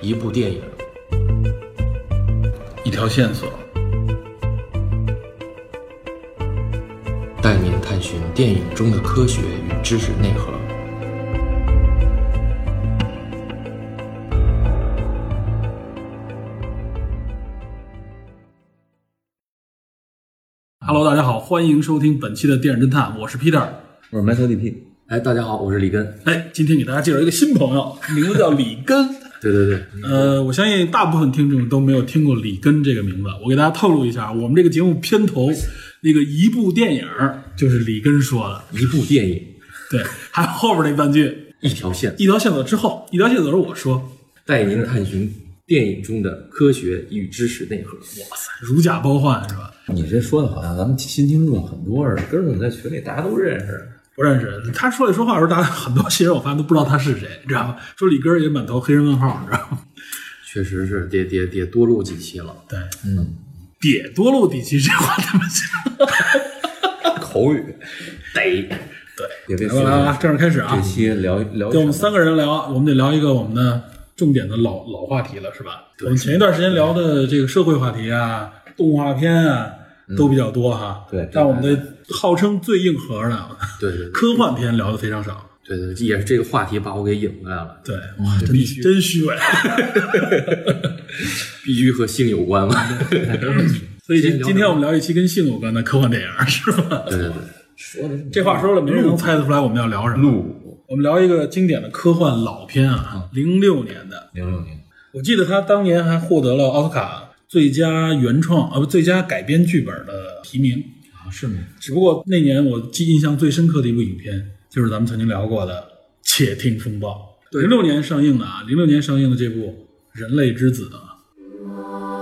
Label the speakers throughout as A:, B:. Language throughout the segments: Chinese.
A: 一部电影，
B: 一条线索，
A: 带您探寻电影中的科学与知识内核。
B: Hello，大家好，欢迎收听本期的电影侦探，我是 Peter。
C: 我是 Metal DP，
A: 哎，大家好，我是李根。
B: 哎，今天给大家介绍一个新朋友，名字叫李 根。
A: 对对对，
B: 呃，我相信大部分听众都没有听过李根这个名字。我给大家透露一下，我们这个节目片头 那个一部电影儿就是李根说的，
A: 一部电影，
B: 对，还有后边那半句，
A: 一条线，
B: 一条线索之后，一条线索是我说，
A: 带您探寻电影中的科学与知识内核。
B: 哇塞，如假包换是吧？
C: 你这说的好像咱们新听众很多似的，跟着我们在群里大家都认识。
B: 不认识他说里说话的时候，大家很多新人我发现都不知道他是谁，你知道吗？说李根儿也满头黑人问号，你知道吗？
A: 确实是，得得得多录几期了。
B: 对，嗯，别多露底气，这话他们讲。
C: 口语
A: 得，
C: 也被
B: 来吧来吧，正式开始啊
C: 这！期聊聊
B: 对，我们三个人聊，我们得聊一个我们的重点的老老话题了，是吧？我们前一段时间聊的这个社会话题啊、动画片啊都比较多哈。
C: 对
B: 但我们的号称最硬核的啊
A: 对对对
B: 科幻片聊的非常少。
A: 对对，也是这个话题把我给引过来了，
B: 对，哇，真必须真虚伪。
A: 必须和性有关嘛。
B: 所以
A: 先
B: 今
A: 聊
B: 今天我们聊一期跟性有关的科幻电影，是吧？
A: 对对对，
C: 说的
B: 这话说了，没人能猜得出来我们要聊什么。
C: 路
B: 我们聊一个经典的科幻老片啊，零六年的，
C: 零六年，
B: 我记得他当年还获得了奥斯卡最佳原创呃不最佳改编剧本的提名。
C: 是吗？
B: 只不过那年我记印象最深刻的一部影片，就是咱们曾经聊过的《且听风暴》。零六年上映的啊，零六年上映的这部《人类之子》啊，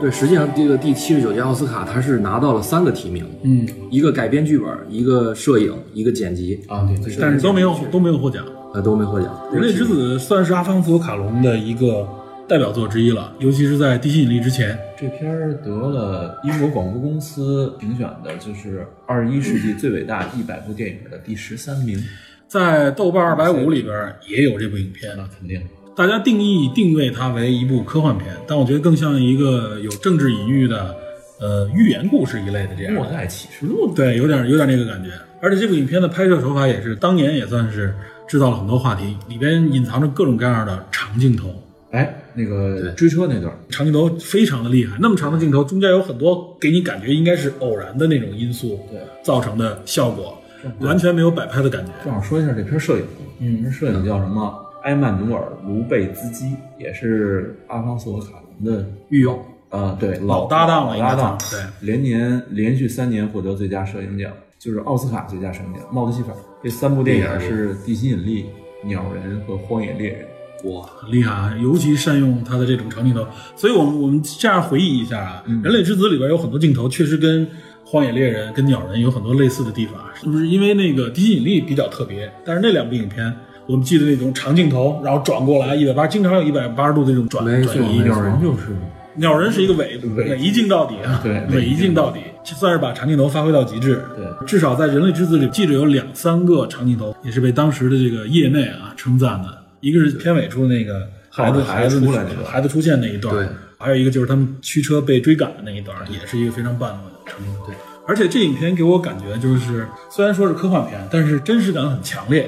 A: 对，实际上这个第七十九届奥斯卡，他是拿到了三个提名，
B: 嗯，
A: 一个改编剧本，一个摄影，一个剪辑，
C: 啊，对，对
B: 但是都没有都没有获奖。
A: 呃，都没获奖。
B: 《人类之子》算是阿方索卡隆的一个代表作之一了，尤其是在《地心引力》之前。
C: 这片儿得了英国广播公司评选的，就是二十一世纪最伟大一百部电影的第十三名。
B: 在豆瓣二百五里边也有这部影片，啊
C: 那肯定，
B: 大家定义定位它为一部科幻片，但我觉得更像一个有政治隐喻的，呃，寓言故事一类的这样
C: 《末
B: 的。
C: 代启示录》
B: 对，有点有点那个感觉。而且这部影片的拍摄手法也是当年也算是制造了很多话题，里边隐藏着各种各样的长镜头，
C: 哎，那个
A: 对
C: 追车那段儿，
B: 长镜头非常的厉害。那么长的镜头中间有很多给你感觉应该是偶然的那种因素
C: 对
B: 造成的效果，完全没有摆拍的感觉。
C: 正好说一下这篇摄影，嗯，这摄影叫什么？埃曼努尔·卢贝兹基，也是阿方索·卡隆的
B: 御用
C: 啊，对
B: 老搭档了，
C: 老
B: 应该
C: 搭档
B: 算，对。
C: 连年连续三年获得最佳摄影奖，就是奥斯卡最佳摄影奖，《帽子戏法》这三部电影是《地心引力》《鸟人》和《荒野猎人》。
A: 哇，
B: 很厉害啊，尤其善用它的这种长镜头。所以我们我们这样回忆一下啊，
A: 嗯
B: 人类之子》里边有很多镜头确实跟《荒野猎人》跟《鸟人》有很多类似的地方，啊是不是？因为那个地心引力比较特别，但是那两部影片。我们记得那种长镜头，然后转过来一百八，经常有一百八十度的这种转
A: 没错
B: 转移。
A: 没错
C: 就是
B: 鸟人是一个伪
C: 伪
B: 伪一镜到底啊，
C: 对
B: 伪一镜到底，这算是把长镜头发挥到极致。
C: 对
B: 至少在《人类之子》里，记着有两三个长镜头，也是被当时的这个业内啊称赞的。一个是片尾处那个孩子
C: 孩子
B: 子
C: 出来那段
B: 孩子出现那一段，
A: 对
B: 还有一个就是他们驱车被追赶的那一段，也是一个非常棒的长镜头。对，而且这影片给我感觉就是，虽然说是科幻片，但是真实感很强烈。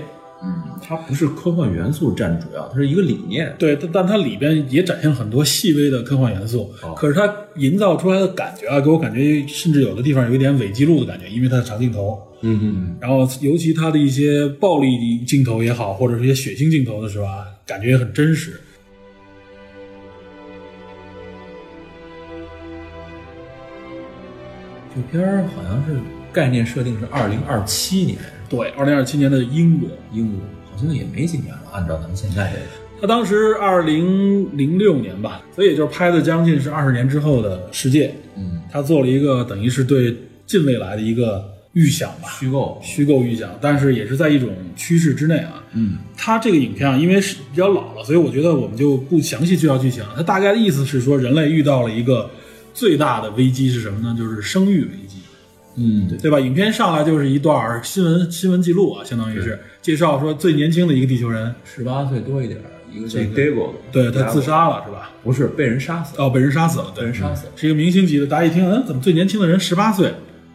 C: 它不是科幻元素占主要，它是一个理念。
B: 对，但但它里边也展现了很多细微的科幻元素，
C: 哦
B: 可是它营造出来的感觉啊，给我感觉甚至有的地方有一点伪记录的感觉，因为它的长镜头，
A: 嗯嗯，
B: 然后尤其它的一些暴力镜头也好，或者是一些血腥镜头的时候啊，感觉也很真实。
C: 这片儿好像是概念设定是二零二七年，
B: 对，二零二七年的英国，
C: 英国好像也没几年了，按照咱们现在这个
B: 它当时二零零六年吧，所以也就是拍的将近是二十年之后的世界，
C: 嗯，
B: 他做了一个等于是对近未来的一个预想吧，
C: 虚构，
B: 虚构预想，但是也是在一种趋势之内啊。
C: 嗯，
B: 它这个影片啊，因为是比较老了，所以我觉得我们就不详细介绍剧情了。它大概的意思是说，人类遇到了一个最大的危机是什么呢？就是生育危机。
C: 嗯，对，
B: 对吧？影片上来就是一段儿新闻新闻记录啊，相当于是介绍说最年轻的一个地球人，
C: 十八岁多一点儿，一个叫
B: 这个
C: Dago，
B: 对他自，杀了是吧？
C: 不是被人杀死了，
B: 哦，被人杀死了，对，
C: 被人杀死了，
B: 是一个明星级的。大家一听，嗯，怎么最年轻的人十八岁？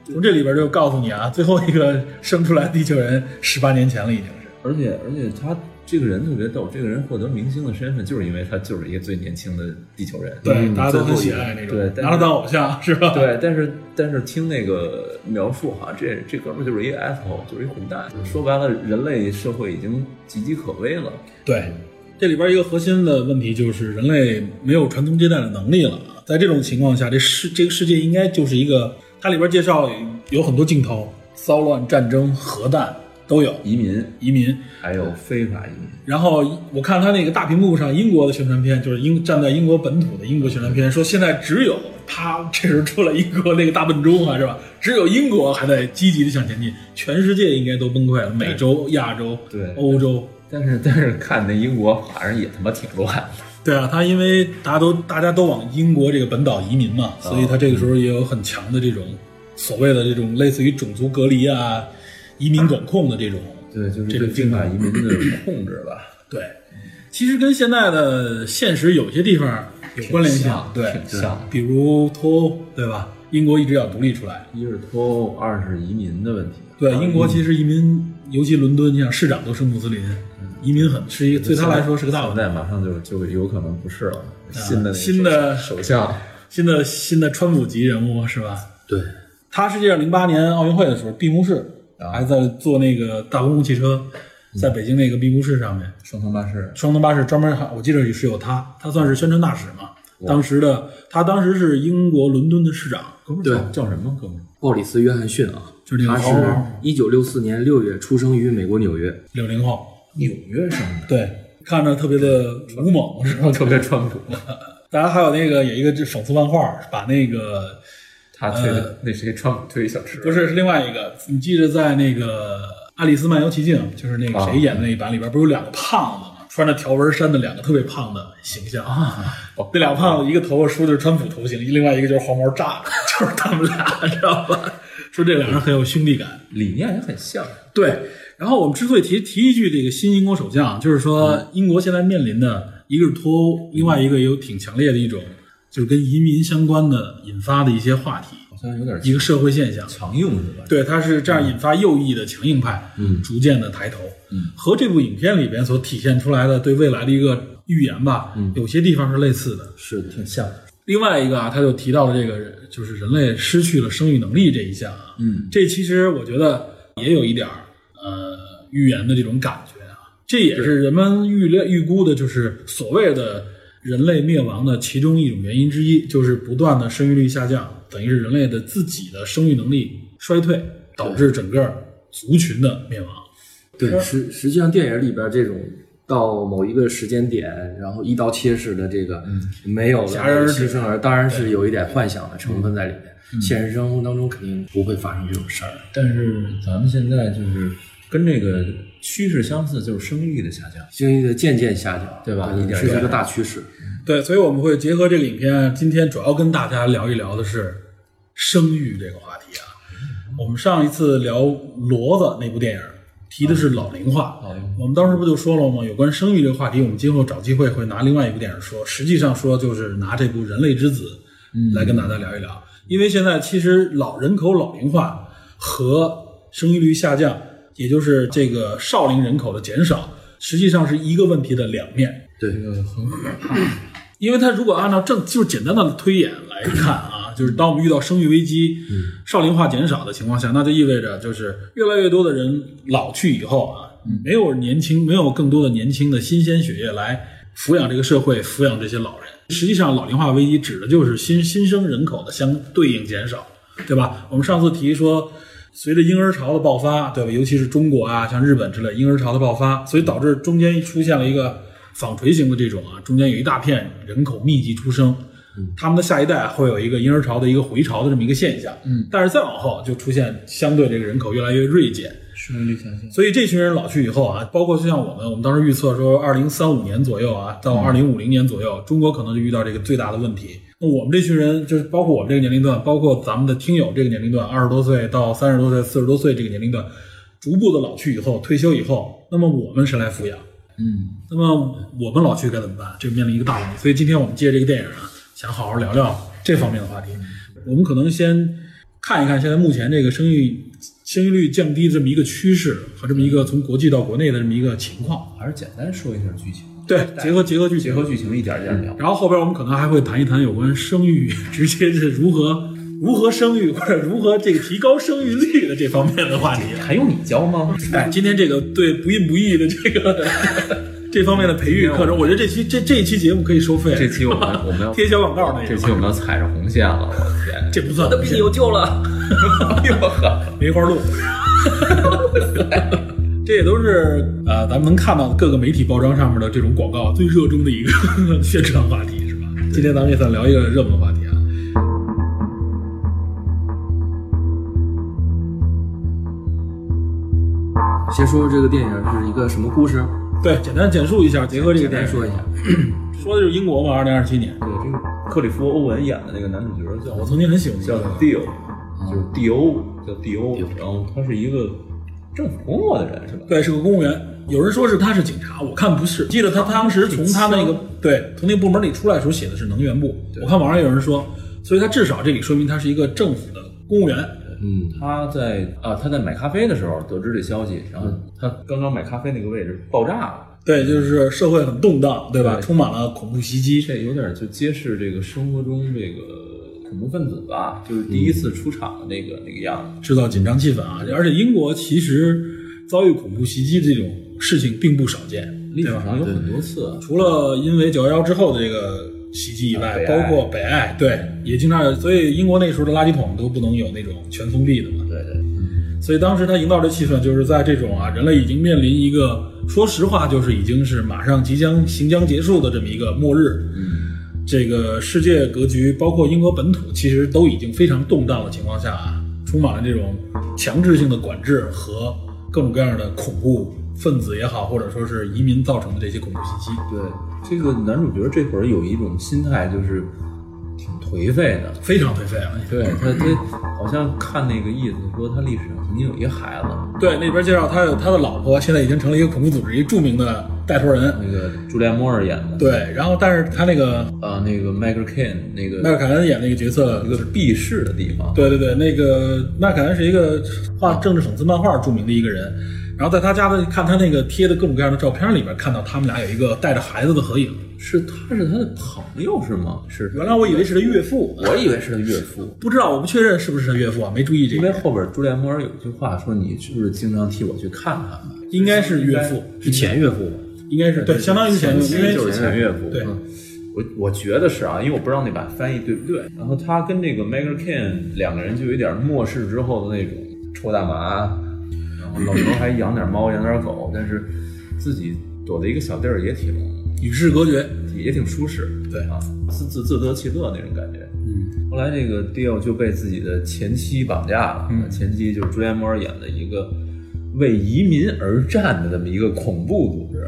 B: 从这里边就告诉你啊，最后一个生出来地球人十八年前了，已经是。
C: 而且而且他这个人特别逗，这个人获得明星的身份，就是因为他就是一个最年轻的地球人，
B: 对，
A: 嗯
B: 大家都很
A: 最后一
B: 喜
A: 个
B: 爱那种，
C: 对但是
B: 拿他当偶像是吧？
C: 对，但是但是听那个描述哈，这这哥们儿就是一个 asshole，就是一混蛋。说白了，人类社会已经岌岌可危了。
B: 对，这里边一个核心的问题就是人类没有传宗接代的能力了啊。在这种情况下，这世这个世界应该就是一个，它里边介绍有很多镜头，骚乱、战争、核弹都有，
C: 移民
B: 移民。
C: 还有非法移民，
B: 然后我看他那个大屏幕上英国的宣传片，就是英站在英国本土的英国宣传片，说现在只有啪，这时候出来英国那个大笨钟啊，是吧？只有英国还在积极的向前进，全世界应该都崩溃了，美洲、亚洲、
C: 对
B: 欧洲。
C: 但是但是看那英国反正也他妈挺乱的。
B: 对啊，他因为大家都大家都往英国这个本岛移民嘛，
C: 哦
B: 所以他这个时候也有很强的这种所谓的这种类似于种族隔离啊、移民管控的这种
C: 对，就是
B: 这个
C: 对非法移民的控制吧，
B: 对。其实跟现在的现实有些地方有关联性，对，
C: 挺像的。
B: 比如脱欧，对吧？英国一直要独立出来，
C: 一是脱欧，二是移民的问题。
B: 对，英国其实移民，尤其伦敦，你想市长都是穆斯林，移民很是一个对他来说是个大
C: 嗯现
B: 问题。啊
C: 在马上就就有可能不是了，新的那个
B: 新的
C: 首相，
B: 新的新的川普级人物是吧？
A: 对，
B: 他实际上零八年奥运会的时候，闭幕式
C: 啊
B: 还在坐那个大公共汽车，
A: 嗯
B: 在北京那个闭幕式上面，
C: 双层巴士，
B: 双层巴士专门还我记得是有他，他算是宣传大使嘛。当时的他当时是英国伦敦的市长，
C: 哥们儿
A: 对
C: 叫叫什么哥们儿？
A: 鲍里斯·约翰逊啊，
B: 就是那
A: 他
B: 个
A: 是一九六四年六月出生于美国纽约，
B: 六零后，
C: 纽约生的，
B: 对，看着特别的鲁莽是吧？
C: 特别川普。
B: 大家还有那个有一个这讽刺漫画，把那个
C: 他推的、那谁，川普推小吃，
B: 不是是另外一个，你记得在那个《爱丽丝漫游奇境》，就是那个
C: 啊
B: 谁演的那一版里边，不是有两个胖子吗？穿着条纹衫的两个特别胖的形象啊
C: 哦
B: 那俩胖子一个头发梳的是川普头型，另外一个就是黄毛炸的， 就是他们俩，知道吧？说这俩人很有兄弟感。
C: 理念也很像，
B: 对，然后我们之所以提提一句这个新英国首相，就是说英国现在面临的一个是脱欧，另外一个也有挺强烈的一种就是跟移民相关的引发的一些话题，
C: 好像有点
B: 一个社会现象。
C: 强硬是吧？
B: 对，它是这样引发右翼的强硬派，嗯，逐渐的抬头，嗯，和这部影片里边所体现出来的对未来的一个预言吧，嗯，有些地方是类似的。
A: 是的，
C: 挺像的。
B: 另外一个啊，他就提到了这个就是人类失去了生育能力这一项啊，
C: 嗯，
B: 这其实我觉得也有一点儿呃预言的这种感觉啊，这也是人们预料预估的，就是所谓的人类灭亡的其中一种原因之一，就是不断的生育率下降，等于是人类的自己的生育能力衰退，导致整个族群的灭亡。
A: 对，实实际上电影里边这种到某一个时间点，然后一刀切式的这个、没有了
B: 嗯戛然而止嗯
A: 新生儿，当然是有一点幻想的成分在里面。现实生活当中肯定不会发生这种事儿。
C: 但是咱们现在就是跟这个趋势相似，就是生育率的下降。
A: 生育的渐渐下降，
C: 对吧一点
A: 这
C: 一
A: 是
C: 点
A: 个大趋势。
B: 对，所以我们会结合这个影片，今天主要跟大家聊一聊的是生育这个话题啊。
C: 嗯
B: 我们上一次聊《骡子》那部电影，提的是老龄化。
C: 嗯老龄化
B: 我们当时不就说了吗？有关生育这个话题，我们今后找机会会拿另外一部电影说。实际上说就是拿这部《人类之子》
C: 嗯
B: 来跟大家聊一聊，因为现在其实老人口老龄化和生育率下降，也就是这个少龄人口的减少，实际上是一个问题的两面。
C: 这个很可怕。
B: 因为它如果按照正就是简单的推演来看啊，就是当我们遇到生育危机、少龄化减少的情况下，那就意味着就是越来越多的人老去以后啊，没有年轻，没有更多的年轻的新鲜血液来抚养这个社会，抚养这些老人。实际上，老龄化危机指的就是新新生人口的相对应减少，对吧？我们上次提说。随着婴儿潮的爆发，对吧？尤其是中国啊，像日本之类婴儿潮的爆发，所以导致中间出现了一个纺锤型的这种啊，中间有一大片人口密集出生，他们的下一代会有一个婴儿潮的一个回潮的这么一个现象。
C: 嗯，
B: 但是再往后就出现相对这个人口越来越锐减，
D: 生育率下降，
B: 所以这群人老去以后啊，包括就像我们，我们当时预测说，二零三五年左右啊，到二零五零年左右，中国可能就遇到这个最大的问题。那我们这群人，就是包括我们这个年龄段，包括咱们的听友这个年龄段，二十多岁到三十多岁、四十多岁这个年龄段，逐步的老去以后，退休以后，那么我们谁来抚养？
C: 嗯，
B: 那么我们老去该怎么办？这面临一个大问题。所以今天我们借这个电影啊，想好好聊聊这方面的话题。
C: 嗯
B: 我们可能先看一看现在目前这个生育生育率降低这么一个趋势和这么一个从国际到国内的这么一个情况。
C: 还是简单说一下剧情，
B: 对，结合结合剧
C: 结
B: 情。
C: 合剧情一点一点聊。
B: 然后后边我们可能还会谈一谈有关生育， 直接是如何如何生育或者如何这个提高生育率的这方面的话题。
C: 还用你教吗？
B: 哎，今天这个对不孕不育的 这个这方面的培育课程，我觉得这期这这一期节目可以收费。
C: 这期我们我们要
B: 贴小广告那
C: 这
B: 种
C: 期我们要踩着红线了，我的天！
B: 这不算，
A: 救了。
C: 我靠，
B: 梅花鹿。 这也都是呃，咱们能看到的各个媒体报章上面的这种广告最热衷的一个 宣传话题，是吧？今天咱们也算聊一个热门话题啊。
A: 先说这个电影是一个什么故事？
B: 对，简单简述一下，结合这个
A: 简单
B: 电影
A: 说一下，
B: 说的就是英国嘛，二零二七年。
C: 对，这个 克里夫·欧文演的那个男主角叫
B: 我曾经很喜欢这
C: 叫
B: 个
C: Dio，就是 Dio，叫 Dio，然后他是一个政府工作的人，是吧？
B: 对，是个公务员。有人说是他是警察，我看不是。记得他
C: 啊
B: 当时从他那个对从那部门里出来的时候写的是能源部，我看网上有人说，所以他至少这里说明他是一个政府的公务员。
A: 嗯，
C: 他在啊，他在买咖啡的时候得知这消息，然后他刚刚买咖啡那个位置爆炸了，
B: 对，就是社会很动荡，对吧？
C: 对
B: 充满了恐怖袭击。
C: 这有点就揭示这个生活中这个恐怖分子吧，就是第一次出场的那个、那个样子。
B: 制造紧张气氛啊！而且英国其实遭遇恐怖袭击这种事情并不少见，
C: 历史
B: 对吧？
C: 上有很多次，
B: 除了因为九幺幺之后的这个袭击以
C: 啊
B: 外，
C: 北
B: 包
C: 爱
B: 括北爱，对，也经常有。所以英国那时候的垃圾桶都不能有那种全封闭的嘛。
C: 对对，
B: 所以当时他营造这气氛，就是在这种啊，人类已经面临一个，说实话，就是已经是马上即将行将结束的这么一个末日。
C: 嗯，
B: 这个世界格局，包括英国本土，其实都已经非常动荡的情况下啊，充满了这种强制性的管制和各种各样的恐怖分子也好，或者说是移民造成的这些恐怖袭击，
C: 对，这个男主角这会儿有一种心态，就是挺颓废的。
B: 非常颓废啊。
C: 对他，他好像看那个意思，说他历史上曾经有一个孩子，
B: 对，那边介绍他有他的老婆，现在已经成了一个恐怖组织，一著名的带头人。
C: 那个朱莉安·摩尔演的，，
B: 对，然后但是他那个
C: 啊，那个迈克尔·凯恩那
B: 迈克尔
C: 个
B: 凯恩演那个角色
C: 一，个避世的地方，
B: 对对对，那个那凯恩是一个画政治讽刺漫画著名的一个人，然后在他家的看他那个贴的各种各样的照片里边，看到他们俩有一个带着孩子的合影。
C: 是他是他的朋友是吗？是，
B: 原来我以为是他岳父，
C: 我以为是他岳父，
B: 不知道我不确认是不是他岳父啊，没注意这
C: 因为
B: 个，
C: 后边朱莉安·摩尔有一句话说，你是不是经常替我去看他？
B: 应该是岳父，
A: 是前岳父吧？
B: 应该是对，相当于是前岳父，嗯因为
C: 就是前岳父，
B: 对
C: 嗯我我觉得是啊，因为我不知道那版翻译对不对。然后他跟那个 Michael k a n 两个人就有点末世之后的那种抽大麻，然后老头还养点猫养点狗，但是自己躲在一个小地儿也挺
B: 与世隔绝。
C: 也挺舒适，
B: 对
C: 啊，自自自得其乐那种感觉。
A: 嗯，
C: 后来这个 Dio 就被自己的前妻绑架了，
B: 嗯
C: 前妻就是朱利安摩尔演的一个为移民而战的这么一个恐怖组织，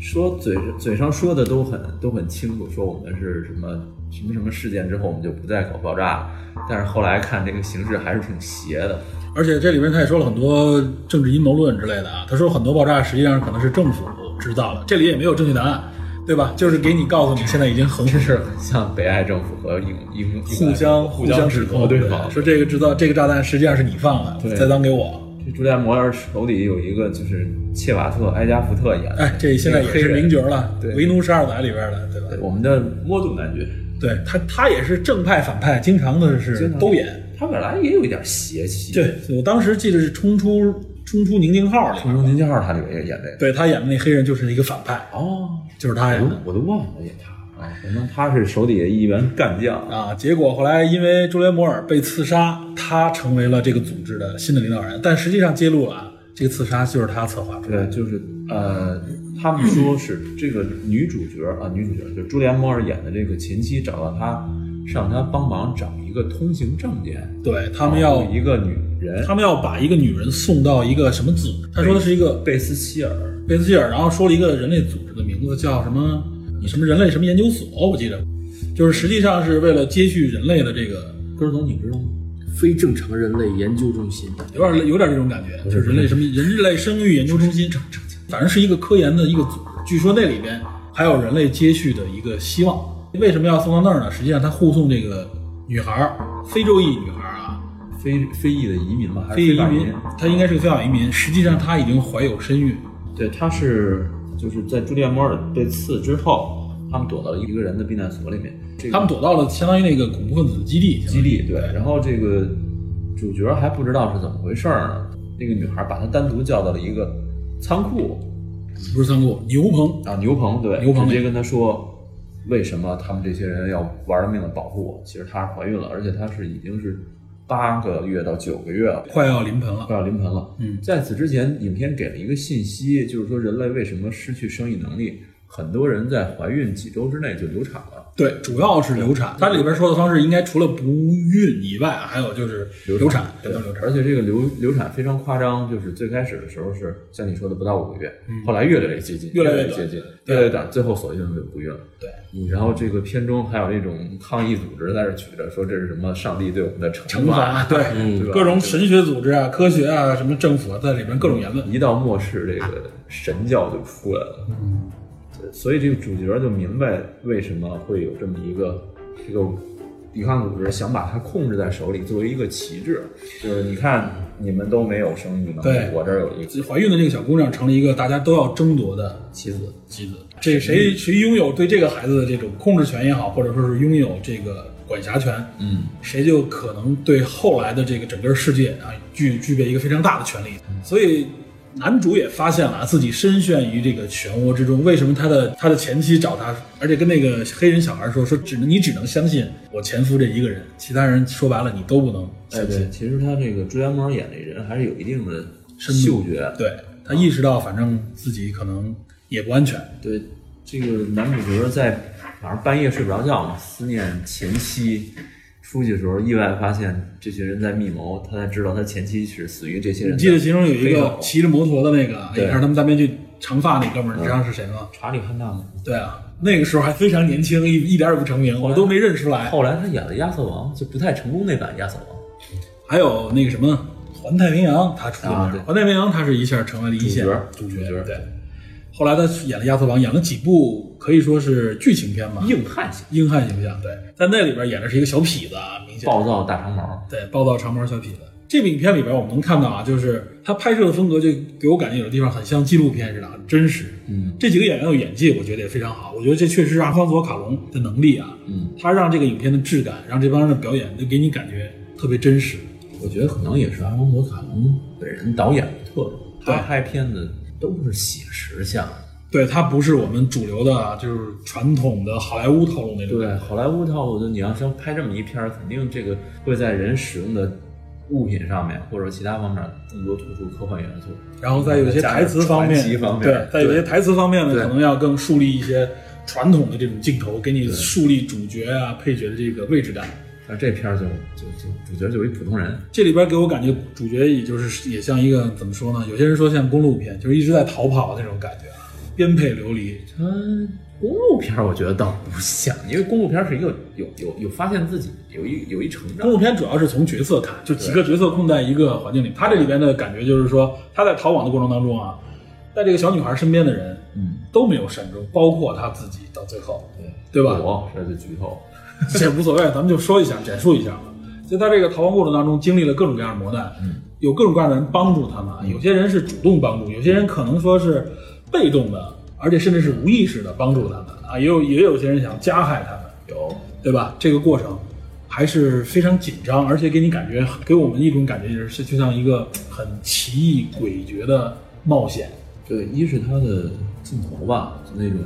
C: 说嘴嘴上说的都很都很清楚，说我们是什么什么什么事件之后我们就不再搞爆炸，但是后来看这个形势还是挺邪的，
B: 而且这里面他也说了很多政治阴谋论之类的啊，他说很多爆炸实际上可能是政府制造的，这里也没有正确答案，对吧？就是给你告诉你现在已经很
C: 这是很像北爱政府和英英
B: 互相
C: 互相指责对方。
B: 说这个制造这个炸弹实际上是你放的，
C: 对
B: 栽赃给我。
C: 这朱利安摩尔手里有一个就是切瓦特埃加福特演的，
B: 哎，这现在也
C: 黑
B: 是
C: 人
B: 名角了，
C: 对
B: 维奴十二载》里边的，对吧？
C: 对呃我们的摸族男爵。
B: 对他，他也是正派反派，经常的是
C: 经常
B: 都演。
C: 他本来也有一点邪气。，
B: 对，我当时记得是冲出冲出宁静号里
C: 《
B: 边，
C: 空中金号》他里面也演这个。
B: 对他演的那黑人就是一个反派，
C: 哦，
B: 就是他
C: 我
B: 演
C: 都
B: 的
C: 我都忘了演他啊，反正他是手底下一员干将。
B: 啊。结果后来因为朱雷摩尔被刺杀，他成为了这个组织的新的领导人，但实际上揭露了啊，这个刺杀就是他策划出来的。
C: 对，就是呃，他们说是这个女主角啊，女主角就朱莉安·摩尔演的这个前妻找到他，是让他帮忙找一个通行证件，
B: 对他们要、
C: 找一个女人，
B: 他们要把一个女人送到一个什么组？他说的是一个
C: 贝斯希尔，
B: 贝斯希尔，然后说了一个人类组织的名字叫什么？你什么人类什么研究所？我记得，就是实际上是为了接续人类的这个根儿总，你知道吗？
A: 非正常人类研究中心，
B: 有点有点这种感觉，就是人类什么人类生育研究中心，反正是一个科研的一个组织。据说那里边还有人类接续的一个希望。为什么要送到那儿呢？实际上他护送这个女孩儿，非洲裔女孩儿啊，
C: 非非裔的移民吧，还是
B: 非裔
C: 法
B: 移民，她应该是个非法移民。实际上她已经怀有身孕，
C: 对，他是就是在朱莉安·摩尔被刺之后，他们躲到了一个人的避难所里面，这
B: 他
C: 个
B: 们躲到了相当于那个恐怖分子的基地。
C: 基地对，然后这个主角还不知道是怎么回事儿呢，那个女孩把他单独叫到了一个仓库
B: 不是仓库，牛棚。
C: 啊牛棚，对，
B: 牛棚里
C: 直接跟他说。为什么他们这些人要玩了命的保护我？其实她是怀孕了，而且她是已经是八个月到九个月了，
B: 快要临盆了，
C: 快要临盆了。
B: 嗯，
C: 在此之前，影片给了一个信息，就是说人类为什么失去生育能力？很多人在怀孕几周之内就流产了。
B: 对，主要是流产。它里边说的方式应该除了不孕以外，还有就是流产，
C: 对
B: 流产。
C: 而且这个流流产非常夸张，就是最开始的时候是像你说的不到五个月，后来越来越接近，
B: 嗯越
C: 越
B: 来越
C: 越
B: 短
C: 接近，
B: 对
C: 越来越短，最后索性就不孕了。
B: 对，
C: 嗯然后这个片中还有那种抗议组织在这举着说这是什么上帝对我们的
B: 惩
C: 惩
B: 罚，对，
C: 对吧
B: 各种神学组织啊、科学啊、什么政府啊，在里边各种言论。
C: 一到末世，这个神教就出来了。
B: 嗯
C: 对，所以这个主角就明白为什么会有这么一个这个抵抗组织想把他控制在手里，作为一个旗帜，就是你看你们都没有生育能
B: 对
C: 力，我这儿有一个
B: 怀孕的那个小姑娘成了一个大家都要争夺的
C: 棋子。嗯
B: 妻子。这谁谁拥有对这个孩子的这种控制权也好，或者说是拥有这个管辖权，
C: 嗯，
B: 谁就可能对后来的这个整个世界啊具具备一个非常大的权利。
C: 嗯
B: 所以男主也发现了啊自己深陷于这个漩涡之中。为什么他的他的前妻找他，而且跟那个黑人小孩说说只能你只能相信我前夫这一个人，其他人说白了你都不能
C: 哎，
B: 相信。
C: 对，其实他这个朱元璋演这人还是有一定的
B: 度
C: 嗅觉。啊
B: 对他意识到，反正自己可能也不安全。
C: 对，这个男主角在晚上半夜睡不着觉嘛，思念前妻，出去的时候意外发现这群人在密谋，他才知道他前妻是死于这些人
B: 你
C: 的。
B: 记得其中有一
C: 非
B: 个
C: 常
B: 骑着摩托的那个，也
C: 对嗯
B: 是他们戴面具、长发那哥们儿，你知道是谁吗？
C: 查理汉纳吗？
B: 对啊，那个时候还非常年轻，一一点也不成名，我都没认出来。
C: 后来他演了《亚瑟王》，就不太成功那版《亚瑟王》，
B: 还有那个什么《环太平洋》，他出的名
C: 啊
B: 儿
C: 对
B: 《环太平洋》他是一下成为了一线
C: 主角
B: 主
C: 主角
B: 对。后来他演了《亚瑟王》，演了几部可以说是剧情片嘛，
C: 硬汉型，
B: 硬汉形象。对，在那里边演的是一个小痞子，啊，明显
C: 暴躁大长毛。
B: 对，暴躁长毛小痞子。这部影片里边，我们能看到啊，就是他拍摄的风格，就给我感觉有的地方很像纪录片似的，很真实。
C: 嗯
B: 这几个演员的演技，我觉得也非常好。我觉得这确实是阿方索·卡隆的能力啊，
C: 嗯，
B: 他让这个影片的质感，让这帮人的表演，就给你感觉特别真实。
C: 我觉得可能也是阿方索·卡隆本人导演的特征，他
B: 对
C: 拍片子都不是写实像。
B: 对，它不是我们主流的，啊就是传统的好莱坞套路那种。
C: 对，好莱坞套路，就你要想拍这么一片儿，肯定这个会在人使用的物品上面或者其他方面更多突出科幻元素。
B: 然后在有些台词方
C: 加上传奇
B: 面，
C: 方面
B: 对，在有些台词方面呢，
A: 对
B: 可能要更树立一些传统的这种镜头，给你树立主角啊、配角的这个位置感。
C: 但这片儿就就就主角就是一普通人，
B: 这里边给我感觉，主角也就是也像一个怎么说呢？有些人说像公路片，就是一直在逃跑的那种感觉，啊，颠沛流离。
C: 他公路片儿我觉得倒不像，因为公路片儿是一个有有有发现自己有一有一成长
B: 公。路片主要是从角色看，就几个角色困在一个环境里。他这里边的感觉就是说，他在逃亡的过程当中啊，在这个小女孩身边的人
C: 嗯，
B: 都没有善终，包括他自己到最后，对吧？
C: 我这就剧透。
B: 这无所谓，咱们就说一下，简述一下吧。就在这个逃亡过程当中，经历了各种各样的磨难，
C: 嗯
B: 有各种各样的人帮助他们啊，有些人是主动帮助，有些人可能说是被动的，而且甚至是无意识的帮助他们啊，也有也有些人想加害他们，
C: 有，
B: 对吧？这个过程还是非常紧张，而且给你感觉，给我们一种感觉就是，是就像一个很奇异诡谲的冒险。
C: 对，一是他的镜头吧，就那种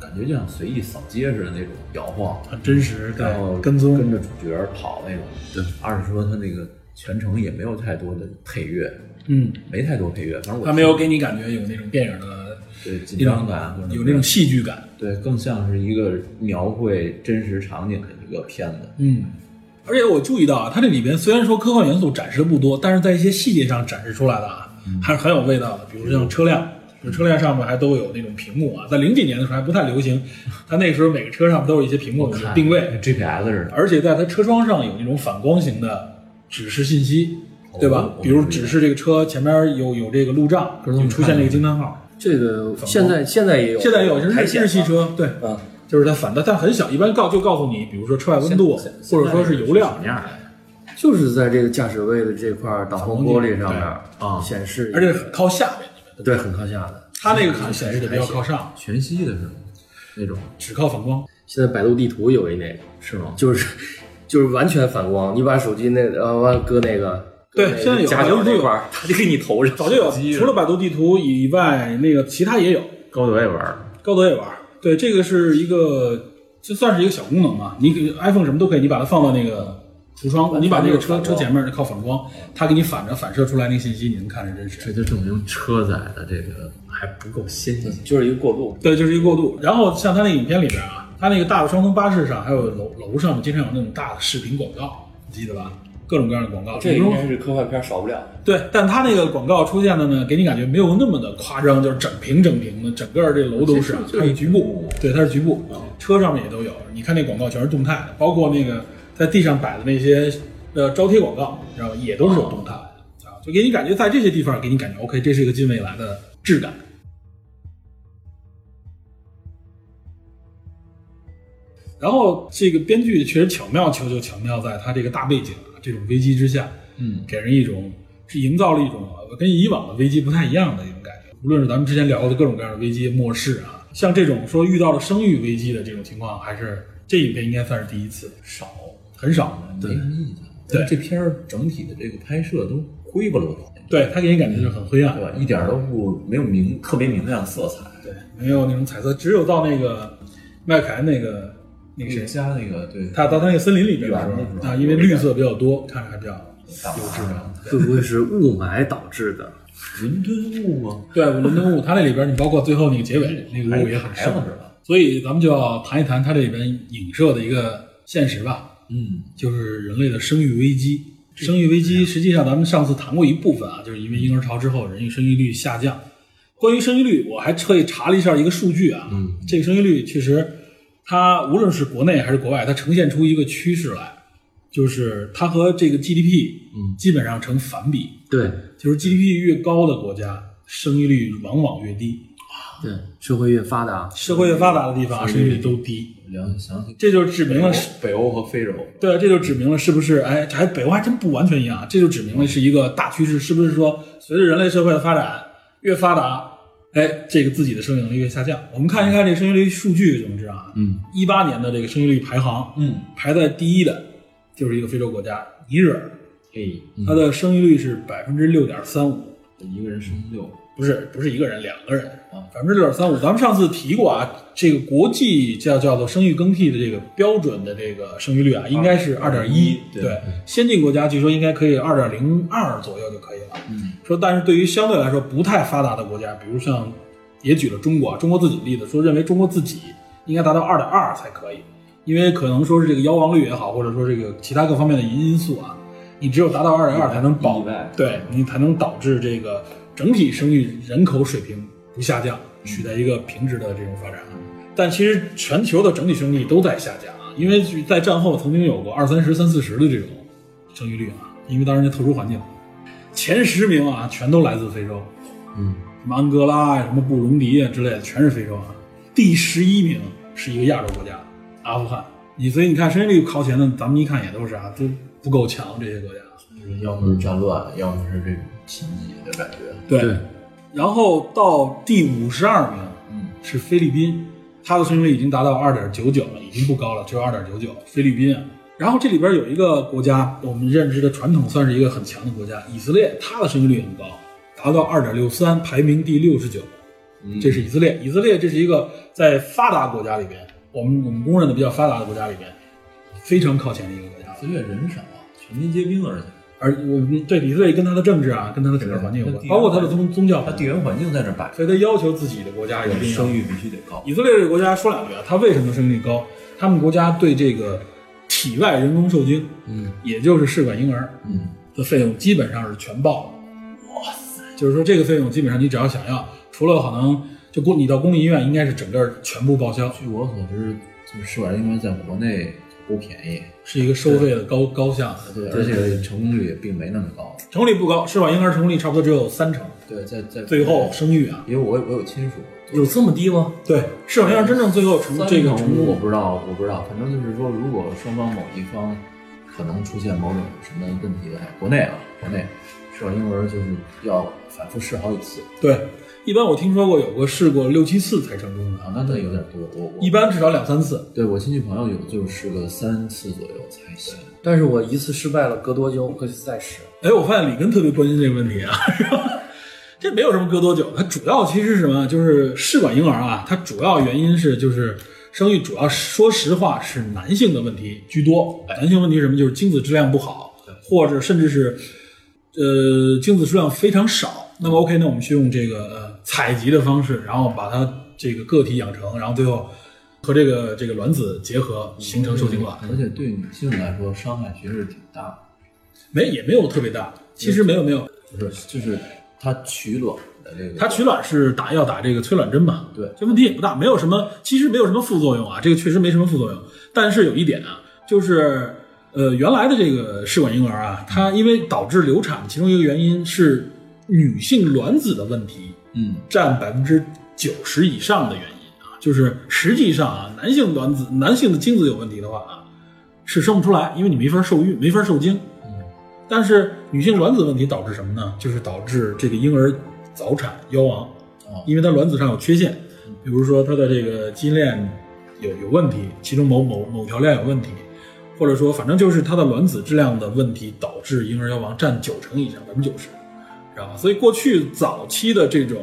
C: 感觉就像随意扫街似的那种摇晃。
B: 很真实，对
C: 嗯然后，
B: 跟踪，
C: 跟着主角跑那种。对，二是说他那个全程也没有太多的配乐，
B: 嗯，
C: 没太多配乐，反正我
B: 他没有给你感觉有那种电影的
C: 对紧
B: 一种
C: 张感或者
B: 有那种戏剧感。
C: 对，更像是一个描绘真实场景的一个片子。
B: 嗯，而且我注意到啊，它这里边虽然说科幻元素展示的不多，但是在一些细节上展示出来的啊，还是很有味道的。比如像车辆，就车辆上面还都有那种屏幕啊，在零几年的时候还不太流行，它那个时候每个车上面都有一些屏幕有定位，
C: GPS 似的，
B: 而且在它车窗上有那种反光型的指示信息，对吧
C: 哦？
B: 比如指示这个车前面有有这个路障，
C: 是这
B: 就
C: 么
B: 出现这个惊叹号。
A: 这个现在现在也有，
B: 现在有就是
A: 苔
B: 日
A: 藓
B: 日系
A: 嘛，
B: 车，啊对，
A: 嗯，
B: 就是它反的，但很小，一般告就告诉你，比如说车外温度，
C: 现
B: 或者说是油量
C: 什么，样的？
A: 就是在这个驾驶位的这块挡风玻璃上面
C: 对啊
A: 显示，
B: 而且很靠下面。
A: 对很靠下的。
B: 它那个卡显示的比较靠上，
C: 全息的是吗？那种
B: 只靠反光。
A: 现在百度地图有一那个，
C: 是吗？
A: 就是就是完全反光，你把手机那呃完搁那个
B: 对
A: 搁那个
B: 现在有
A: 夹角
B: 百度
A: 那
B: 有
A: 块儿，它就给你投上。
B: 早就有，除了百度地图以外，那个其他也有，
C: 高德也玩，
B: 高德也玩。对，这个是一个，就算是一个小功能嘛。你给 iPhone 什么都可以，你把它放到那个橱窗，你把那个车车前面靠反光，
A: 嗯
B: 它给你反着反射出来那个信息，你能看着真实。
C: 这就证明车载的这个还不够先进。
A: 就是一个过渡，
B: 对，就是一个过渡。然后像它那个影片里边啊，它那个大的双层巴士上，还有楼楼上面经常有那种大的视频广告，你记得吧？各种各样的广告，
A: 这
B: 比如
A: 应该是科幻片少不了。
B: 对，但它那个广告出现的呢，给你感觉没有那么的夸张，就是整屏整屏的，整个儿这楼都是啊，它是局部，啊对，它是局部，车上面也都有。你看那广告全是动态的，包括那个在地上摆的那些呃招贴广告，你知道吧，也都是有动态的啊，就给你感觉在这些地方给你感觉 OK，这是一个近未来的质感。然后这个编剧确实巧妙，就就巧妙在它这个大背景啊这种危机之下，
C: 嗯，
B: 给人一种是营造了一种呃跟以往的危机不太一样的一种感觉。无论是咱们之前聊过的各种各样的危机、末世啊，像这种说遇到了生育危机的这种情况，还是这影片应该算是第一次，
C: 少，
B: 很少的。
C: 没什么印象。
B: 对
C: 这片儿整体的这个拍摄都灰不溜秋，
B: 对他给人感觉就是很灰暗
C: 对，吧？一点儿都不没有明特别明亮色彩。
B: 对，没有那种彩色，只有到那个麦凯恩那个那个
C: 那个
B: 谁，
C: 家那个对，
B: 他到他那个森林里边的时
C: 远的时
B: 候
C: 候
B: 啊，因为绿色比较多，看着还比较有质啊感。
C: 嗯
A: 会不会是雾霾导致的？
C: 伦敦雾吗？
B: 对，伦敦雾，它那里边你包括最后那个结尾，那个雾也很
C: 啊还
B: 深
C: 有。是吧？
B: 所以咱们就要谈一谈它这里边影射的一个现实吧，
C: 嗯，
B: 就是人类的生育危机。生育危机实际上咱们上次谈过一部分啊，就是因为婴儿潮之后人育生育率下降。关于生育率，我还特意查了一下一个数据啊，这个生育率确实，它无论是国内还是国外，它呈现出一个趋势来，就是它和这个 GDP 基本上成反比，
A: 对
B: 就是 GDP 越高的国家，生育率往往越低，
A: 对，社会越发达，
B: 社会越发达的地方生育率都低，
C: 了解详细。
B: 这就指明
C: 北
B: 了
C: 欧
B: 是
C: 北欧和非洲，
B: 对，啊这就指明了是不是？哎，这还北欧还真不完全一样，啊这就指明了是一个大趋势，是不是说随着人类社会的发展越发达，哎，这个自己的生育能力越下降？我们看一看这个生育率数据，总之啊，嗯，一八年的这个生育率排行，
C: 嗯，
B: 排在第一的就是一个非洲国家尼日尔，
C: 嘿，
B: 它的生育率是百分之六点三五，
C: 一个人生六，
B: 不是不是一个人，两个人
C: 啊
B: 百分之六点三五。咱们上次提过啊，这个国际叫叫做生育更替的这个标准的这个生育率啊，应该是二点一。
C: 对
B: 对，先进国家据说应该可以二点零二左右就可以了。
C: 嗯，
B: 说但是对于相对来说不太发达的国家，比如像也举了中国，啊，中国自己例子，说认为中国自己应该达到二点二才可以，因为可能说是这个夭亡率也好，或者说这个其他各方面的因素啊，你只有达到二点二才能保
C: 意外
B: 对你才能导致这个整体生育人口水平不下降，取得一个平直的这种发展啊。但其实全球的整体生育率都在下降啊，因为在战后曾经有过二三十、三四十的这种生育率啊，因为当时那特殊环境，前十名啊全都来自非洲，
A: 嗯，
B: 什么安哥拉呀、什么布隆迪啊之类的，全是非洲啊。第十一名是一个亚洲国家，阿富汗。你所以你看生育率靠前的，咱们一看也都是啊，都不够强这些国家。
C: 要么是战乱，要么是这种贫瘠的感觉。
B: 对，
A: 对
B: 然后到第五十二名，
C: 嗯，
B: 是菲律宾，它的生育率已经达到二点九九了，已经不高了，只有二点九九。菲律宾啊，然后这里边有一个国家，我们认知的传统算是一个很强的国家，以色列，它的生育率很高，达到二点六三，排名第六十九。这是以色列，以色列这是一个在发达国家里边，我们我们公认
C: 嗯
B: 的比较发达的国家里边，非常靠前的一个国家了。
C: 四月人少，全民皆兵而且。
B: 而我们对以色列跟他的政治啊，跟他的整个环境有关，包括他的宗宗教
C: 它
B: 环
C: 啊地
B: 境，
C: 缘环境在那摆着，
B: 所以他要求自己的国家一定要
C: 生育必须得高。
B: 以色列这个国家说两句啊，它为什么生育率高？他们国家对这个体外人工受精，
A: 嗯，
B: 也就是试管婴儿，
A: 嗯，
B: 的费用基本上是全报。哇塞！就是说这个费用基本上你只要想要，除了可能就公你到公立医院应该是整个全部报销，
C: 据我所知，就是试管婴儿在国内不便宜，
B: 是一个收费的高高项的。
C: 对，而且成功率也并没那么高。
B: 成功率不高，试管婴儿成功率差不多只有三成，
C: 对，在在
B: 最后生育啊，
C: 因为我我有亲属，
A: 有这么低吗？
B: 对，试管婴儿真正最后成
C: 三
B: 这个
C: 成
B: 成功
C: 我不知道，我不知道，反正就是说，如果双方某一方可能出现某种什么问题的话，国内啊，国内试管婴儿就是要反复试好几次
B: 对，一般我听说过有过试过六七次才成功的，
C: 啊，那那有点多，我我
B: 一般至少两三次。
C: 对我亲戚朋友有就是试个三次左右才行，
A: 但是我一次失败了，隔多久可以再试？
B: 哎，我发现李根特别关心这个问题啊，是吧？这没有什么隔多久，它主要其实是什么？就是试管婴儿啊，它主要原因是就是生育，主要说实话是男性的问题居多。男性问题是什么？就是精子质量不好，或者甚至是呃精子数量非常少。那么 OK，那我们去用这个呃采集的方式，然后把它这个个体养成，然后最后和这个这个卵子结合形成受精卵。
C: 而且对女性来说伤害其实是挺大的。
B: 没也没有特别大，其实没有没有，
C: 不是，就是他取卵的这个，
B: 它取卵是打要打这个催卵针嘛？
C: 对
B: 这问题也不大，没有什么，其实没有什么副作用啊，这个确实没什么副作用。但是有一点啊，就是呃，原来的这个试管婴儿啊，它因为导致流产，其中一个原因是女性卵子的问题
C: 嗯，
B: 占百分之九十以上的原因啊，就是实际上啊，男性卵子、男性的精子有问题的话啊，是生不出来，因为你没法受孕，没法受精。但是女性卵子问题导致什么呢？就是导致这个婴儿早产、夭亡
C: 哦，
B: 因为它卵子上有缺陷，比如说它的这个基因链有有问题，其中某某某条链有问题，或者说反正就是它的卵子质量的问题导致婴儿夭亡，占九成以上，百分之九十，知道吧？所以过去早期的这种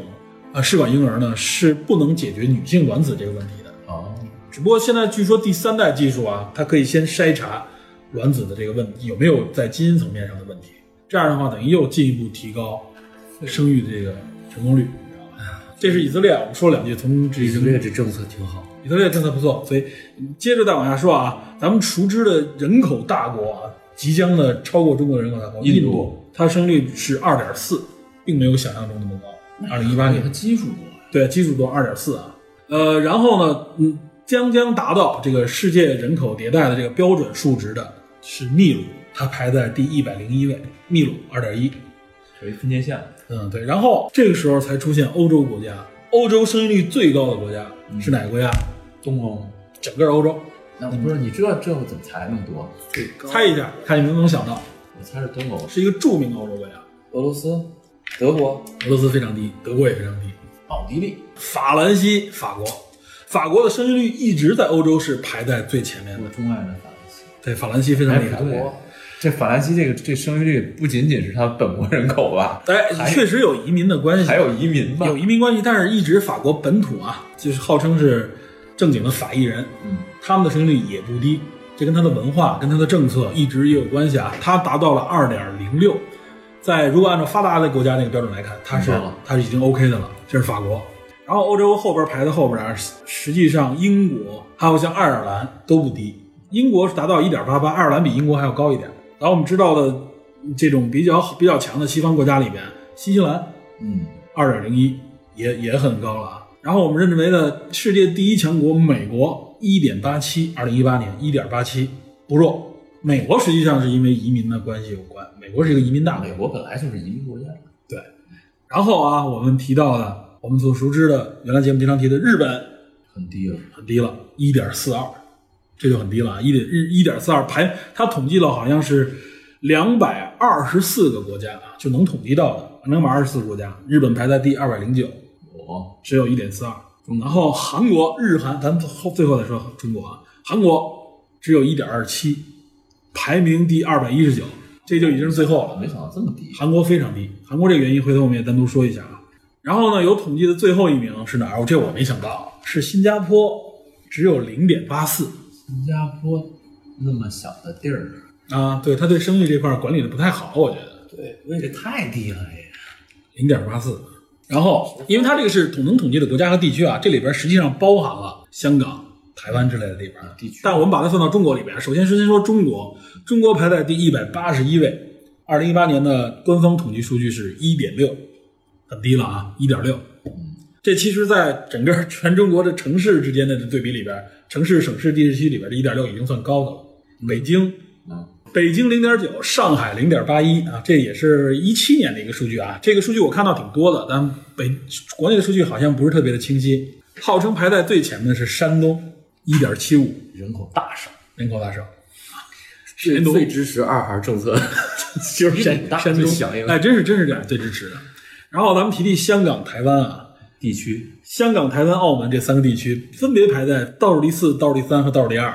B: 啊试管婴儿呢是不能解决女性卵子这个问题的，
C: 哦，
B: 只不过现在据说第三代技术啊，它可以先筛查卵子的这个问题有没有在基因层面上的问题，这样的话等于又进一步提高生育的这个成功率，你知道吧？ 这是以色列，我们说两句，从这
A: 以色
B: 个
A: 列这政策挺好，
B: 以色列政策不错，所以接着再往下说啊，咱们熟知的人口大国啊，即将的超过中国人口大国
C: 印度
B: 印度，它生育率是二点四，并没有想象中那么高。二零一八年
C: 它基数多呀，
B: 对，基础多二点四啊。呃，然后呢，嗯，将将达到这个世界人口迭代的这个标准数值的是秘鲁，它排在第一百零一位，秘鲁二点一。
C: 有一分界线。
B: 嗯，对。然后这个时候才出现欧洲国家，欧洲生育率最高的国家是哪个国家？
C: 东欧，
B: 整个欧洲，
C: 那不是你知道这会怎么猜那么多？
B: 猜一下，看你们能不能想到，
C: 我猜是东欧，
B: 是一个著名的欧洲国家。
A: 俄罗斯、德国，
B: 俄罗斯非常低，德国也非常低，
C: 奥地利。
B: 法兰西、法国，法国的生育率一直在欧洲是排在最前面
C: 我
B: 的。
C: 钟爱的法兰西，
B: 对，法兰西非常厉害。
C: 不对，这法兰西这个这生育率不仅仅是它本国人口吧，
B: 哎，确实有移民的关系，
C: 还有移民吧？
B: 有移民关系，但是一直法国本土啊，就是号称是正经的法裔人，
C: 嗯，
B: 他们的生育率也不低，这跟他的文化、跟他的政策一直也有关系啊。它达到了二点零六，在如果按照发达的国家那个标准来看，它是
C: 明白了
B: 它是已经 OK 的了，这是法国。然后欧洲后边排在后边啊，实实际上英国还有像爱尔兰都不低，英国是达到一点八八，爱尔兰比英国还要高一点。然后我们知道的这种比较比较强的西方国家里边，新西兰
C: 嗯，
B: 二点零一，也也很高了啊。然后我们认为的世界第一强国美国一点八七，二零一八年一点八七不弱。美国实际上是因为移民的关系有关，美国是一个移民大国
C: 美。国本来就是移民国家，
B: 然后啊，我们提到的，我们所熟知的，原来节目经常提的日本
C: 很低了。
B: 很低了，一点四二，这就很低了啊，一点日一点四二排，它统计了好像是两百二十四个国家啊，就能统计到的两百二十四个国家，日本排在第二百零九，
C: 我
B: 只有一点四二。然后韩国、日韩，咱们后最后再说中国啊，韩国只有一点二七，排名第二百一十九，这就已经是最后
C: 我
B: 了。
C: 没想到这么低，
B: 韩国非常低，韩国这个原因回头我们也单独说一下啊。然后呢，有统计的最后一名是哪儿？哦这我没想到，啊是新加坡，只有零点八四。
C: 新加坡那么小的地儿，
B: 啊，对他对生育这块儿管理的不太好，我觉得
C: 对，位置太低了也。
B: 零点八四。然后，因为它这个是统能统计的国家和地区啊，这里边实际上包含了香港、台湾之类的地方啊
C: 地区
B: 但我们把它算到中国里边，首先是先说中国，中国排在第一百八十一位，二零一八年的官方统计数据是一点六，很低了啊，一点六。这其实，在整个全中国的城市之间的对比里边，城市、省市、地区里边的一点六已经算高的了。北京
C: 嗯，
B: 北京零点九，上海零点八一啊，这也是一七年的一个数据啊。这个数据我看到挺多的，但北国内的数据好像不是特别的清晰。号称排在最前面的是山东，一点七五
C: 人口大省，
B: 人口大省，
A: 最
B: 山东
A: 最支持二孩政策，
C: 就是
A: 山
C: 大
A: 山
B: 山
A: 东
B: 东
A: 响应。
B: 哎，真是真是这样，最支持的。然后咱们提提香港、台湾啊，
C: 地区。
B: 香港、台湾、澳门这三个地区分别排在倒数第四、倒数第三和倒数第 二。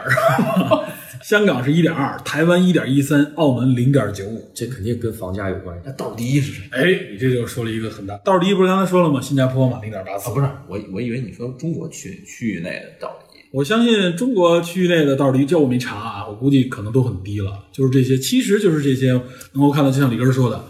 B: 香港是一点二，台湾一点一三，澳门零点九五。
A: 这肯定跟房价有关系。
C: 那到底是谁？
B: 哎，你这就说了一个很大倒数第一，不是刚才说了吗？新加坡嘛，零点八四
C: 啊，。不是，我我以为你说中国区区域内的到底。
B: 我相信中国区域内的倒数第一，这我没查啊，我估计可能都很低了。就是这些，其实就是这些能够看到，就像李根说的，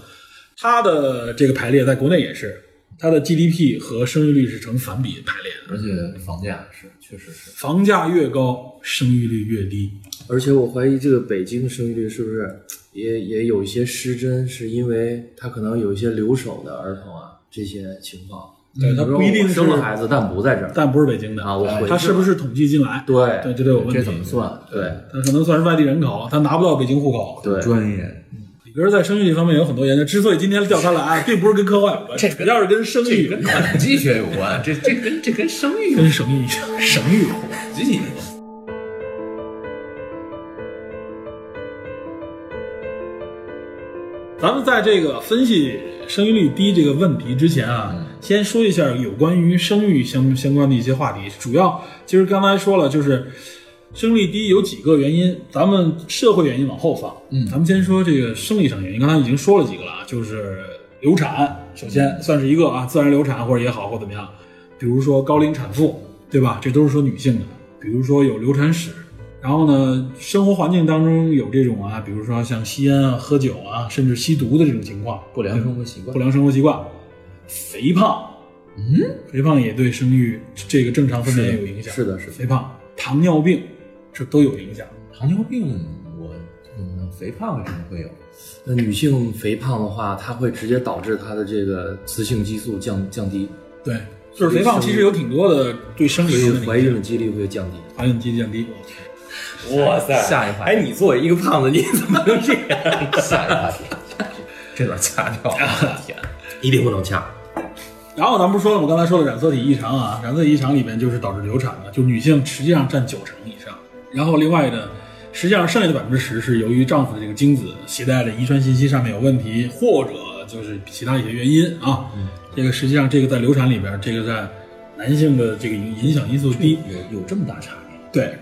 B: 它的这个排列在国内也是，它的 GDP 和生育率是成反比排列的，
C: 而且房价是，确实是。
B: 房价越高，生育率越低。
A: 而且我怀疑这个北京生育率是不是也也有一些失真，是因为他可能有一些留守的儿童啊这些情况。
B: 对，它
A: 比如说
B: 不一定
A: 我
B: 是
A: 生了孩子，但不在这儿
B: 但不是北京的
A: 啊，我回
B: 他
A: 去
B: 是不
A: 了
B: 是统计进来？
A: 对
B: 对，这都有问题。
C: 这怎么？算？
A: 对
B: 他可能算是外地人口，他拿不到北京户口。
A: 对
C: 专业。
B: 李根在生育这方面有很多研究，之所以今天调他来，并不是跟科幻有关，
C: 这
B: 主要是跟生
C: 这
B: 育
C: 跟、统计学有关，这这跟这跟生育
B: 跟生育。
C: 生育统计。
B: 咱们在这个分析生育率低这个问题之前啊，先说一下有关于生育相相关的一些话题。主要其实刚才说了，就是生育率低有几个原因，咱们社会原因往后放。
C: 嗯
B: 咱们先说这个生理上原因，刚才已经说了几个了啊，就是流产，首先算是一个啊，自然流产或者也好或怎么样，比如说高龄产妇，对吧？这都是说女性的，比如说有流产史，然后呢，生活环境当中有这种啊，比如说像吸烟啊、喝酒啊，甚至吸毒的这种情况，
C: 不良生活习惯
B: 不，良生活习惯，肥胖，嗯，肥胖也对生育这个正常分娩有影响，
A: 是的，是的。
B: 肥胖、糖尿病这都有影响。
C: 糖尿病，我嗯，肥胖为什么会有？
A: 那女性肥胖的话，它会直接导致她的这个雌性激素降降低，
B: 对，就是肥胖其实有挺多的对生理
A: 所
B: 上
A: 以
B: 的影响
A: 怀孕的几率会降低。
B: 怀孕期降低。
C: 哇塞下一话题，
A: 哎，你作为一个胖子，你怎么能这样？
C: 下一话题，这段掐掉， 天，啊
A: 一定不能掐。
B: 然后咱们不是说了，我刚才说了染色体异常啊，染色体异常里面就是导致流产的，就女性实际上占九成以上。然后另外的，实际上剩下的百分之十是由于丈夫的这个精子携带的遗传信息上面有问题，或者就是其他一些原因啊。这个实际上这个在流产里边，这个在男性的这个影影响因素低，
C: 有有这么大差别？
B: 对，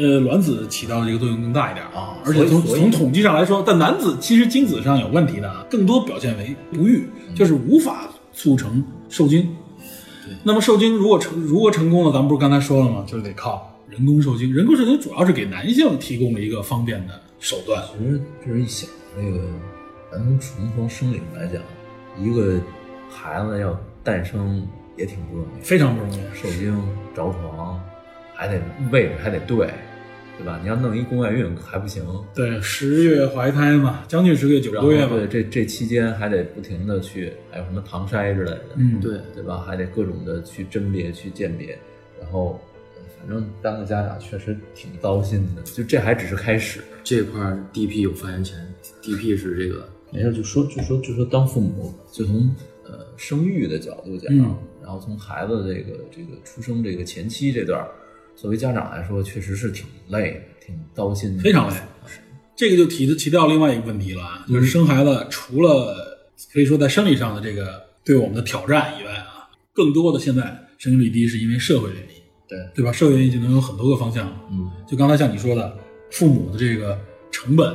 B: 呃，卵子起到的这个作用更大一点
C: 啊
B: 而且
C: 所以
B: 从
C: 所以
B: 从统计上来说，但男子其实精子上有问题的，啊，更多表现为不育，
C: 嗯
B: 就是无法促成受精。那么受精如果成如果成功了，咱们不是刚才说了吗？就是得靠人工受精。人工受精主要是给男性提供了一个方便的手段。
C: 其实就是一想，那个咱们纯从生理来讲，一个孩子要诞生也挺不容易，
B: 非常不容易，
C: 受精、着床，还得位置还得对，对吧？你要弄一宫外孕还不行，
B: 对，十月怀胎嘛，将近十个月，九个
C: 然后
B: 多月嘛，
C: 啊对这这期间还得不停的去，还有什么唐筛之类的，
B: 嗯，
A: 对，
C: 对吧？还得各种的去甄别、去鉴别，然后呃反正当个家长确实挺糟心的。就这还只是开始，
A: 这块儿 DP 有发言权，DP 是这个
C: 没事，就说就说就说当父母，就从呃生育的角度讲，
B: 嗯
C: 然后从孩子这个这个出生这个前期这段儿，作为家长来说，确实是挺累的，挺糟心的，啊
B: 非常累。这个就提提到另外一个问题了啊，就是生孩子除了可以说在生理上的这个对我们的挑战以外啊，更多的现在生育率低是因为社会原因，
C: 对
B: 对吧？社会原因就能有很多个方向。
C: 嗯，
B: 就刚才像你说的，父母的这个成本，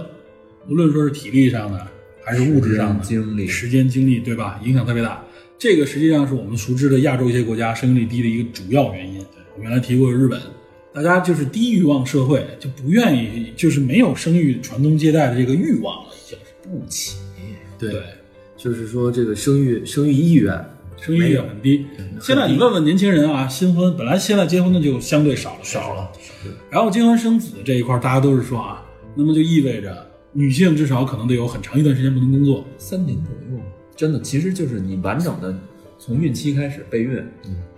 B: 无论说是体力上的还是物质上的
C: 时间精力
B: 时间精力，对吧？影响特别大。这个实际上是我们熟知的亚洲一些国家生育率低的一个主要原因。我们原来提过日本，大家就是低欲望社会，就不愿意，就是没有生育、传宗接代的这个欲望了，已经是不起。
A: 对，
B: 对，
A: 就是说这个生育生育意愿，
B: 生育欲也很低。现在你问问年轻人啊，新婚本来现在结婚的就相对少了，少了。然后结婚生子这一块，大家都是说啊，那么就意味着女性至少可能得有很长一段时间不能工作。
C: 三年左右，真的，其实就是你完整的从孕期开始备孕，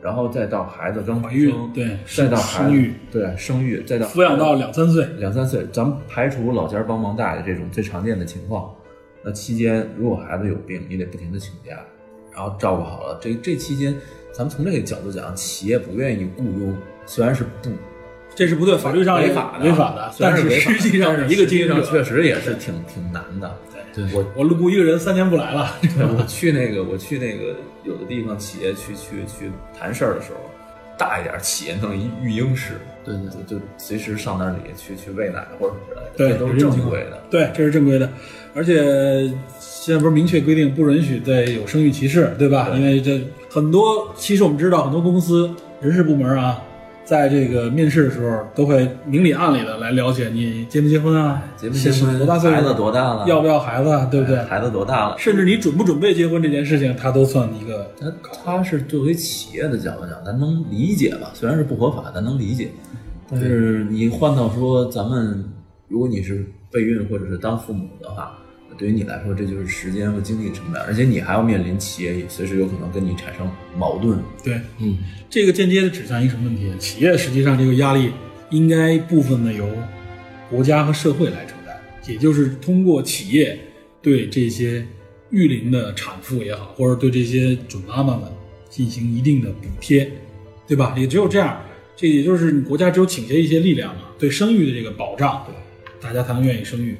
C: 然后再到孩子刚
B: 嗯怀孕
C: 生
B: 对
C: 再到孩子
B: 生育，
C: 对生育，再到
B: 抚养到两三岁，
C: 两三岁，咱们排除老家帮忙大爷这种最常见的情况。那期间，如果孩子有病，你得不停的请假，然后照顾好了。这这期间，咱们从这个角度讲，企业不愿意雇佣，虽然是不
B: 这是不对，法律上也
C: 违法的，
B: 违法的，
C: 虽然
B: 但是
C: 违法的
B: 实际上
C: 但
B: 是
C: 是一个
B: 实际
C: 经营
B: 上
C: 者确实也是挺挺难的。
A: 对
C: 我
B: 我雇一个人三年不来了，
C: 对 我去那个，我去那个有的地方企业去去去谈事儿的时候，大一点企业弄一育婴室，
A: 对对
C: 就就随时上那里去去喂奶或者什么之类
B: 对
C: 的，这都是
B: 有这种
C: 正
B: 情况
C: 规的。
B: 对，这是正规的，而且现在不是明确规定不允许再有生育歧视，对吧？
C: 对
B: 因为这很多，其实我们知道很多公司人事部门啊，在这个面试的时候都会明里暗里的来了解你结没结婚啊，
C: 哎结没结婚，
B: 多大岁数，
C: 孩子多大了，哎
B: 要不要孩子啊，对不对？
C: 孩子多大了？
B: 甚至你准不准备结婚这件事情，它都算一个
C: 他他是作为企业的角度讲，咱能理解吧？虽然是不合法，咱能理解。但是你换到说咱们，如果你是备孕或者是当父母的话，对于你来说，这就是时间和精力成本，而且你还要面临企业随时有可能跟你产生矛盾。
B: 对，
A: 嗯，
B: 这个间接的指向一个什么问题？企业实际上这个压力应该部分的由国家和社会来承担，也就是通过企业对这些育龄的产妇也好，或者对这些准妈妈们进行一定的补贴，对吧？也只有这样，这也就是你国家只有倾斜一些力量嘛，对生育的这个保障，大家才能愿意生育。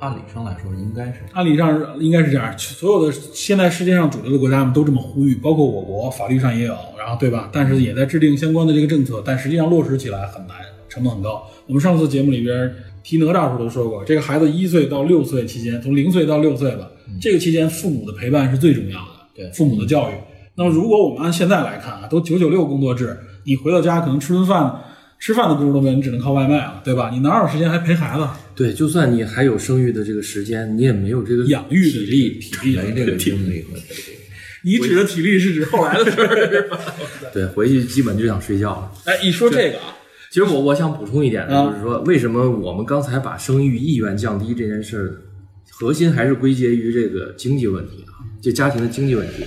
C: 按理上来说，应该是
B: 按理上应该是这样，所有的现在世界上主流的国家们都这么呼吁，包括我国法律上也有，然后对吧？但是也在制定相关的这个政策，但实际上落实起来很难，成本很高。我们上次节目里边提哪吒的时候都说过，这个孩子一岁到六岁期间，从零岁到六岁吧，这个期间父母的陪伴是最重要的，
C: 对
B: 父母的教育。那么如果我们按现在来看啊，都九九六工作制，你回到家可能吃顿饭。吃饭的功夫都没有，你只能靠外卖了，对吧？你哪有时间还陪孩子？
A: 对，就算你还有生育的这个时间，你也没有这个
B: 养育的
A: 体力，
B: 体力
C: 没这个精力和这个。
B: 你指的体力是指后来的事儿是吧？
A: 对，回去基本就想睡觉了。
B: 哎，一说这个啊，
A: 其实我我想补充一点
B: 啊
A: 呢，就是说为什么我们刚才把生育意愿降低这件事儿，核心还是归结于这个经济问题啊，就家庭的经济问题。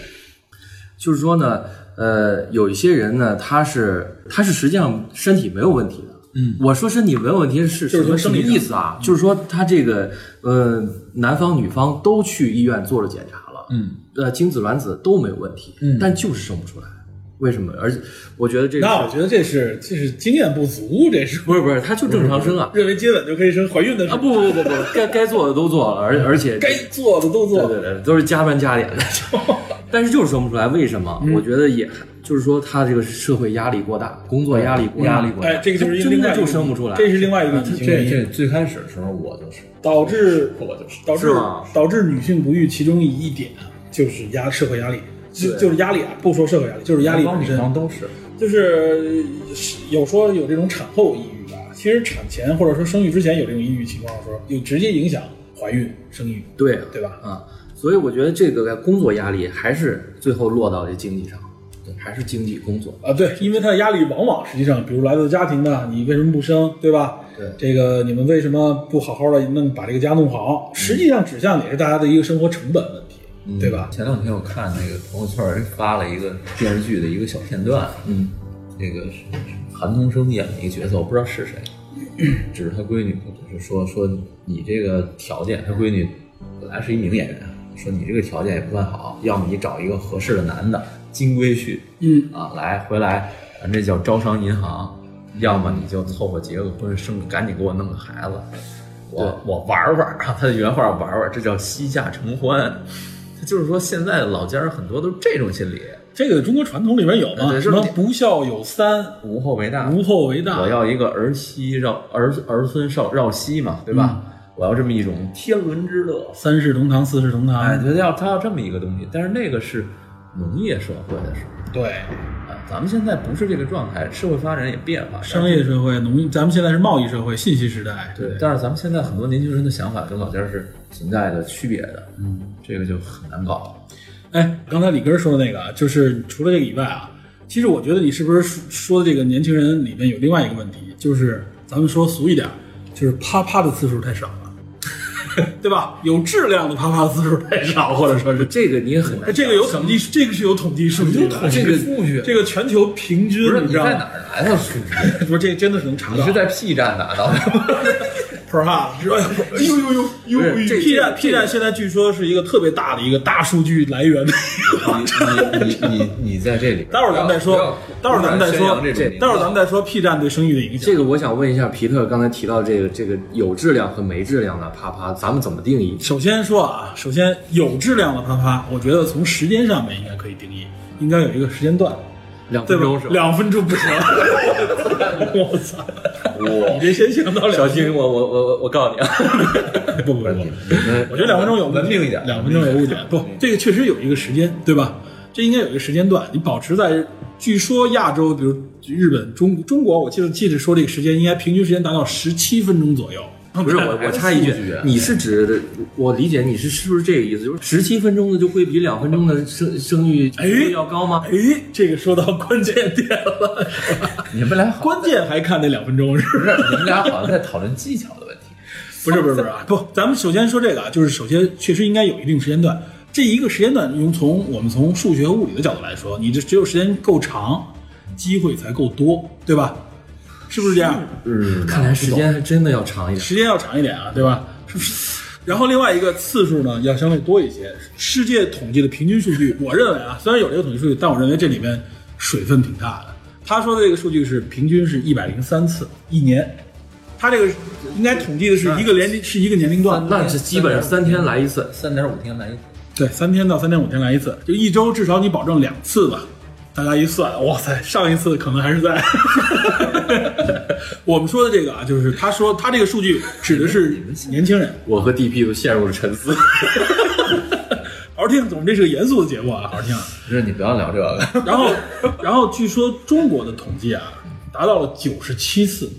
A: 就是说呢，呃，有一些人呢，他是他是实际上身体没有问题的。嗯，我说身体没有问题是什
B: 就是
A: 么
B: 从
A: 什
B: 生
A: 么
B: 理上
A: 意思啊？就是说他这个呃，男方女方都去医院做了检查了，
C: 嗯，
A: 呃，精子卵子都没有问题，嗯，但就是生不出来，为什么？而且我觉得这个
B: 那
A: 是
B: 我觉得这是这是经验不足，这是
A: 不是不是，他就正常生啊，
B: 认为接吻就可以生，怀孕的时
A: 啊
B: 候
A: 不不不不，该该做的都做了，而而且
B: 该做的都做
A: 对
B: 了。
A: 对对，都是加班加点的， 但是就是生不出来，为什么？我觉得也就是说他这个社会压力过大，工作压力过大
C: 压力过大
B: 哎，这个就是
A: 真的
B: 另外一个
A: 就生不出来
B: 这是另外一个问题，
C: 这
B: 这
C: 这最开始的时候我就是，
B: 导致
C: 我就是
B: 导致
A: 是吗
B: 导致女性不育，其中一点就是压社会压力，就就是压力啊，不说社会压力，就是压力
C: 男方
B: 本
C: 女
B: 身。
C: 方都是。
B: 就是有说有这种产后抑郁吧，其实产前或者说生育之前有这种抑郁情况的时候，有直接影响怀孕、生育，
A: 对啊
B: 对吧？
A: 啊，所以我觉得这个工作压力还是最后落到这经济上，对，还是经济工作，
B: 啊，对，因为他的压力往往实际上，比如来自家庭的，你为什么不生，对吧？
A: 对
B: 这个你们为什么不好好的弄把这个家弄好？实际上指向也是大家的一个生活成本问题，
C: 嗯
B: 对吧？
C: 前两天我看那个朋友圈儿发了一个电视剧的一个小片段，
A: 嗯，
C: 那个是韩童生演的一个角色，我不知 道是谁，指着他闺女，就是说说你这个条件，他闺女本来是一名演员，说你这个条件也不算好，要么你找一个合适的男的，金龟婿，
B: 嗯，
C: 啊，来回来，咱这叫招商银行，要么你就凑合结个婚，生个，赶紧给我弄个孩子，我我玩玩啊，他的原话玩玩，这叫膝下承欢。他就是说，现在老家儿很多都是这种心理，
B: 这个中国传统里边有
C: 对
B: 嘛，
C: 对
B: 什么
C: 是
B: 不孝有三，
C: 无后为大，
B: 无后为大
C: 我。要一个儿媳绕儿儿孙少绕膝嘛，对吧？我要这么一种天伦之乐，哎
B: 三世同堂，四世同堂，
C: 哎，觉得要他要这么一个东西，但是那个是农业社会的时候，
B: 对，
C: 哎，咱们现在不是这个状态，社会发展也变化，
B: 商业社会、农业，咱们现在是贸易社会、信息时代，
C: 对，但是咱们现在很多年轻人的想法跟老家是存在的区别的，嗯，这个就很难搞。
B: 哎，刚才李根说的那个啊，就是除了这个以外啊，其实我觉得你是不是说说的这个年轻人里面有另外一个问题，就是咱们说俗一点，就是啪啪的次数太少了， 对吧？有质量的啪啪的次数太少，或者说是。
A: 这个你也很难
B: 哎，。这个有统计，这个是有统计数据的。这个
C: 数据
B: 这个全球平均，
C: 不是
B: 你
C: 你
B: 知道
C: 在
B: 吗
C: 哪？儿来的数据？
B: 不是，这真的是能查
C: 你
B: 到。
C: 是在 P 站拿到的？
B: p r 是吧？哎呦呦呦呦
A: 不是这
B: ！P
A: 这
B: 站
A: 个
B: P 站现在据说是一个特别大的一个大数据来源的一个网站。
C: 你你 你你在这里边，
B: 待会儿咱们再
C: 不要
B: 说，待会儿咱们再说，待会儿咱们再说 P 站对生育的影响。
A: 这个我想问一下皮特刚才提到这个这个有质量和没质量的啪啪，咱们怎么定义？
B: 首先说啊，首先有质量的啪啪，我觉得从时间上面应该可以定义，应该有一个时间段，
A: 两
B: 对
A: 分
B: 吧
A: 钟是？吧？
B: 两分钟不行， 我操！你这先想到两
A: 小心，我我我我告诉你啊，
B: 哎不不不，我
C: 我
B: 觉得两分钟有
C: 文明一点，
B: 两分钟有误解。不，这个确实有一个时间，对吧？这应该有一个时间段，你保持在，据说亚洲，比如日本、中中国，我记得记得说这个时间应该平均时间达到十七分钟左右。
A: 不是我我插 一
C: 数
A: 句
C: 据啊，
A: 你是指的，我理解你是是不是这个意思？就是十七分钟的就会比两分钟的生生育
B: 哎
A: 率要高吗？
B: 哎，这个说到关键点了，是吧
C: 你们俩 好，
B: 关键还看那两分钟是不
C: 不
B: 是？
C: 是你们俩好像在讨论技巧的问题。
B: 不是不是不是啊，不，咱们首先说这个啊，就是首先确实应该有一定时间段。这一个时间段，用从我们从数学物理的角度来说，你这只有时间够长，机会才够多，对吧？是不是这样？
C: 嗯，
A: 看来时间还真的要长一点。
B: 时间要长一点啊，对吧？是 不是？然后另外一个次数呢，要相对多一些。世界统计的平均数据，我认为啊，虽然有这个统计数据，但我认为这里面水分挺大的。他说的这个数据是平均是一百零三次一年，他这个应该统计的是一个年龄是一个年龄段，
A: 那是基本上三天来一次，
C: 三点五天来一次，
B: 对，三天到三点五天来一次，就一周至少你保证两次吧。大家一算，哇塞，上一次可能还是在 我们说的这个啊，就是他说他这个数据指的是年轻人。
A: 我和 DP 都陷入了沉思。
B: 好好听，我们这是个严肃的节目啊，好好听啊。
C: 不是你不要聊这个。
B: 然后，然后据说中国的统计啊，达到了九十七次，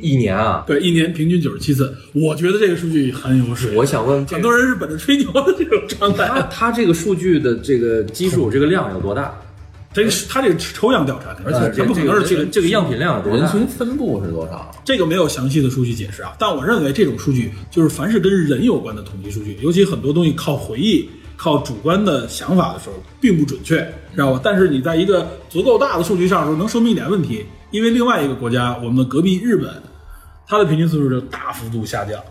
A: 一年啊，
B: 对，一年平均九十七次。我觉得这个数据很有水，
A: 我想问这
B: 很
A: 个，
B: 多人是本着吹牛的这种状
A: 他
B: 态。
A: 他这个数据的这个基数，这个量有多大？
B: 这个是他这个是抽样调查，而且
A: 呃这
B: 他不可能是
A: 这
B: 这
A: 个
B: 个
A: 这个样品量有多
C: 人
A: 大？
C: 群分布是多少？
B: 这个没有详细的数据解释啊，但我认为这种数据就是凡是跟人有关的统计数据，尤其很多东西靠回忆、靠主观的想法的时候，并不准确，知道吧？但是你在一个足够大的数据上的时候，能说明一点问题。因为另外一个国家，我们的隔壁日本，它的平均次数就大幅度下降，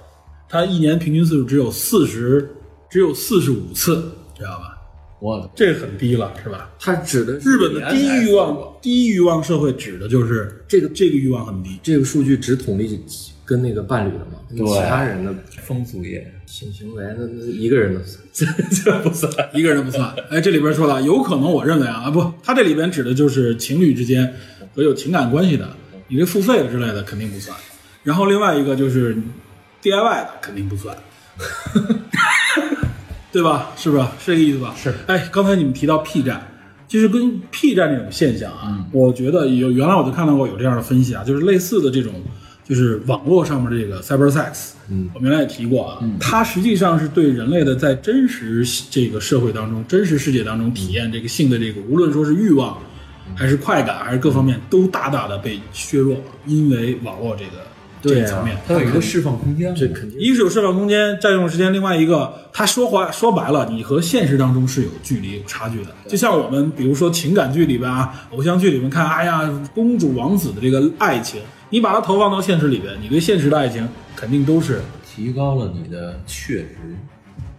B: 它一年平均次数只有四十，只有四十五次，知道吧？
C: 我
B: 这很低了，是吧？
A: 他指的是
B: 日本的低欲望、低欲望社会指的就是这个这个欲望很低。
A: 这个数据只统计跟那个伴侣的吗？跟其他人的
C: 风俗业，
A: 性行为，那那一个人的这
C: 这不算。
B: 一个人不算。哎，这里边说了，有可能我认为啊，啊不，他这里边指的就是情侣之间和有情感关系的，你这付费的之类的肯定不算。然后另外一个就是 DIY 的肯定不算，对吧？是吧？是这个意思吧？是。哎，刚才你们提到 P 站。其实跟 P 站这种现象啊，我觉得有原来我就看到过有这样的分析啊，就是类似的这种，就是网络上面这个 cyber sex，嗯，我们原来也提过啊，它实际上是对人类的在真实这个社会当中、真实世界当中体验这个性的这个，无论说是欲望，还是快感，还是各方面，都大大的被削弱了，因为网络这个这
A: 对
B: 个
A: 啊
B: 层面。
C: 它有一个释放空间，
A: 这肯定
B: 一个是有释放空间、占用时间，另外一个，他说话说白了，你和现实当中是有距离、有差距的。就像我们比如说情感剧里边啊、偶像剧里面看，哎呀，公主王子的这个爱情，你把它投放到现实里边，你对现实的爱情肯定都是
C: 提高了你的确值，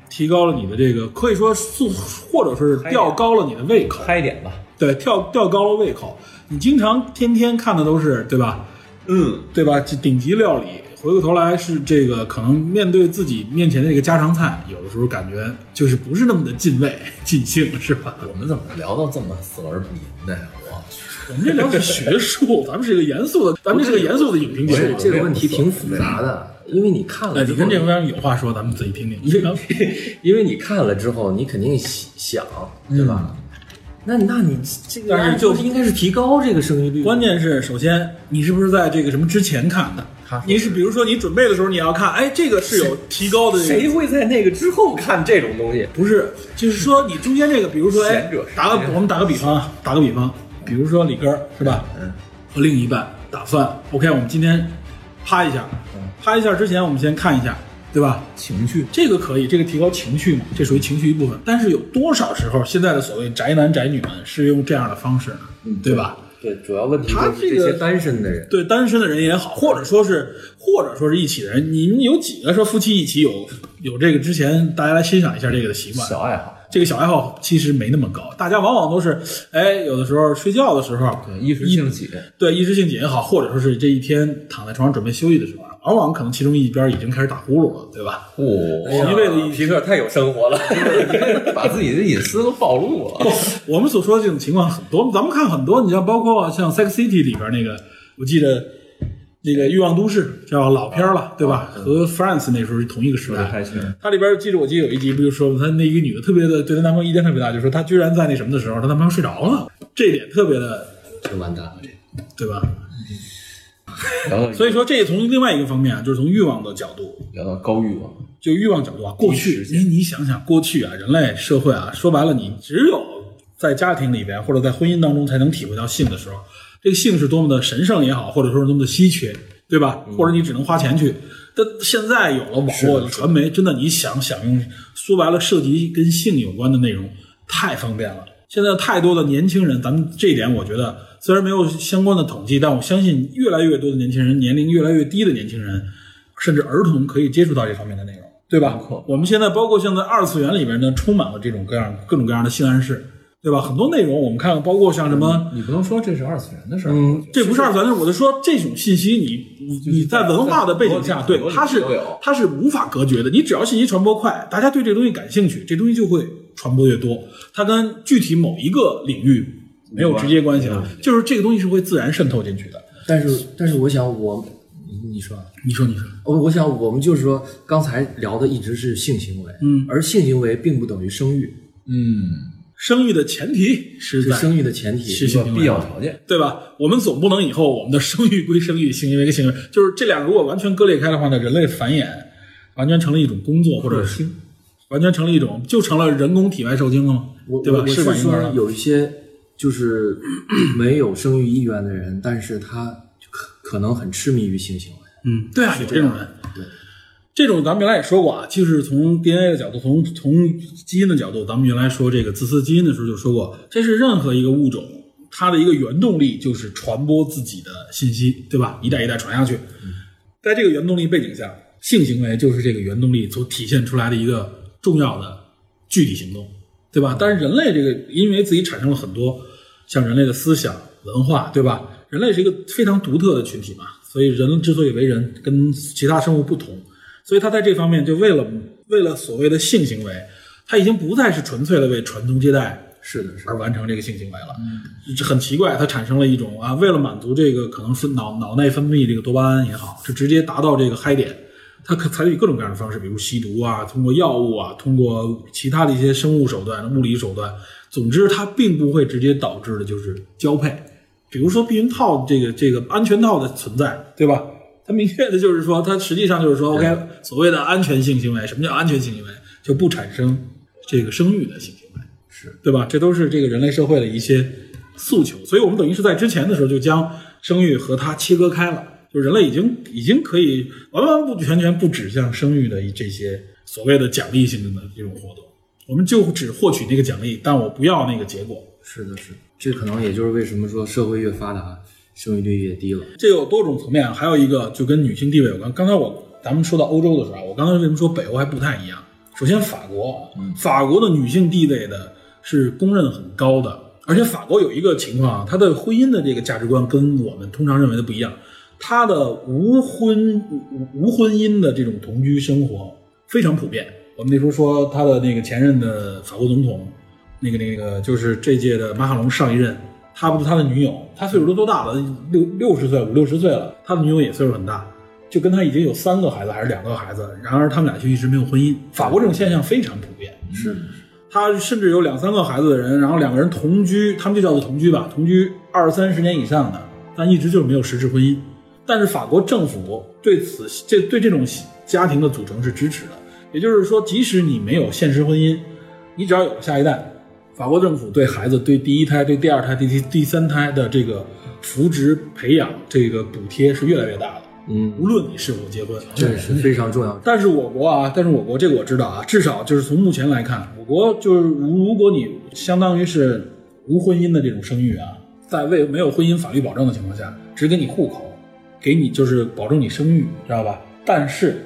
B: 提高了你的这个，可以说速，或者说是调高了你的胃口。
C: 嗨点吧。
B: 对，跳吊高了胃口。你经常天天看的都是对吧？嗯，对吧？这顶级料理，回过头来是这个，可能面对自己面前的这个家常菜，有的时候感觉就是不是那么的尽味 尽兴，是吧？
C: 我们怎么聊到这么死而不明的呀？我去，
B: 我们这聊的是学术，咱们是一个严肃的，咱们这是个严肃的影评节
A: 这
B: 目。
A: 这个问题挺复杂的，因为你看
B: 哎，
A: 了之
B: 你
A: 后
B: 跟，这边有话说，咱们自己听听。
A: 因为因为你看了之后，你肯定想想对吧？那那你这个
B: 但是就
A: 按说应该是提高这个生育率，
B: 关键是，首先你是不是在这个什么之前看的
A: 他说？
B: 你是比如说你准备的时候你要看，哎，这个是有提高的这
C: 谁
B: 个，
C: 会在那个之后看这种东西？
B: 不是，就是说你中间这个，比如说，哎
C: 贤者时，间
B: 打个我们打个比方啊，打个比方，比如说李根儿是吧？
C: 嗯，
B: 和另一半打算，OK，我们今天趴一下，趴一下之前我们先看一下，对吧？
C: 嗯情绪
B: 这个可以，这个提高情趣嘛，这属于情趣一部分。但是有多少时候，现在的所谓宅男宅女们是用这样的方式呢？嗯，对吧？
A: 对主要问题
B: 他
A: 就是
B: 这
A: 这
B: 个
A: 些单身的人，
B: 对单身的人也好，或者说是或者说是一起的人，你们有几个说夫妻一起有有这个之前，大家来欣赏一下这个的习惯。
C: 小爱好，
B: 这个小爱好其实没那么高，大家往往都是，哎，有的时候睡觉的时候，
C: 一时兴起，
B: 对一时兴起也好，或者说是这一天躺在床上准备休息的时候，啊往往可能其中一边已经开始打呼噜了，对吧？
C: 哦，
B: 一味的一
A: 皮克太有生活了，
C: 把自己的隐私都暴露了。
B: 我们所说的这种情况很多，咱们看很多，你像包括像《Sex City》里边那个，我记得那个《欲望都市》叫老片儿了，对吧？和《France》那时候是同一个时代。
C: 开心，
B: 它里边记得我记得有一集不就说她那一个女的特别的对她男朋友意见特别大，就说她居然在那什么的时候，她男朋友睡着了，这一点特别的，
A: 这完蛋了，这
B: 对吧？
C: 聊到
B: 所以说这从另外一个方面啊，就是从欲望的角度，
C: 聊到高欲望，
B: 就欲望角度啊，过
C: 历史
B: 去
C: 性
B: 你你想想，过去啊，人类社会啊，说白了，你只有在家庭里边或者在婚姻当中才能体会到性的时候，这个性是多么的神圣也好，或者说是多么的稀缺，对吧？或者你只能花钱去。但现在有了网络传媒，嗯真的你想想用，说白了，涉及跟性有关的内容太方便了。现在太多的年轻人，咱们这一点我觉得虽然没有相关的统计，但我相信越来越多的年轻人，年龄越来越低的年轻人，甚至儿童可以接触到这方面的内容，对吧
C: 没错？
B: 我们现在包括像在二次元里边呢，充满了这种各样各种各样的性暗示，对吧？很多内容我们看，包括像什么，
C: 你不能说这是二次元的事儿。
A: 嗯
B: 这不是二次元，我就说这种信息你，你你在文化的背景下，
C: 在
B: 对
C: 很多
B: 它是
C: 地方都有
B: 它是无法隔绝的。你只要信息传播快，大家对这东西感兴趣，这东西就会传播越多。它跟具体某一个领域没有直接关系了，嗯就是这个东西是会自然渗透进去的。
A: 但是但是我想我你你说啊。
B: 你说，你说，
A: 我我想，我们就是说，刚才聊的一直是性行为，
B: 嗯
A: 而性行为并不等于生育，
C: 嗯，
B: 生育的前提是
A: 是
B: 在
A: 生育的前提。
B: 是
C: 一
B: 性
C: 个
B: 行为
C: 必要条件。
B: 对吧？我们总不能以后我们的生育归生育，性行为归 性行为，就是这两个如果完全割裂开的话呢，人类繁衍完全成了一种工作，或者是完全成了一种，就成了人工体外受精了嘛
A: 我，
B: 对
A: 我
B: 吧？
A: 我是
B: 试管婴儿
A: 说，
B: 了。
A: 有一些就是 没有生育意愿的人，但是他可可能很痴迷于性行为。
B: 嗯，对啊，有这种人。
A: 对
B: 这种咱们原来也说过啊，就是从 DNA 的角度，从从基因的角度，咱们原来说这个自私基因的时候就说过，这是任何一个物种它的一个原动力就是传播自己的信息，对吧？一代一代传下去，在这个原动力背景下，性行为就是这个原动力所体现出来的一个重要的具体行动，对吧？但是人类这个，因为自己产生了很多像人类的思想、文化，对吧？人类是一个非常独特的群体嘛，所以人之所以为人，跟其他生物不同，所以他在这方面就为了为了所谓的性行为，他已经不再是纯粹的为传宗接代
A: 是的，是的。
B: 而完成这个性行为了。这很奇怪，它产生了一种啊，为了满足这个可能是脑脑内分泌这个多巴胺也好，就直接达到这个嗨点。它可采取各种各样的方式，比如吸毒啊，通过药物啊，通过其他的一些生物手段、物理手段。总之，它并不会直接导致的就是交配。比如说避孕套这个这个安全套的存在，对吧？它明确的就是说，它实际上就是说，OK，所谓的安全性行为，什么叫安全性行为？就不产生这个生育的性行为。对吧？这都是这个人类社会的一些诉求，所以我们等于是在之前的时候就将生育和它切割开了，就人类已经已经可以完完不全全不指向生育的这些所谓的奖励性的这种活动，我们就只获取那个奖励，但我不要那个结果。
A: 是的，是的，这可能也就是为什么说社会越发达，生育率越低了。
B: 这有多种层面，还有一个就跟女性地位有关。刚才我咱们说到欧洲的时候啊，我刚才为什么说北欧还不太一样？首先，法国啊，法国的女性地位的是公认很高的，而且法国有一个情况啊，她的婚姻的这个价值观跟我们通常认为的不一样，她的无婚无无婚姻的这种同居生活非常普遍。我们那时候说她的那个前任的法国总统那个那个就是这届的马卡龙上一任，他不是他的女友，他岁数都多大了？六六十岁，五六十岁了，他的女友也岁数很大，就跟他已经有三个孩子还是两个孩子，然而他们俩却一直没有婚姻。法国这种现象非常普遍，
A: 是的，
B: 他甚至有两三个孩子的人，然后两个人同居，他们就叫做同居吧，同居二三十年以上的，但一直就是没有实质婚姻。但是法国政府对此这对这种家庭的组成是支持的，也就是说，即使你没有现实婚姻，你只要有了下一代，法国政府对孩子对第一胎、对第二胎、第第第三胎的这个扶植培养这个补贴是越来越大的，
A: 嗯，
B: 无论你是否结婚。
A: 这是非常重要的。
B: 但是我国啊，但是我国这个我知道啊，至少就是从目前来看，我国就是如如果你相当于是无婚姻的这种生育啊，在未没有婚姻法律保障的情况下，只给你户口，给你就是保证你生育，知道吧？但是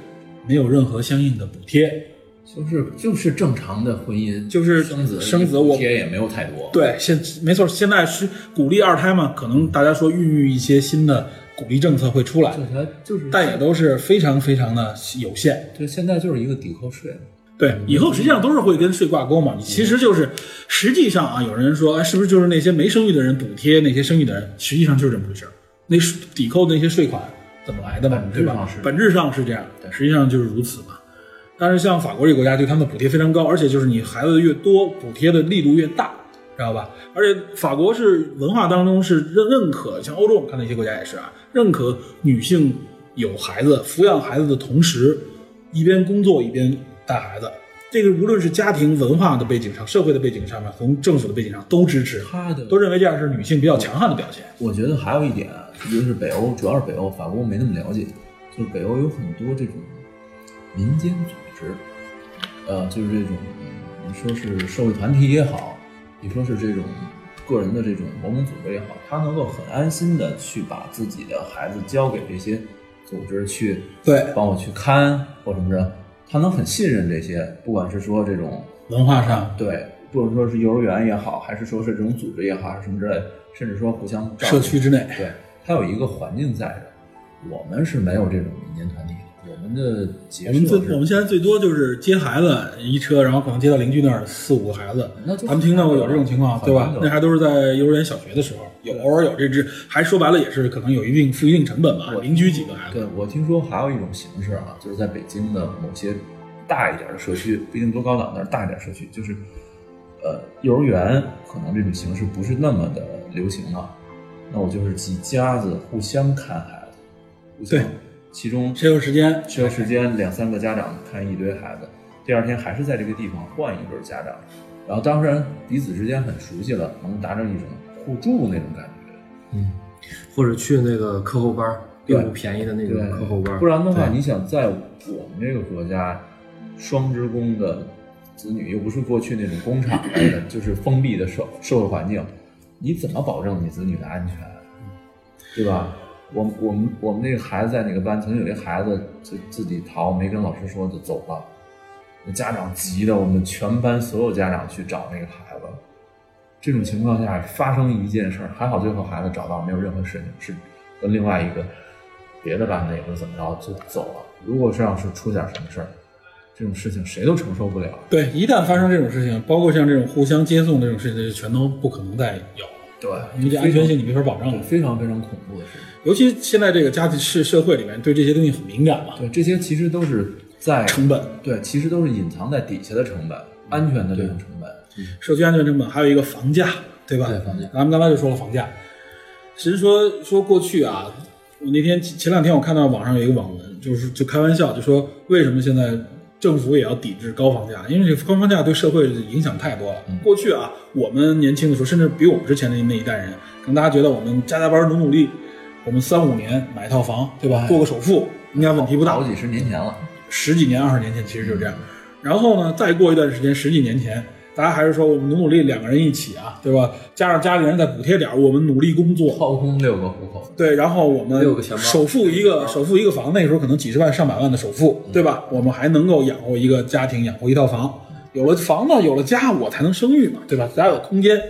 B: 没有任何相应的补贴。
C: 就是就是正常的婚姻，
B: 就是
C: 生子
B: 生子我
C: 补贴也没有太多，
B: 对，现没错，现在是鼓励二胎嘛，可能大家说孕育一些新的鼓励政策会出来
C: 这，才就是
B: 但也都是非常非常的有限。
C: 对，现在就是一个抵扣税，
B: 对，
C: 嗯
B: 以后实际上都是会跟税挂钩嘛。你其实就是，实际上啊，有人说哎是不是就是那些没生育的人补贴那些生育的人，实际上就是这么回事儿。那是抵扣的那些税款怎么来的嘛？
C: 本质
B: 对
C: 上
B: 吧
C: 是？
B: 本质上是这样，实际上就是如此嘛。但是像法国这个国家对他们的补贴非常高，而且就是你孩子越多，补贴的力度越大，知道吧？而且法国是文化当中是认认可，像欧洲我们看到一些国家也是啊，认可女性有孩子、抚养孩子的同时，一边工作一边带孩子。这个无论是家庭文化的背景上、社会的背景上面，从政府的背景上都支持，
C: 他的
B: 都认为这样是女性比较强悍的表现。
C: 我觉得还有一点啊，就是北欧，主要是北欧，法国我没那么了解，就是北欧有很多这种民间组织，呃，就是这种你说是社会团体也好，你说是这种个人的这种某种组织也好，他能够很安心的去把自己的孩子交给这些组织去
B: 对
C: 帮我去看或什么的，他能很信任这些，不管是说这种
B: 文化上，
C: 对，不管说是幼儿园也好，还是说是这种组织也好，还是什么之类的，甚至说互相照顾
B: 社区之内，
C: 对，它有一个环境在这。我们是没有这种民间团体的，我们的结
B: 我们
C: 社
B: 最
C: 是
B: 我们现在最多就是接孩子一车，然后可能接到邻居那儿四五个孩子。
C: 那就是
B: 咱们听到过有这种情况，
C: 很
B: 对吧
C: 难？得
B: 那还都是在幼儿园、小学的时候，有偶尔有这只，还说白了也是可能有一定付一定成本吧。
C: 我
B: 邻居几个孩子，
C: 对我听说还有一种形式啊，就是在北京的某些大一点的社区，不一定多高档，但是大一点社区，就是呃，幼儿园可能这种形式不是那么的流行了、那我就是几家子互相看孩子，互相
B: 对，
C: 其中
B: 谁有时间？
C: 需要时间两三个家长看一堆孩子，第二天还是在这个地方换一对儿家长，然后当然彼此之间很熟悉了，能达成一种互助那种感觉。
A: 或者去那个课后班儿，并不
C: 对
A: 便宜的那
C: 对
A: 种课后班儿，
C: 不然的话，
A: 对
C: 你想在我们这个国家，双职工的子女又不是过去那种工厂类的，就是封闭的社社会环境，你怎么保证你子女的安全？对吧？我们我们我们那个孩子在哪个班，曾经有一个孩子自自己逃，没跟老师说就走了，那家长急的，我们全班所有家长去找那个孩子。这种情况下发生一件事儿，还好最后孩子找到，没有任何事情，是跟另外一个别的班的也不是怎么着就走了。如果是要是出点什么事儿，这种事情谁都承受不了。
B: 对，一旦发生这种事情，包括像这种互相接送这种事情，就全都不可能再有，
C: 对，
B: 因为这安全性你没法保障了。
C: 非常非常恐怖的事情。
B: 尤其现在这个家庭是社会里面对这些东西很敏感嘛，
C: 对，这些其实都是在
B: 成本。
C: 对，其实都是隐藏在底下的成本，安全的这种成本。
B: 社区安全成本，还有一个房价，对吧？
C: 对房价
B: 咱们刚才就说了房价，其实说说过去啊，我那天前两天我看到网上有一个网文，就是就开玩笑，就说为什么现在政府也要抵制高房价？因为这个高房价对社会影响太多了。过去啊，我们年轻的时候，甚至比我们之前的那一代人，可能大家觉得我们加加班努努力，我们三五年买一套房，对吧？做个首付应该问题不大。
C: 好几十年前了，
B: 十几年、二十年前其实就这样。然后呢，再过一段时间，十几年前，大家还是说我们努努力，两个人一起啊，对吧？加上家里人再补贴点儿，我们努力工作。
C: 掏空六个户口。
B: 对，然后我们
A: 六个钱嗯包
B: 首付一个首付一个房，那时候可能几十万上百万的首付，
A: 嗯
B: 对吧？我们还能够养活一个家庭，养活一套房。有了房呢，有了家，我才能生育嘛，对吧？大家有空间。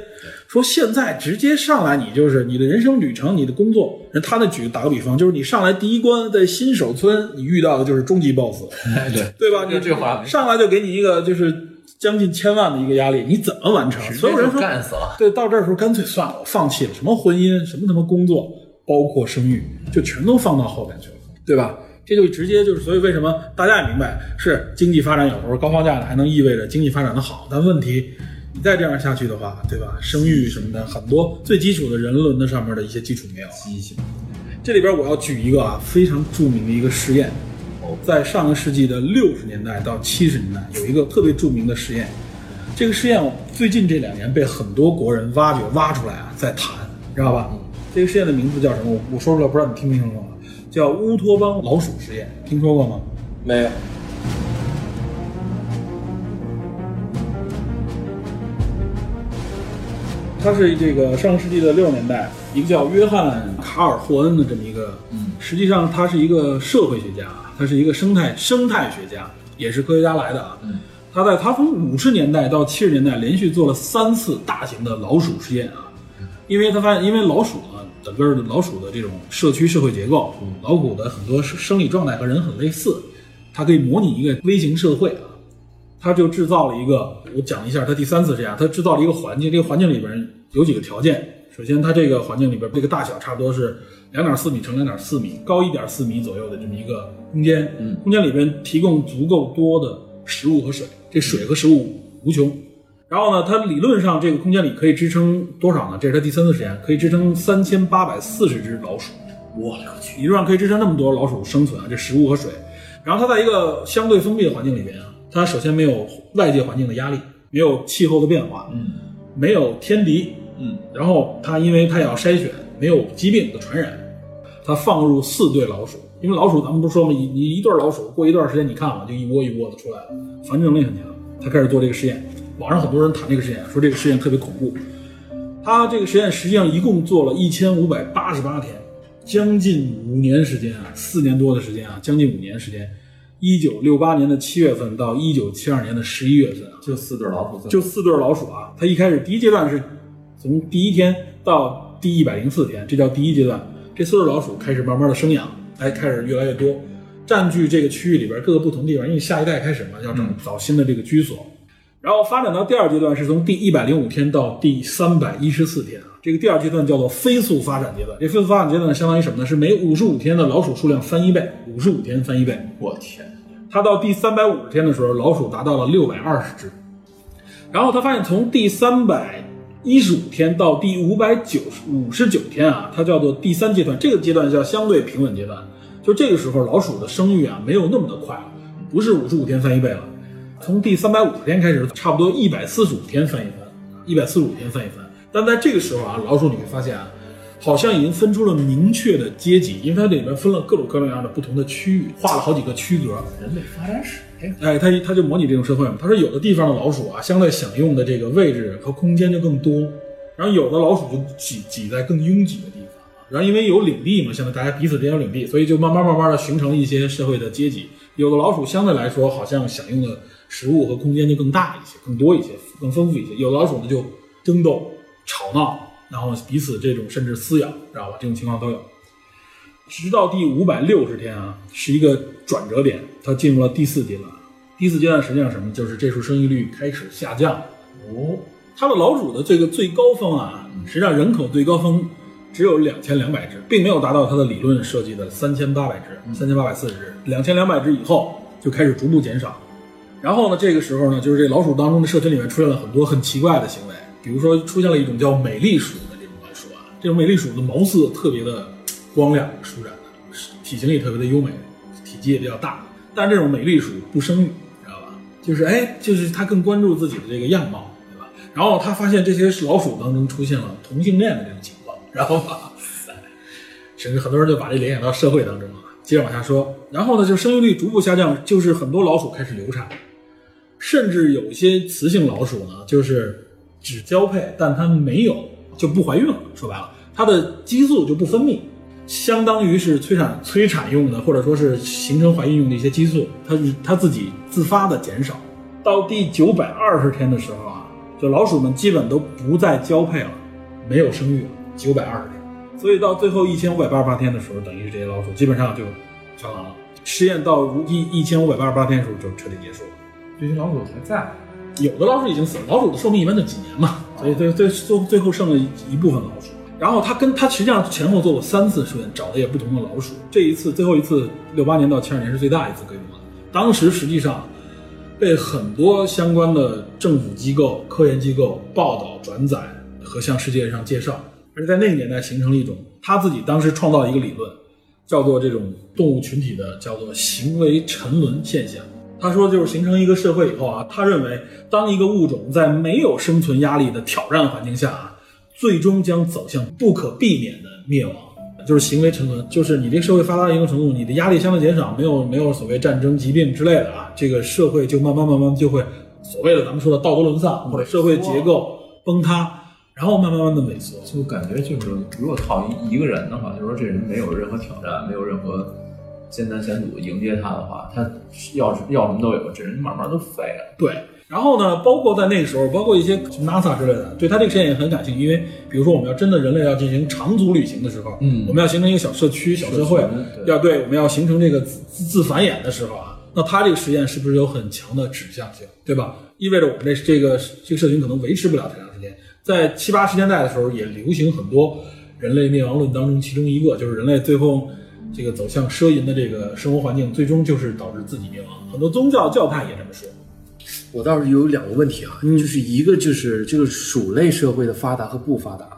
B: 说现在直接上来，你就是你的人生旅程，你的工作。人他那举打个比方，就是你上来第一关在新手村，你遇到的就是终极 BOSS，
C: 对，
B: 对吧？你
C: 这话
B: 上来就给你一个就是将近千万的一个压力，你怎么完成？所有人说，
C: 干死了。
B: 对，到这儿的时候干脆算了，我放弃了什么婚姻，什么他妈工作，包括生育，就全都放到后边去了，对吧？这就直接就是，所以为什么大家也明白，是经济发展有时候高房价还能意味着经济发展的好，但问题你再这样下去的话，对吧？生育什么的，很多最基础的人伦的上面的一些基础没有了。
C: 畸形，
B: 这里边我要举一个啊非常著名的一个实验，在上个世纪的六十年代到七十年代有一个特别著名的实验，这个实验最近这两年被很多国人挖掘挖出来啊，在谈，知道吧？这个实验的名字叫什么？我我说出来不知道你听没听说过，啊叫乌托邦老鼠实验，听说过吗？
A: 没有，
B: 他是这个上世纪的六十年代，一个叫约翰·卡尔霍恩的这么一个，实际上他是一个社会学家，他是一个生态生态学家，也是科学家来的啊。他在他从五十年代到七十年代连续做了三次大型的老鼠实验啊，因为他发现，因为老鼠呢，整个的老鼠的这种社区社会结构，老虎的很多生理状态和人很类似，它可以模拟一个微型社会啊。他就制造了一个，我讲一下他第三次实验，他制造了一个环境，这个环境里边有几个条件。首先，它这个环境里边这个大小差不多是两点四米乘两点四米，高一点四米左右的这么一个空间。嗯，空间里边提供足够多的食物和水，这水和食物无穷。然后呢，它理论上这个空间里可以支撑多少呢？这是它第三次实验，可以支撑三千八百四十只老鼠。我勒个去！理论上可以支撑那么多老鼠生存啊，这食物和水。然后它在一个相对封闭的环境里边啊，它首先没有外界环境的压力，没有气候的变化，嗯，没有天敌，
C: 嗯，
B: 然后它因为它也要筛选，没有疾病的传染，它放入四对老鼠，因为老鼠咱们不是说嘛，你你一对老鼠过一段时间你看嘛，就一窝一窝的出来了，繁殖能力很强。他开始做这个实验，网上很多人谈这个实验，说这个实验特别恐怖。他这个实验实际上一共做了一千五百八十八天，将近五年时间啊，四年多的时间啊，将近五年时间。一九六八年的七月份到一九七二年的十一月份啊，
C: 就四对老鼠，
B: 就四对老鼠啊。它一开始第一阶段是从第一天到第一百零四天，这叫第一阶段。这四对老鼠开始慢慢的生养，哎，开始越来越多，占据这个区域里边各个不同地方，因为下一代开始嘛，要找
C: 嗯
B: 找新的这个居所。然后发展到第二阶段是从第一百零五天到第三百一十四天啊，这个第二阶段叫做飞速发展阶段。这飞速发展阶段相当于什么呢？是每五十五天的老鼠数量翻一倍，五十五天翻一倍。
C: 我天，
B: 它到第三百五十天的时候，老鼠达到了六百二十只。然后他发现，从第三百一十五天到第五百九十五十九天啊，它叫做第三阶段，这个阶段叫相对平稳阶段。就这个时候，老鼠的生育啊没有那么的快了，不是五十五天翻一倍了。从第三百五十天开始，差不多一百四十五天翻一番，一百四十五天翻一番。但在这个时候啊，老鼠你会发现啊，好像已经分出了明确的阶级，因为它里面分了各种各样的不同的区域，画了好几个区隔。
C: 人类发展史，哎
B: 哎，他他就模拟这种社会嘛。他说有的地方的老鼠啊，相对享用的这个位置和空间就更多，然后有的老鼠就挤挤在更拥挤的地方。啊然后因为有领地嘛，现在大家彼此之间有领地，所以就慢慢慢慢的形成一些社会的阶级。有的老鼠相对来说好像享用的食物和空间就更大一些、更多一些、更丰富一些。有的老鼠呢就争斗、吵闹，然后彼此这种甚至撕咬，知道吧？这种情况都有。直到第五百六十天啊，是一个转折点，它进入了第四阶段。第四阶段实际上什么？就是这数生育率开始下降。哦，它的老鼠的这个最高峰啊，实际上人口最高峰只有两千两百只，并没有达到它的理论设计的三千八百只、三千八百四十只。两千两百只以后就开始逐步减少。然后呢，这个时候呢，就是这老鼠当中的社群里面出现了很多很奇怪的行为，比如说出现了一种叫美丽鼠的这种老鼠啊，这种美丽鼠的毛色特别的光亮舒展的，体型也特别的优美，体积也比较大，但是这种美丽鼠不生育，你知道吧？就是哎，就是它更关注自己的这个样貌，对吧？然后他发现这些老鼠当中出现了同性恋的这种情况，然后 吧，甚至很多人就把这联想到社会当中啊。接着往下说，然后呢，就生育率逐步下降，就是很多老鼠开始流产，甚至有一些雌性老鼠呢，就是只交配，但它没有就不怀孕了。说白了，它的激素就不分泌，相当于是催产催产用的，或者说是形成怀孕用的一些激素，它它自己自发的减少。到第九百二十天的时候啊，就老鼠们基本都不再交配了，没有生育了，九百二十天。所以到最后一千五百八十八天的时候，等于是这些老鼠基本上就全完了。实验到如一一千五百八十八天的时候就彻底结束了。
C: 这些老鼠还在，
B: 有的老鼠已经死了，老鼠的寿命一般就几年嘛，所以最最最最后剩了一部分老鼠。然后他跟他实际上前后做过三次实验，找的也不同的老鼠。这一次最后一次，六八年到七二年是最大一次规模的。当时实际上被很多相关的政府机构、科研机构报道、转载和向世界上介绍，而且在那个年代形成了一种他自己当时创造了一个理论，叫做这种动物群体的叫做行为沉沦现象。他说，就是形成一个社会以后啊，他认为当一个物种在没有生存压力的挑战环境下啊，最终将走向不可避免的灭亡，就是行为沉沦，就是你这个社会发达到一定程度，你的压力相对减少，没有没有所谓战争、疾病之类的啊，这个社会就慢慢慢慢就会所谓的咱们说的道德沦丧或者社会结构崩塌，然后慢慢慢的萎缩。
C: 就感觉就是，如果套一一个人的话，就说这人没有任何挑战，没有任何艰难险阻迎接他的话，他要要什么都有，这人慢慢都废了。
B: 对，然后呢，包括在那个时候，包括一些什么 NASA 之类的，对他这个实验也很感兴趣，因为比如说我们要真的人类要进行长足旅行的时候，
C: 嗯
B: 我们要形成一个小社区、小社会
C: 社，群对
B: 要对我们要形成这个自自自繁衍的时候啊，那他这个实验是不是有很强的指向性，对吧？意味着我们这这个这个社群可能维持不了太长时间，在七八十年代的时候也流行很多人类灭亡论当中其中一个，就是人类最后。这个走向奢淫的这个生活环境，最终就是导致自己灭亡。很多宗教教派也这么说。
A: 我倒是有两个问题啊，就是一个就是这个鼠类社会的发达和不发达，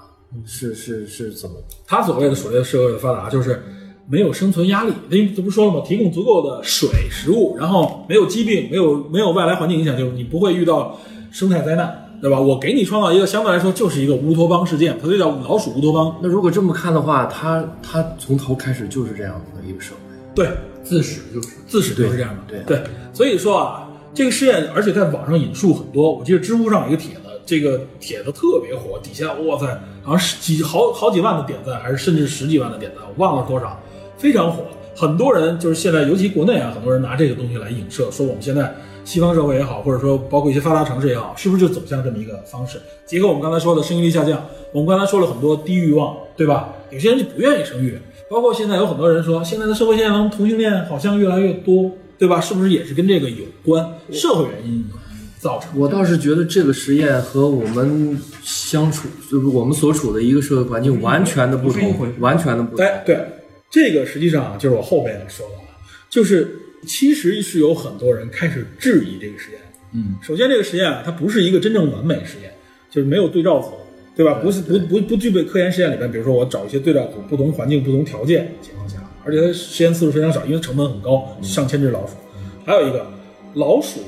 A: 是是是怎么？
B: 他所谓的所谓的社会的发达，就是没有生存压力，因为这不说了吗？提供足够的水、食物，然后没有疾病，没有没有外来环境影响，就是你不会遇到生态灾难，对吧？我给你创造一个相对来说就是一个乌托邦事件，它就叫老鼠乌托邦。
A: 那如果这么看的话，它它从头开始就是这样子的一个社会。
B: 对，
C: 自始就是
B: 自始就是这样的。
A: 对
B: 对所以说啊，这个试验，而且在网上引述很多，我记得知乎上有一个帖子，这个帖子特别火，底下哇塞，好像十几好好几万的点赞，还是甚至十几万的点赞，我忘了多少，非常火。很多人就是现在，尤其国内啊，很多人拿这个东西来影射，说我们现在西方社会也好，或者说包括一些发达城市也好，是不是就走向这么一个方式？结合我们刚才说的生育率下降，我们刚才说了很多低欲望，对吧？有些人就不愿意生育，包括现在有很多人说，现在的社会现象中同性恋好像越来越多，对吧？是不是也是跟这个有关？社会原因造成的？
A: 我倒是觉得这个实验和我们相处，就是我们所处的一个社会环境完全的不
C: 不是一回
A: 同，完全的不同。
B: 哎，对，这个实际上啊，就是我后面要说的，啊，就是其实是有很多人开始质疑这个实验。
C: 嗯，
B: 首先这个实验啊，它不是一个真正完美实验，就是没有对照组，对吧？不是不不不具备科研实验里边，比如说我找一些对照组，不同环境、不同条件情况下，而且它实验次数非常少，因为成本很高，上千只老鼠。还有一个，老鼠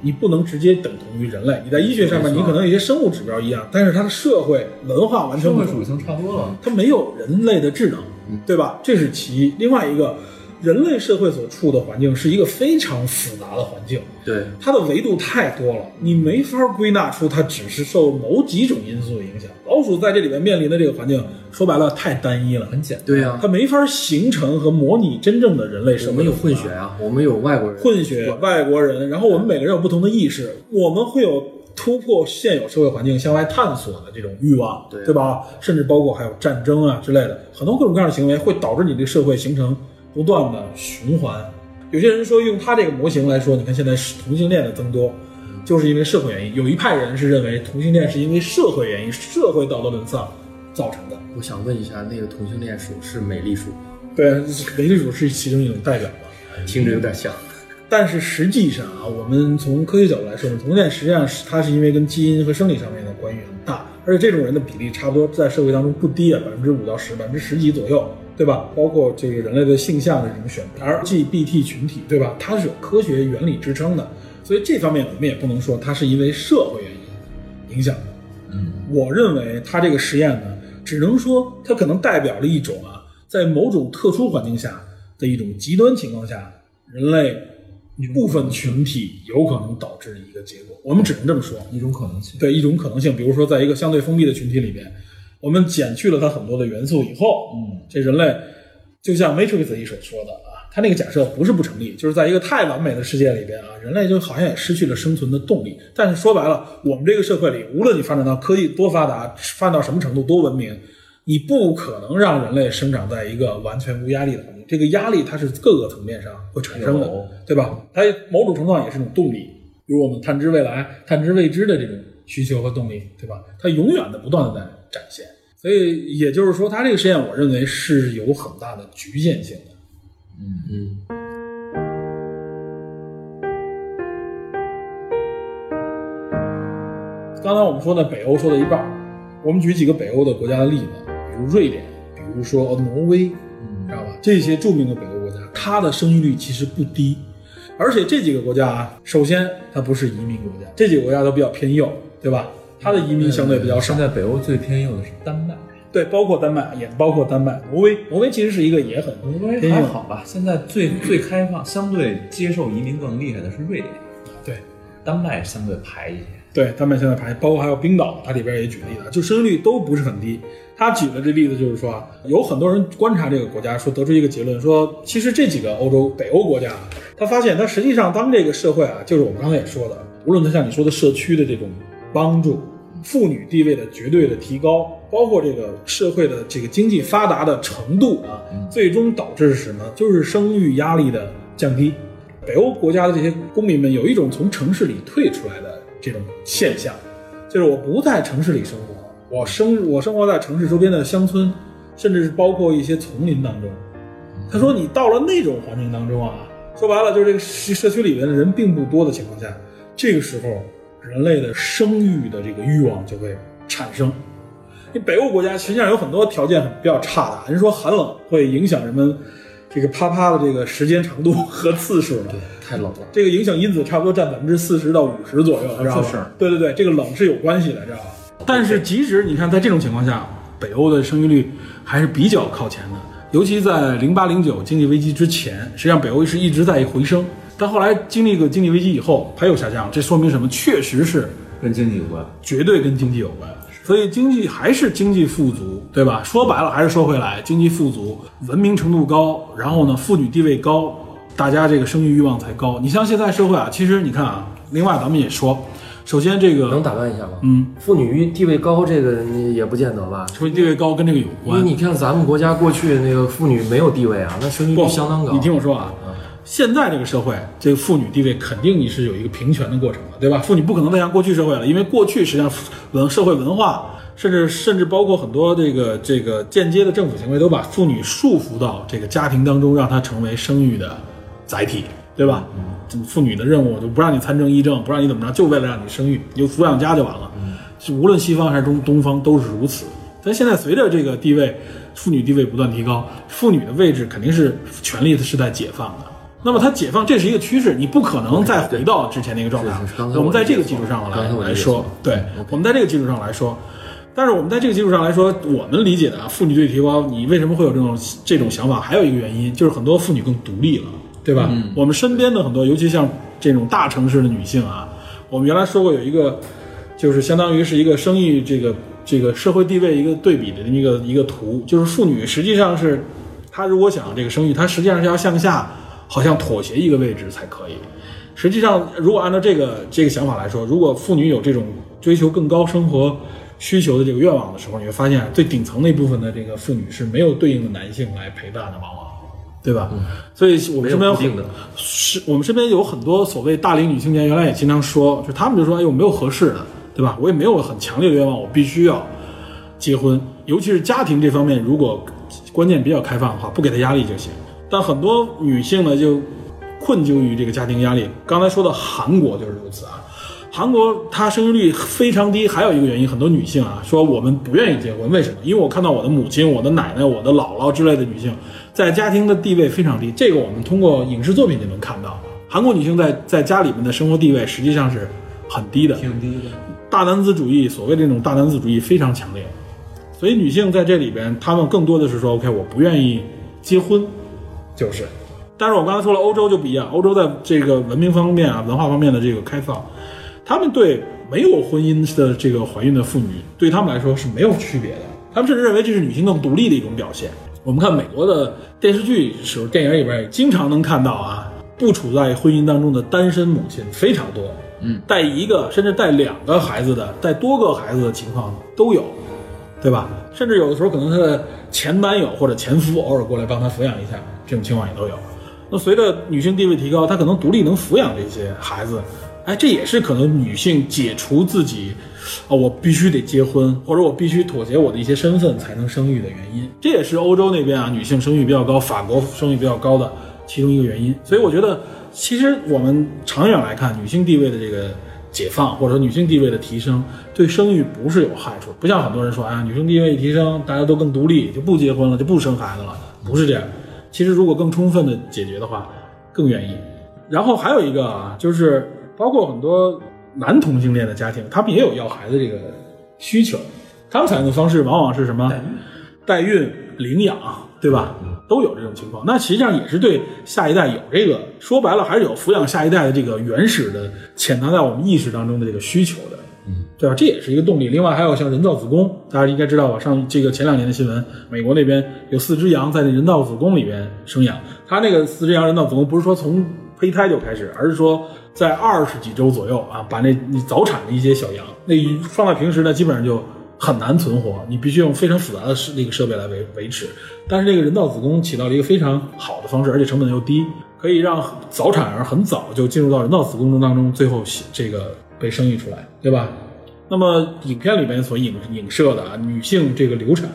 B: 你不能直接等同于人类，你在医学上面
C: 没
B: 你
C: 错
B: 可能有一些生物指标一样，但是它的社会文化完全
C: 社
B: 不
C: 会
B: 同。
C: 属性差不多了。
B: 它没有人类的智能，对吧？这是其一。另外一个，人类社会所处的环境是一个非常复杂的环境，
A: 对，
B: 它的维度太多了，你没法归纳出它只是受某几种因素影响。老鼠在这里面面临的这个环境，说白了太单一了，
C: 很简单，
A: 对呀、
B: 它没法形成和模拟真正的人类社
A: 我
B: 会。
A: 们有混血啊，我们有外国人，
B: 混血外国人，然后我们每个人有不同的意识，我们会有突破现有社会环境向外探索的这种欲望，
A: 对
B: 对吧？甚至包括还有战争啊之类的，很多各种各样的行为会导致你这个社会形成不断的循环。有些人说用他这个模型来说，你看现在是同性恋的增多，就是因为社会原因。有一派人是认为同性恋是因为社会原因、社会道德沦丧造成的。
A: 我想问一下，那个同性恋鼠是美丽鼠吗，
B: 对，雷利主是其中一种代表吧。
A: 听着有点像。
B: 但是实际上啊，我们从科学角度来说，同性恋实际上是它是因为跟基因和生理上面的关系很大，而且这种人的比例差不多在社会当中不低啊，百分之五到十，百分之十几左右，对吧？包括这个人类的性向的这种选择，LGBT 群体，对吧？它是有科学原理支撑的，所以这方面我们也不能说它是因为社会原因影响的。
C: 嗯，
B: 我认为他这个实验呢，只能说它可能代表了一种啊，在某种特殊环境下的一种极端情况下，人类部分群体有可能导致的一个结果。我们只能这么说，
C: 一种可能性。
B: 对一种可能性，比如说在一个相对封闭的群体里边，我们减去了它很多的元素以后，
C: 嗯，
B: 这人类就像 Matrix 一所说的啊，他那个假设不是不成立，就是在一个太完美的世界里边啊，人类就好像也失去了生存的动力。但是说白了，我们这个社会里，无论你发展到科技多发达，发展到什么程度，多文明，你不可能让人类生长在一个完全无压力的环境。这个压力它是各个层面上会产生的
C: 有，
B: 对吧？它某种程度上也是一种动力，比如我们探知未来、探知未知的这种需求和动力，对吧？它永远的不断的在展现。所以也就是说，他这个实验，我认为是有很大的局限性的。
A: 嗯，
B: 刚才我们说呢，北欧说到一半儿，我们举几个北欧的国家的例子，比如瑞典，比如说挪威，
C: 嗯
B: 你知道吧？这些著名的北欧国家，它的生育率其实不低，而且这几个国家啊，首先它不是移民国家，这几个国家都比较偏右，对吧？它的移民相对比较少
C: 嗯现，在北欧最偏右的是丹麦，
B: 对，包括丹麦，也包括丹麦、挪威。挪威其实是一个也很
C: 挪威还好吧？现在最最开放、相对接受移民更厉害的是瑞典，
B: 对，
C: 丹麦相对排一些。
B: 对，丹麦现在排，包括还有冰岛，它里边也举例了，就生育率都不是很低。他举了这例子就是说啊，有很多人观察这个国家，说得出一个结论，说其实这几个欧洲北欧国家，他发现他实际上当这个社会啊，就是我们刚才也说的，无论他像你说的社啊区的这种帮助，妇女地位的绝对的提高，包括这个社会的这个经济发达的程度啊，最终导致是什么？就是生育压力的降低。北欧国家的这些公民们有一种从城市里退出来的这种现象，就是我不在城市里生活，我生我生活在城市周边的乡村，甚至是包括一些丛林当中。他说，你到了那种环境当中啊，说白了就是这个社社区里面的人并不多的情况下，这个时候人类的生育的这个欲望就会产生。因为北欧国家实际上有很多条件很比较差的，人说寒冷会影响人们这个啪啪的这个时间长度和次数的。
A: 嗯太冷了。
B: 这个影响因子差不多占百分之四十到五十左右，知道吧
C: 是？
B: 对对对，这个冷是有关系的，知道吧？但是即使你看，在这种情况下，北欧的生育率还是比较靠前的，尤其在零八零九经济危机之前，实际上北欧是一直在回升，但后来经历过经济危机以后，它又下降，这说明什么？确实是
C: 跟经济有关。
B: 绝对跟经济有关。所以经济还是经济富足，对吧？说白了，还是说回来，经济富足，文明程度高，然后呢，妇女地位高，大家这个生育欲望才高。你像现在社会啊，其实你看啊，另外咱们也说，首先这
A: 能
B: 个
A: 打断一下吗？
B: 嗯，
A: 妇女地位高，这个你也不见得吧？
B: 社会地位高跟这个有
A: 因为
B: 关。
A: 你看咱们国家过去那个妇女没有地位啊，那生育率
B: 不
A: 相当高。
B: 你听我说啊。现在这个社会，这个妇女地位肯定你是有一个平权的过程的，对吧？妇女不可能再像过去社会了，因为过去实际上文社会文化，甚至甚至包括很多这个这个间接的政府行为，都把妇女束缚到这个家庭当中，让她成为生育的载体，对吧？这妇女的任务就不让你参政议政，不让你怎么着，就为了让你生育，你就抚养家就完了。是无论西方还是中东方都是如此。但现在随着这个地位，妇女地位不断提高，妇女的位置肯定是权利是在解放的。那么它解放，这是一个趋势，你不可能再回到之前那个状态
A: 是是是刚。才
B: 我们
A: 我
B: 在
A: 理解
B: 这个基础上
A: 刚才我理
B: 来
A: 解
B: 来说
A: 错，
B: 对，我们在这个基础上来说，但是我们在这个基础上来说，我们理解的啊，妇女地位提高，你为什么会有这种这种想法？还有一个原因就是很多妇女更独立了，对吧？我们身边的很多，尤其像这种大城市的女性啊，我们原来说过有一个，就是相当于是一个生育这个这个社会地位一个对比的一个一个图，就是妇女实际上是她如果想这个生育，她实际上是要向下，好像妥协一个位置才可以。实际上，如果按照这个这个想法来说，如果妇女有这种追求更高生活需求的这个愿望的时候，你会发现最顶层那部分的这个妇女是没有对应的男性来陪伴的，往往，对吧？所以我们
A: 没有
B: 身边有
A: 固
B: 很
A: 定的，
B: 是我们身边有很多所谓大龄女青年，原来也经常说，就他们就说，哎，我没有合适的，对吧？我也没有很强烈的愿望，我必须要结婚，尤其是家庭这方面，如果观念比较开放的话，不给她压力就行。但很多女性呢，就困窘于这个家庭压力。刚才说的韩国就是如此啊，韩国它生育率非常低，还有一个原因，很多女性啊说我们不愿意结婚，为什么？因为我看到我的母亲、我的奶奶、我的姥姥之类的女性在家庭的地位非常低，这个我们通过影视作品就能看到，啊韩国女性在在家里面的生活地位实际上是很低的，
C: 挺低的，
B: 大男子主义，所谓的这种大男子主义非常强烈，所以女性在这里边，她们更多的是说，OK，我不愿意结婚，就是。但是我刚才说了，欧洲就不一样，欧洲在这个文明方面啊、文化方面的这个开放，他们对没有婚姻的这个怀孕的妇女，对他们来说是没有区别的。他们甚至认为这是女性更独立的一种表现。我们看美国的电视剧、时候，电影里边也经常能看到啊， 不处在婚姻当中的单身母亲非常多，嗯，带一个甚至带两个孩子的、带多个孩子的情况都有。对吧？甚至有的时候可能她的前男友或者前夫偶尔过来帮她抚养一下，这种情况也都有。那随着女性地位提高，她可能独立能抚养这些孩子，哎，这也是可能女性解除自己，啊、我必须得结婚，或者我必须妥协我的一些身份才能生育的原因。这也是欧洲那边啊，女性生育比较高，法国生育比较高的其中一个原因。所以我觉得，其实我们长远来看，女性地位的这个解放，或者说女性地位的提升，对生育不是有害处。不像很多人说啊，女性地位提升，大家都更独立，就不结婚了，就不生孩子了，不是这样。其实如果更充分的解决的话，更愿意。然后还有一个啊，就是包括很多男同性恋的家庭，他们也有要孩子这个需求，他们采用的方式往往是什么？代孕、领养，对吧？都有这种情况。那实际上也是对下一代有这个，说白了还是有抚养下一代的这个原始的潜藏在我们意识当中的这个需求的。对吧？这也是一个动力。另外还有像人造子宫，大家应该知道吧？上这个前两年的新闻，美国那边有四只羊在那人造子宫里边生养。它那个四只羊人造子宫不是说从胚胎就开始，而是说在二十几周左右啊，把那你早产的一些小羊，那放在平时呢，基本上就很难存活，你必须用非常复杂的设那个设备来维维持。但是这个人造子宫起到了一个非常好的方式，而且成本又低，可以让早产儿很早就进入到人造子宫当中，最后这个被生育出来，对吧？那么影片里面所影影射的啊，女性这个流产，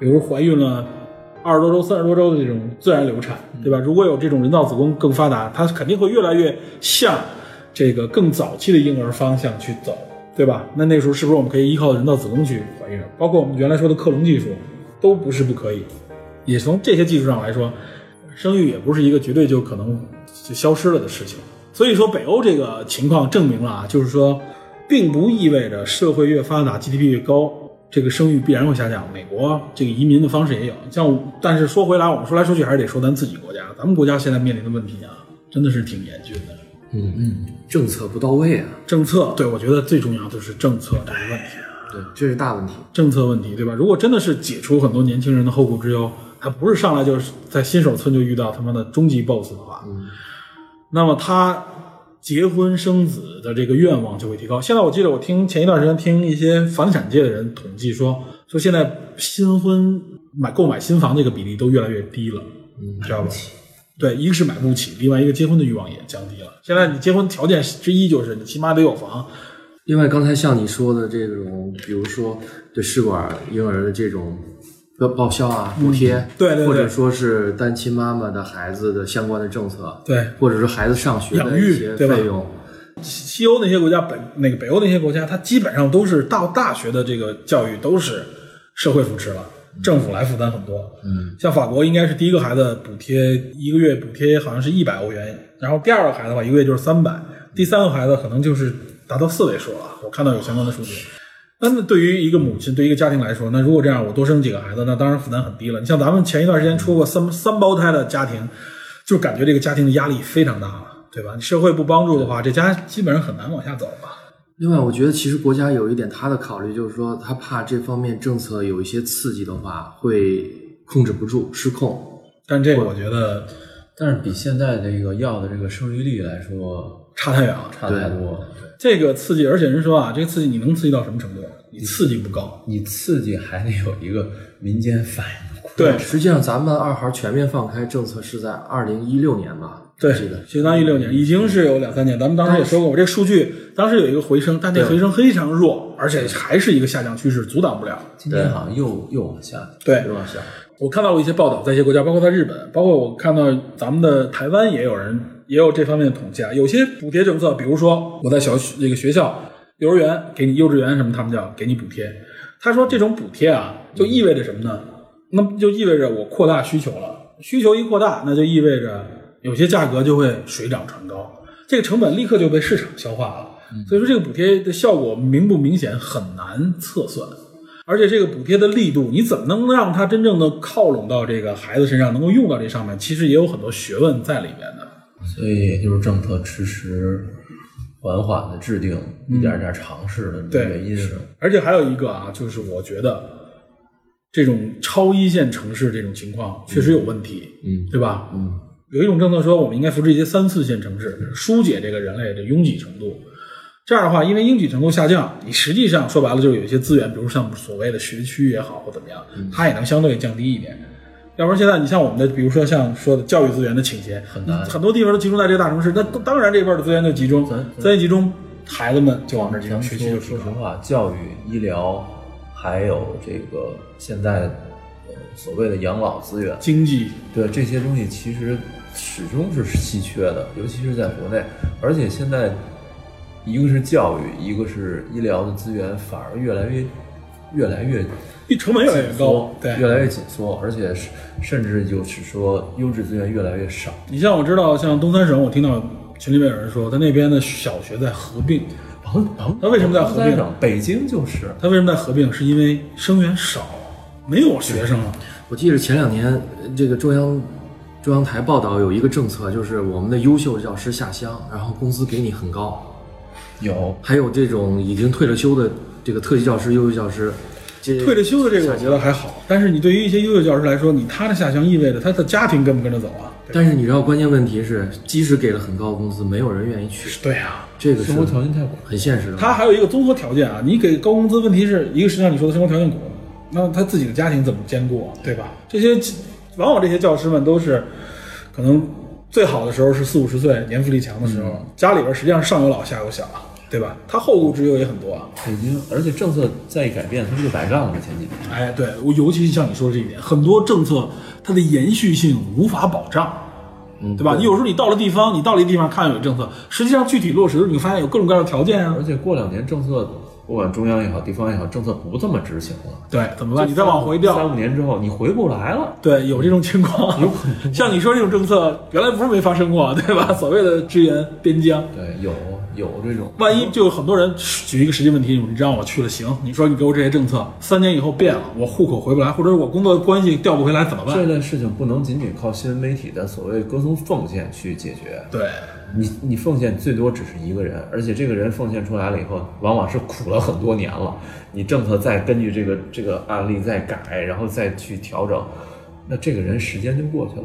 B: 比如怀孕了二十多周、三十多周的这种自然流产，对吧？如果有这种人造子宫更发达，它肯定会越来越向这个更早期的婴儿方向去走，对吧？那那时候是不是我们可以依靠人造子宫去怀孕？包括我们原来说的克隆技术，都不是不可以。也从这些技术上来说，生育也不是一个绝对就可能就消失了的事情。所以说，北欧这个情况证明了啊，就是说，并不意味着社会越发达、GDP 越高，这个生育必然会下降。美国这个移民的方式也有，像但是说回来，我们说来说去还是得说咱自己国家，咱们国家现在面临的问题啊，真的是挺严峻的。
A: 嗯政策不到位啊，
B: 政策，对我觉得最重要就是政策这个问题。
A: 对，这是大问题。
B: 政策问题，对吧？如果真的是解除很多年轻人的后顾之忧，他不是上来就是在新手村就遇到他妈的终极 BOSS 的话，那么他结婚生子的这个愿望就会提高。现在我记得我听前一段时间听一些房地产界的人统计说，说现在新婚买购买新房这个比例都越来越低了，知道吧？对，一个是买不起，另外一个结婚的欲望也降低了。现在你结婚条件之一就是你起码得有房，
A: 另外，刚才像你说的这种，比如说对试管婴儿的这种报报销啊、补贴，
B: 对对对
A: 或者说是单亲妈妈的孩子的相关的政策，
B: 对
A: 或者是孩子上学
B: 养
A: 的
B: 育
A: 一些
B: 对吧
A: 费用，
B: 西欧那些国家，北那个北欧那些国家，它基本上都是到大学的这个教育都是社会扶持了，政府来负担很多。嗯，像法国应该是第一个孩子补贴一个月补贴好像是一百欧元，然后第二个孩子的话一个月就是三百，第三个孩子可能就是达到四位数了。我看到有相关的数据。那么对于一个母亲，对于一个家庭来说，那如果这样，我多生几个孩子，那当然负担很低了。你像咱们前一段时间出过三三胞胎的家庭，就感觉这个家庭的压力非常大了，对吧？你社会不帮助的话，这家基本上很难往下走啊吧？
A: 另外，我觉得其实国家有一点他的考虑，就是说他怕这方面政策有一些刺激的话，会控制不住、失控。
B: 但这个我觉得
C: 但是比现在这个药的这个生育率来说
B: 差太远了。
C: 差太多了。
B: 这个刺激，而且人说啊，这个刺激你能刺激到什么程度？啊你刺激不高。
C: 你刺激还得有一个民间反应的过
B: 对
C: 程。
A: 实际上，咱们二孩全面放开政策是在二零一六年吧？
B: 对
A: 记得，
B: 相当于六年，已经是有两三年。咱们当时也说过，我这个数据当时有一个回升，但这
A: 对
B: 回升非常弱，而且还是一个下降趋势，阻挡不了。
C: 今天好像又又往下。
B: 对，
A: 是吧？小
B: 我看到过一些报道，在一些国家，包括在日本，包括我看到咱们的台湾也有人也有这方面的统计啊。有些补贴政策，比如说我在小学这个学校、幼儿园给你幼稚园什么，他们叫给你补贴。他说这种补贴啊，就意味着什么呢？那么就意味着我扩大需求了，需求一扩大，那就意味着有些价格就会水涨船高，这个成本立刻就被市场消化了。所以说这个补贴的效果明不明显很难测算。而且这个补贴的力度，你怎么能让它真正的靠拢到这个孩子身上，能够用到这上面，其实也有很多学问在里面的。
C: 所以也就是政策迟迟缓缓的制定，一点一点尝试的这个原因是，
B: 而且还有一个啊，就是我觉得这种超一线城市这种情况确实有问题，
A: 嗯，
B: 对吧？嗯，有一种政策说我们应该扶持一些三四线城市，疏解这个人类的拥挤程度。这样的话，因为拥挤程度下降，你实际上说白了就是有一些资源，比如像所谓的学区也好或怎么样，它也能相对降低一点。要不然现在你像我们的，比如说像说的教育资源的倾斜，很
C: 难
B: 很多地方都集中在这个大城市，那都当然这边的资源就集中，资源集中，孩子们就往这儿集中，学习就
C: 说
B: 集
C: 说
B: 中
C: 实话，教育、医疗，还有这个现在呃所谓的养老资源，
B: 经济
C: 对这些东西其实始终是稀缺的，尤其是在国内。而且现在，一个是教育，一个是医疗的资源，反而越来越越来越
B: 一成本越来越高，对，
C: 越来越紧缩，而且是甚至就是说优质资源越来越少。
B: 你像我知道，像东三省，我听到群里面有人说，他那边的小学在合并，那为什么在合并
C: 省？北京就是
B: 他为什么在合并？是因为生源少，没有学生了。
A: 我记得前两年呃这个中央中央台报道有一个政策，就是我们的优秀教师下乡，然后工资给你很高，
C: 有
A: 还有这种已经退了休的这个特级教师、优秀教师，这
B: 退了休的这个我觉得还好，但是你对于一些优秀教师来说，你他的下乡意味着他的家庭跟不跟着走啊？
A: 但是你知道，关键问题是，即使给了很高工资，没有人愿意去，
B: 对啊，
A: 这个是
C: 生活条件太苦，
A: 很现实的。
B: 他还有一个综合条件啊，你给高工资，问题是一个是像你说的生活条件苦，那他自己的家庭怎么兼顾啊？对吧？这些往往这些教师们都是可能最好的时候是四五十岁，年富力强的时候，家里边实际上上有老下有小啊，对吧？他后顾之忧也很多啊。
C: 北京，而且政策再一改变，它不就白干了吗？前几年
B: 哎，对我尤其是像你说的这一点，很多政策它的延续性无法保障，
A: 嗯
B: 对吧？你有时候你到了地方，你到了一个地方看有政策，实际上具体落实，你会发现有各种各样的条件啊
C: 而。且过两年政策，不管中央也好，地方也好，政策不这么执行了。
B: 对，怎么办？你再往回调，
C: 三五年之后，你回不来了。
B: 对，有这种情况。像你说这种政策，原来不是没发生过，对吧？所谓的支援边疆，
C: 对，有有这种，
B: 万一就有很多人举一个实际问题，你让我去了，行，你说你给我这些政策，三年以后变了，我户口回不来，或者是我工作关系调不回来，怎么
C: 这
B: 办？
C: 类事情不能仅仅靠新闻媒体的所谓歌颂奉献去解决。
B: 对，
C: 你你奉献最多只是一个人，而且这个人奉献出来了以后，往往是苦了很多年了。你政策再根据这个这个案例再改，然后再去调整，那这个人时间就过去了，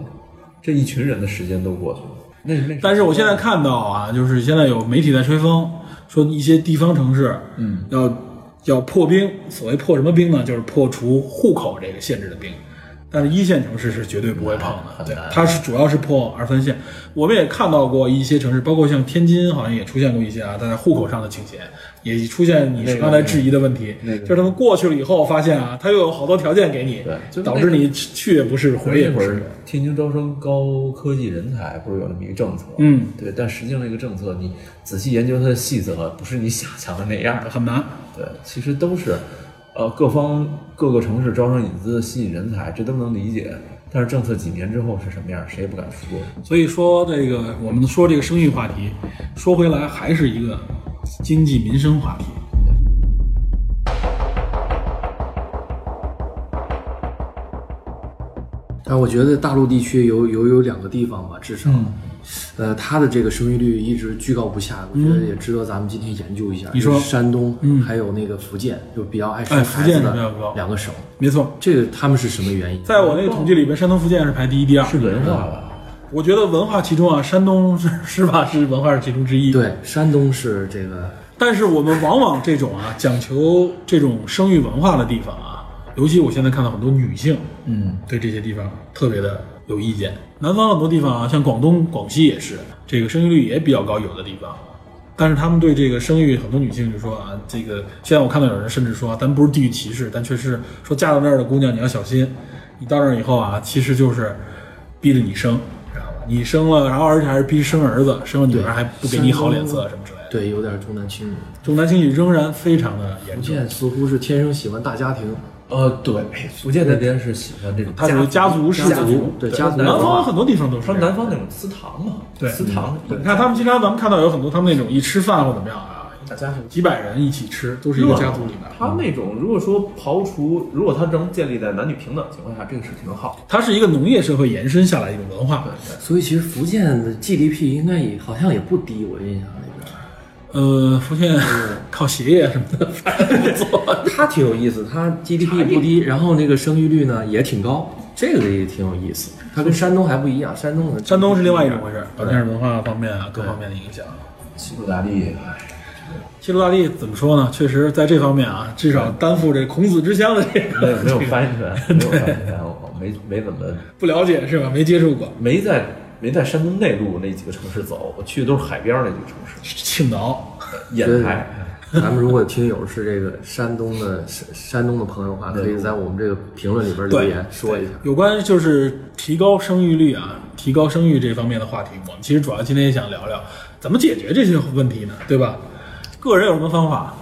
C: 这一群人的时间都过去了。那那
B: 但是我现在看到啊，就是现在有媒体在吹风，说一些地方城市，嗯，要要破冰，所谓破什么冰呢？就是破除户口这个限制的冰。但是一线城市是绝对不会碰的，
C: 很
B: 对
C: 难，
B: 它是主要是破二三线。我们也看到过一些城市，包括像天津，好像也出现过一些啊，它在户口上的倾斜，也出现你刚才质疑的问题，就是他们过去了以后发现啊，他又有好多条件给你
C: 对，就是
B: 导
C: 那
B: 致
C: 个
B: 你去也不是，回也
C: 那
B: 不
C: 会
B: 是
C: 儿。天津招生高科技人才，不是有那么一个政策？
B: 嗯，
C: 对。但实际上那个政策，你仔细研究它的细则，不是你想象的那样的。
B: 很难，
C: 对，其实都是，呃，各方各个城市招商引资、吸引人才，这都能理解。但是政策几年之后是什么样，谁也不敢说。
B: 所以说，这个我们说这个生育话题，说回来还是一个经济民生话题。
A: 但我觉得大陆地区有有有两个地方吧，至少，
B: 嗯
A: 呃，它的这个生育率一直居高不下，我觉得也值得咱们今天研究一下。
B: 嗯你说
A: 就是山东，
B: 嗯
A: 还有那个福建，就比较爱
B: 哎
A: 生
B: 福
A: 孩
B: 建
A: 子
B: 是比较高
A: 的两个省，
B: 没错，
A: 这个他们是什么原因？
B: 在我那个统计里边，山东、福建是排第一、第二。
C: 是文化啊吧？
B: 我觉得文化其中啊，山东是 是吧？是文化是其中之一。，
A: 对，山东是这个
B: 但是我们往往这种啊，讲求这种生育文化的地方啊，尤其我现在看到很多女性，
C: 嗯，
B: 对这些地方特别的有意见。南方很多地方啊，像广东、广西也是，这个生育率也比较高，有的地方。但是他们对这个生育，很多女性就说啊，这个现在我看到有人甚至说，啊咱不是地域歧视，但确实说嫁到那儿的姑娘你要小心，你到那儿以后啊，其实就是逼着你生，知道吧？你生了，然后而且还是逼生儿子，生了女儿还不给你好脸色什么之类的。
A: 对，有点重男轻女。
B: 重男轻女仍然非常的严
A: 福
B: 重，
A: 建似乎是天生喜欢大家庭，
C: 呃，对，福建那边是喜欢这种
B: 它属于家族式
A: 家族对家族
B: 南方很多地方都是这
C: 说
B: 样
C: 南方那种祠堂嘛，
B: 对
C: 祠堂。
B: 你看他们经常咱们看到有很多他们那种一吃饭或怎么样啊，
C: 大家族
B: 几百人一起吃，都是一个家族里面。
C: 他那种如果说刨除，如果他能建立在男女平等情况下，这个是挺好的。
B: 它是一个农业社会延伸下来一种文化。
A: 所以其实福建的 GDP 应该也好像也不低，我印象里边。
B: 呃，福建
C: 嗯
B: 靠鞋业什么 的，反正不错。
A: 它挺有意思，它 GDP 也不低，然后那个生育率呢也挺高，这个也挺有意思。它跟山东还不一样，山东可能
B: 山东是另外一种回事，好像是文化方面啊各方面的影响。
C: 西部大地，哎
B: 西罗大利怎么说呢？确实在这方面啊，至少担负这孔子之乡的这
C: 没
B: 个
C: 有没有发言权，没有发言权，我没没怎么
B: 不了解是吧？没接触过
C: 没在没在山东内陆那几个城市走，我去的都是海边儿那几个城市，
B: 青岛，
C: 烟台。
A: 咱们如果听友是这个山东的山山东的朋友的话，可以在我们这个评论里边留言说一下。
B: 有关就是提高生育率啊，提高生育这方面的话题，我们其实主要今天也想聊聊怎么解决这些问题呢，对吧？个人有什么方法？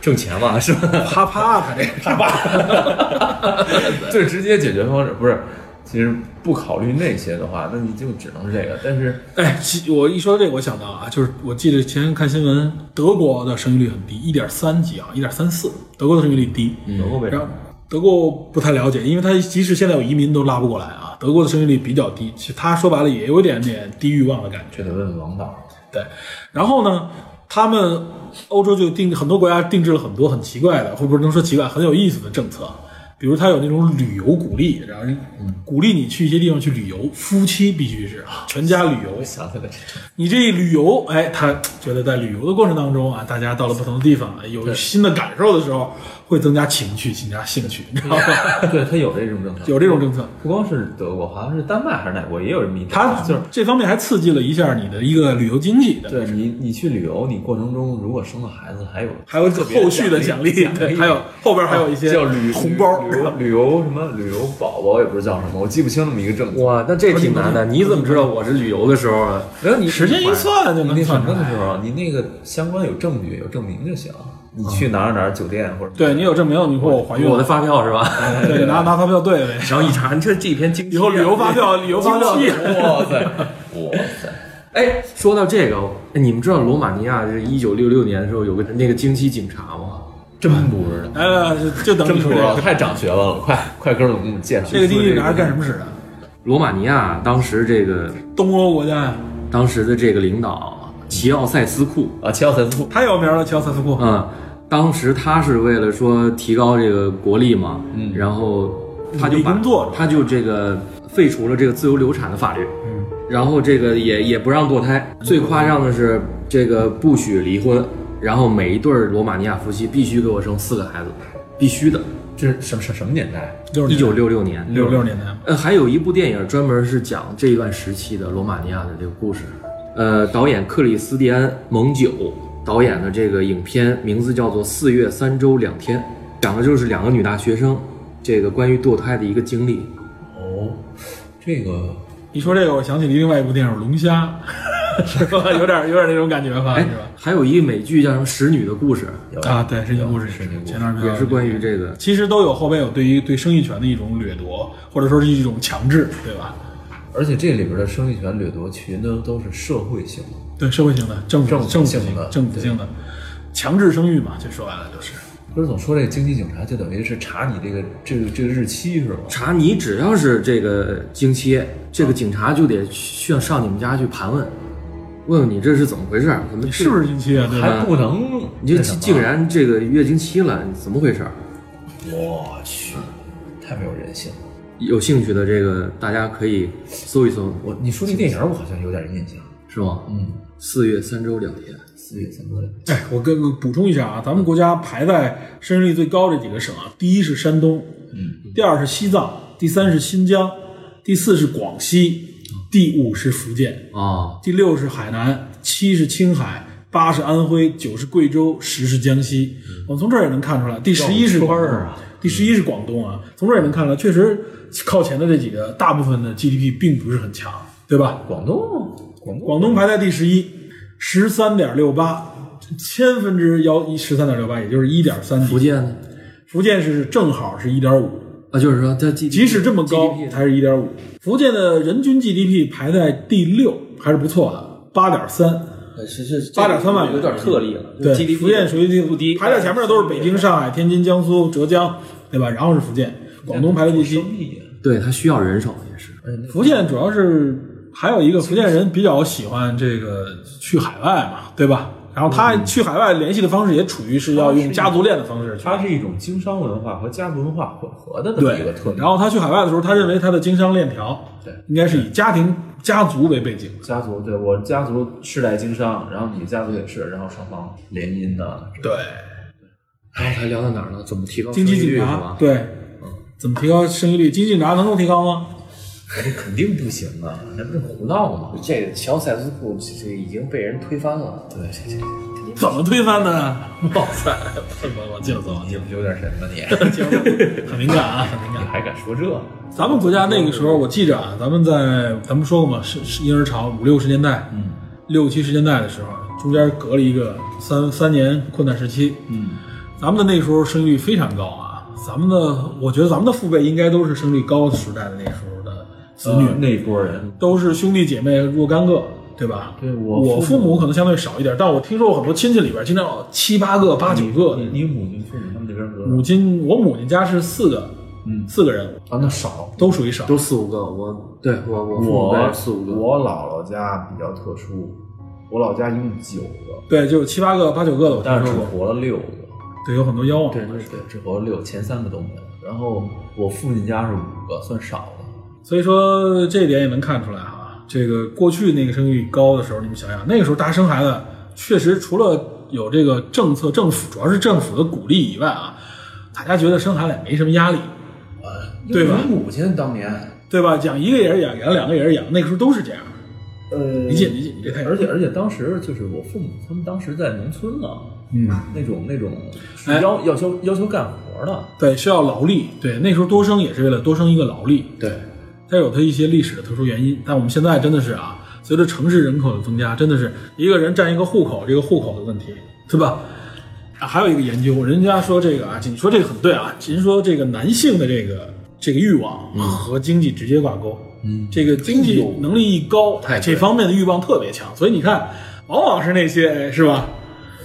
C: 挣钱嘛，是吧？
B: 啪啪，他这个啪啪，
C: 最直接解决方式不是，其实不考虑那些的话，那你就只能是这个。但是
B: 哎，其我一说到这个，我想到啊，就是我记得前天看新闻，德国的生育率很低，一点三几啊，一点三四，德国的生育率低。
C: 德国为什
B: 嗯然后
C: 么？
B: 德国不太了解，因为他即使现在有移民都拉不过来啊，德国的生育率比较低，其实他说白了也有点点低欲望的感觉。
C: 这得问问王导。
B: 对，然后呢，他们欧洲就定很多国家定制了很多很奇怪的，或者不能说奇怪，很有意思的政策，比如他有那种旅游鼓励，然后
C: 嗯
B: 鼓励你去一些地方去旅游，夫妻必须是全家旅游
C: 啊我。想起来，
B: 你这一旅游，哎，他觉得在旅游的过程当中啊，大家到了不同的地方，哎有新的感受的时候，会增加情趣，增加兴趣，你知道 吗？
C: 对他有这种政策，
B: 有这种政策。
C: 不光是德国，好像是丹麦还是哪国也有这么一条
B: 它
C: 就是
B: 这方面还刺激了一下你的一个旅游经济的，
C: 对你你去旅游，你过程中如果生了孩子，还有
B: 还有后续的奖励，对，还有后边还有一些
C: 叫旅
B: 红包
C: 旅，游旅游什么旅游宝宝也不知道叫什么，我记不清那么一个政策。
A: 哇，那这挺难的。
B: 嗯
A: 你怎么知道我是旅游的时候啊？
C: 没有你
B: 时间一算就
C: 你
B: 能
C: 那
B: 算
C: 什
B: 出
C: 么的
B: 来。
C: 时候，你那个相关有证据有证明就行。你去哪儿哪儿酒店或者
B: 嗯对你有证明，你说我怀孕
A: 我的
B: 了，
A: 发票是 吧？
B: 对，拿拿发票对呗。
A: 然后一查，你这这篇啊经济
B: 以 后旅游发票，旅游发票，
C: 哇塞，哇塞！
A: 哎，说到这个，哎你们知道罗马尼亚是一九六六年的时候有个那个经期警察吗？
C: 真不知道，
B: 哎，就等
C: 真
B: 你
C: 不
B: 说
C: 知
B: 这
C: 道，
B: 个。
C: 太长学问了！快快，哥们儿，给我们介绍
B: 这个经济拿是干什么使的？
A: 罗马尼亚当时这个
B: 东欧国家呀，么
A: 当时的这个领导齐奥塞斯库，
C: 啊？齐奥塞斯库
B: 太有名了，乔瑟夫库。
A: 嗯，当时他是为了说提高这个国力嘛，嗯，然后他就
B: 努力
A: 把
B: 工作
A: 他就这个废除了这个自由流产的法律，嗯，然后这个也也不让堕胎，最夸张的是这个不许离婚，然后每一对儿罗马尼亚夫妻必须给我生四个孩子，必须的，
C: 这是什么什么什么年代？
B: 六
A: 一九六六年，
B: 六六年代，
A: 呃，还有一部电影专门是讲这一段时期的罗马尼亚的这个故事，呃，导演克里斯蒂安·蒙久导演的这个影片名字叫做《四月三周两天》，讲的就是两个女大学生这个关于堕胎的一个经历。
C: 哦，这个
B: 一说这个，我想起了另外一部电影《龙 虾》，是吧？有点有点那种感觉吧，
A: 哎
B: 是吧？，
A: 还有一美剧叫什么《使女的故事
C: 有
B: 啊，对，是一个故事，
C: 是一个故事
B: 前段儿比》，较
A: 也是关于这个。
B: 其实都有后边有对于对生育权的一种掠夺，或者说是一种强制，对吧？
C: 而且这里边的生育权掠夺其实都都是社会性的。
B: 对社会性的、政府
C: 政府
B: 政
C: 性
B: 府
C: 的
B: 政府性的强制生育嘛，这说白了就是
C: 不是总说这个经济警察就等于是查你这个这个这个日期是吗？
A: 查你只要是这个经期，这个警察就得去上你们家去盘问，问问你这是怎么回事儿，怎么
B: 你是不是经期啊？对吧？
C: 还不能
A: 你就
C: 那什
B: 啊
C: 么
A: 竟然这个月经期了，你怎么回事儿？
B: 嗯
C: 我去，太没有人性了。
A: 有兴趣的这个大家可以搜一搜，
C: 我你说那电影我好像有点印象，
A: 是吗？
C: 嗯，
A: 四月三周两天，
C: 四月三日
B: 哎，我跟我补充一下啊，咱们国家排在生育率最高这几个省啊，第一是山东，嗯，第二是西藏，第三是新疆，第四是广西，第五是福建，
A: 啊，
B: 第六是海南，七是青海。八是安徽，九是贵州，十是江西。
A: 嗯
B: 我们从这儿也能看出来，第十一是
C: 绕圈儿啊，
B: 第十一是广东啊。从这儿也能看出来，确实靠前的这几个，大部分的 GDP 并不是很强，对吧？
C: 广东广东
B: 广东排在第十一，十三点六八，千分之幺一十三点六八，也就是一点三
A: 福
B: 几。
A: 建呢？
B: 福建是正好是一点五，
A: 啊，就是说它即
B: 即使这么高，
A: 嗯
B: 还是一点五。福建的人均 GDP 排在第六，还是不错的，八点三。
A: 是是
B: 8.3万元
A: 有点特例了。
B: 对，
A: GDP
B: 福建属于第
A: 不低，
B: 排在前面的都是北京、上海、天津、江苏、浙江，对吧？然后是福建，广东排在第七。
C: 生意啊，
A: 对它需要人手也是。
C: 而且那
B: 福建主要是还有一个福建人比较喜欢这个去海外嘛，对吧？然后他去海外联系的方式也处于是要用家族链的方式去。
C: 它是一种经商文化和家族文化混合的这么一
B: 对
C: 个特，点。
B: 然后他去海外的时候，他认为他的经商链条
C: 对
B: 应该是以家庭家族为背景的。
C: 家族对我家族世代经商，然后你家族也是，然后双方联姻呐、
B: 对，
A: 刚才聊到哪儿了？怎么提高
B: 经济啊
A: 生育率
B: 警
A: 是
B: 察
A: 吧？
B: 对，怎么提高生育率？经济警察能够提高吗？
C: 这肯定不行啊，那不是胡闹吗？
A: 这个乔塞斯库这这已经被人推翻了，对，这这肯定
B: 怎么推翻的？哇塞， 我我记了，我
C: 你
B: 记
C: 这
B: 了，
C: 不有点什么你？
B: 很敏感啊，很敏感
C: 你。还敢说这？
B: 咱们国家那个时候，我记着啊，咱们在咱们说过嘛，是是婴儿潮五六十年代，嗯，六七十年代的时候，中间隔了一个三三年困难时期，嗯，咱们的那时候生育率非常高啊，咱们的我觉得咱们的父辈应该都是生育高时代的那时候的子女，
C: 呃那波人，
B: 都是兄弟姐妹若干个，对吧？
C: 对
B: 我
C: 我
B: 父母可能相对少一点，但我听说过很多亲戚里边经常有七八个、八九个的。
C: 你母亲、父母他们那边多
B: 母亲，我母亲家是四个，嗯，四个人
A: 啊，那少
B: 都属于少，
A: 都四五个，我对我我父母
C: 我
A: 辈四五个，
C: 我姥姥家比较特殊，我老家一共九个，
B: 对，就是七八个、八九个的，我听
C: 但是
B: 说
C: 只
B: 过。
C: 活了六个，
B: 对，有很多妖王。
A: 对对对，
C: 只活了六，前三个都没了。然后我父亲家是五个，算少的。
B: 所以说这一点也能看出来哈。这个过去那个生育率高的时候，你们想想，那个时候大家生孩子，确实除了有这个政策，政府主要是政府的鼓励以外啊，大家觉得生孩子也没什么压力，对吧
C: 呃因为我母亲当年
B: 对吧？养一个也是养，养两个也是养，那个时候都是这样。
C: 呃，
B: 理解理解，这太
C: 而且而且当时就是我父母他们当时在农村嘛，
B: 嗯，
C: 那种那种
B: 哎
C: 要要求要求干活的，
B: 对，需要劳力。对，那时候多生也是为了多生一个劳力，
A: 对，
B: 它有它一些历史的特殊原因。但我们现在真的是啊，随着城市人口的增加，真的是一个人占一个户口，这个户口的问题，对吧？啊，还有一个研究，人家说这个啊，你说这个很对啊，人说这个男性的这个这个欲望和经济直接挂钩，嗯，这个经济能力一高，哎，这方面的欲望特别强，所以你看，往往是那些是吧，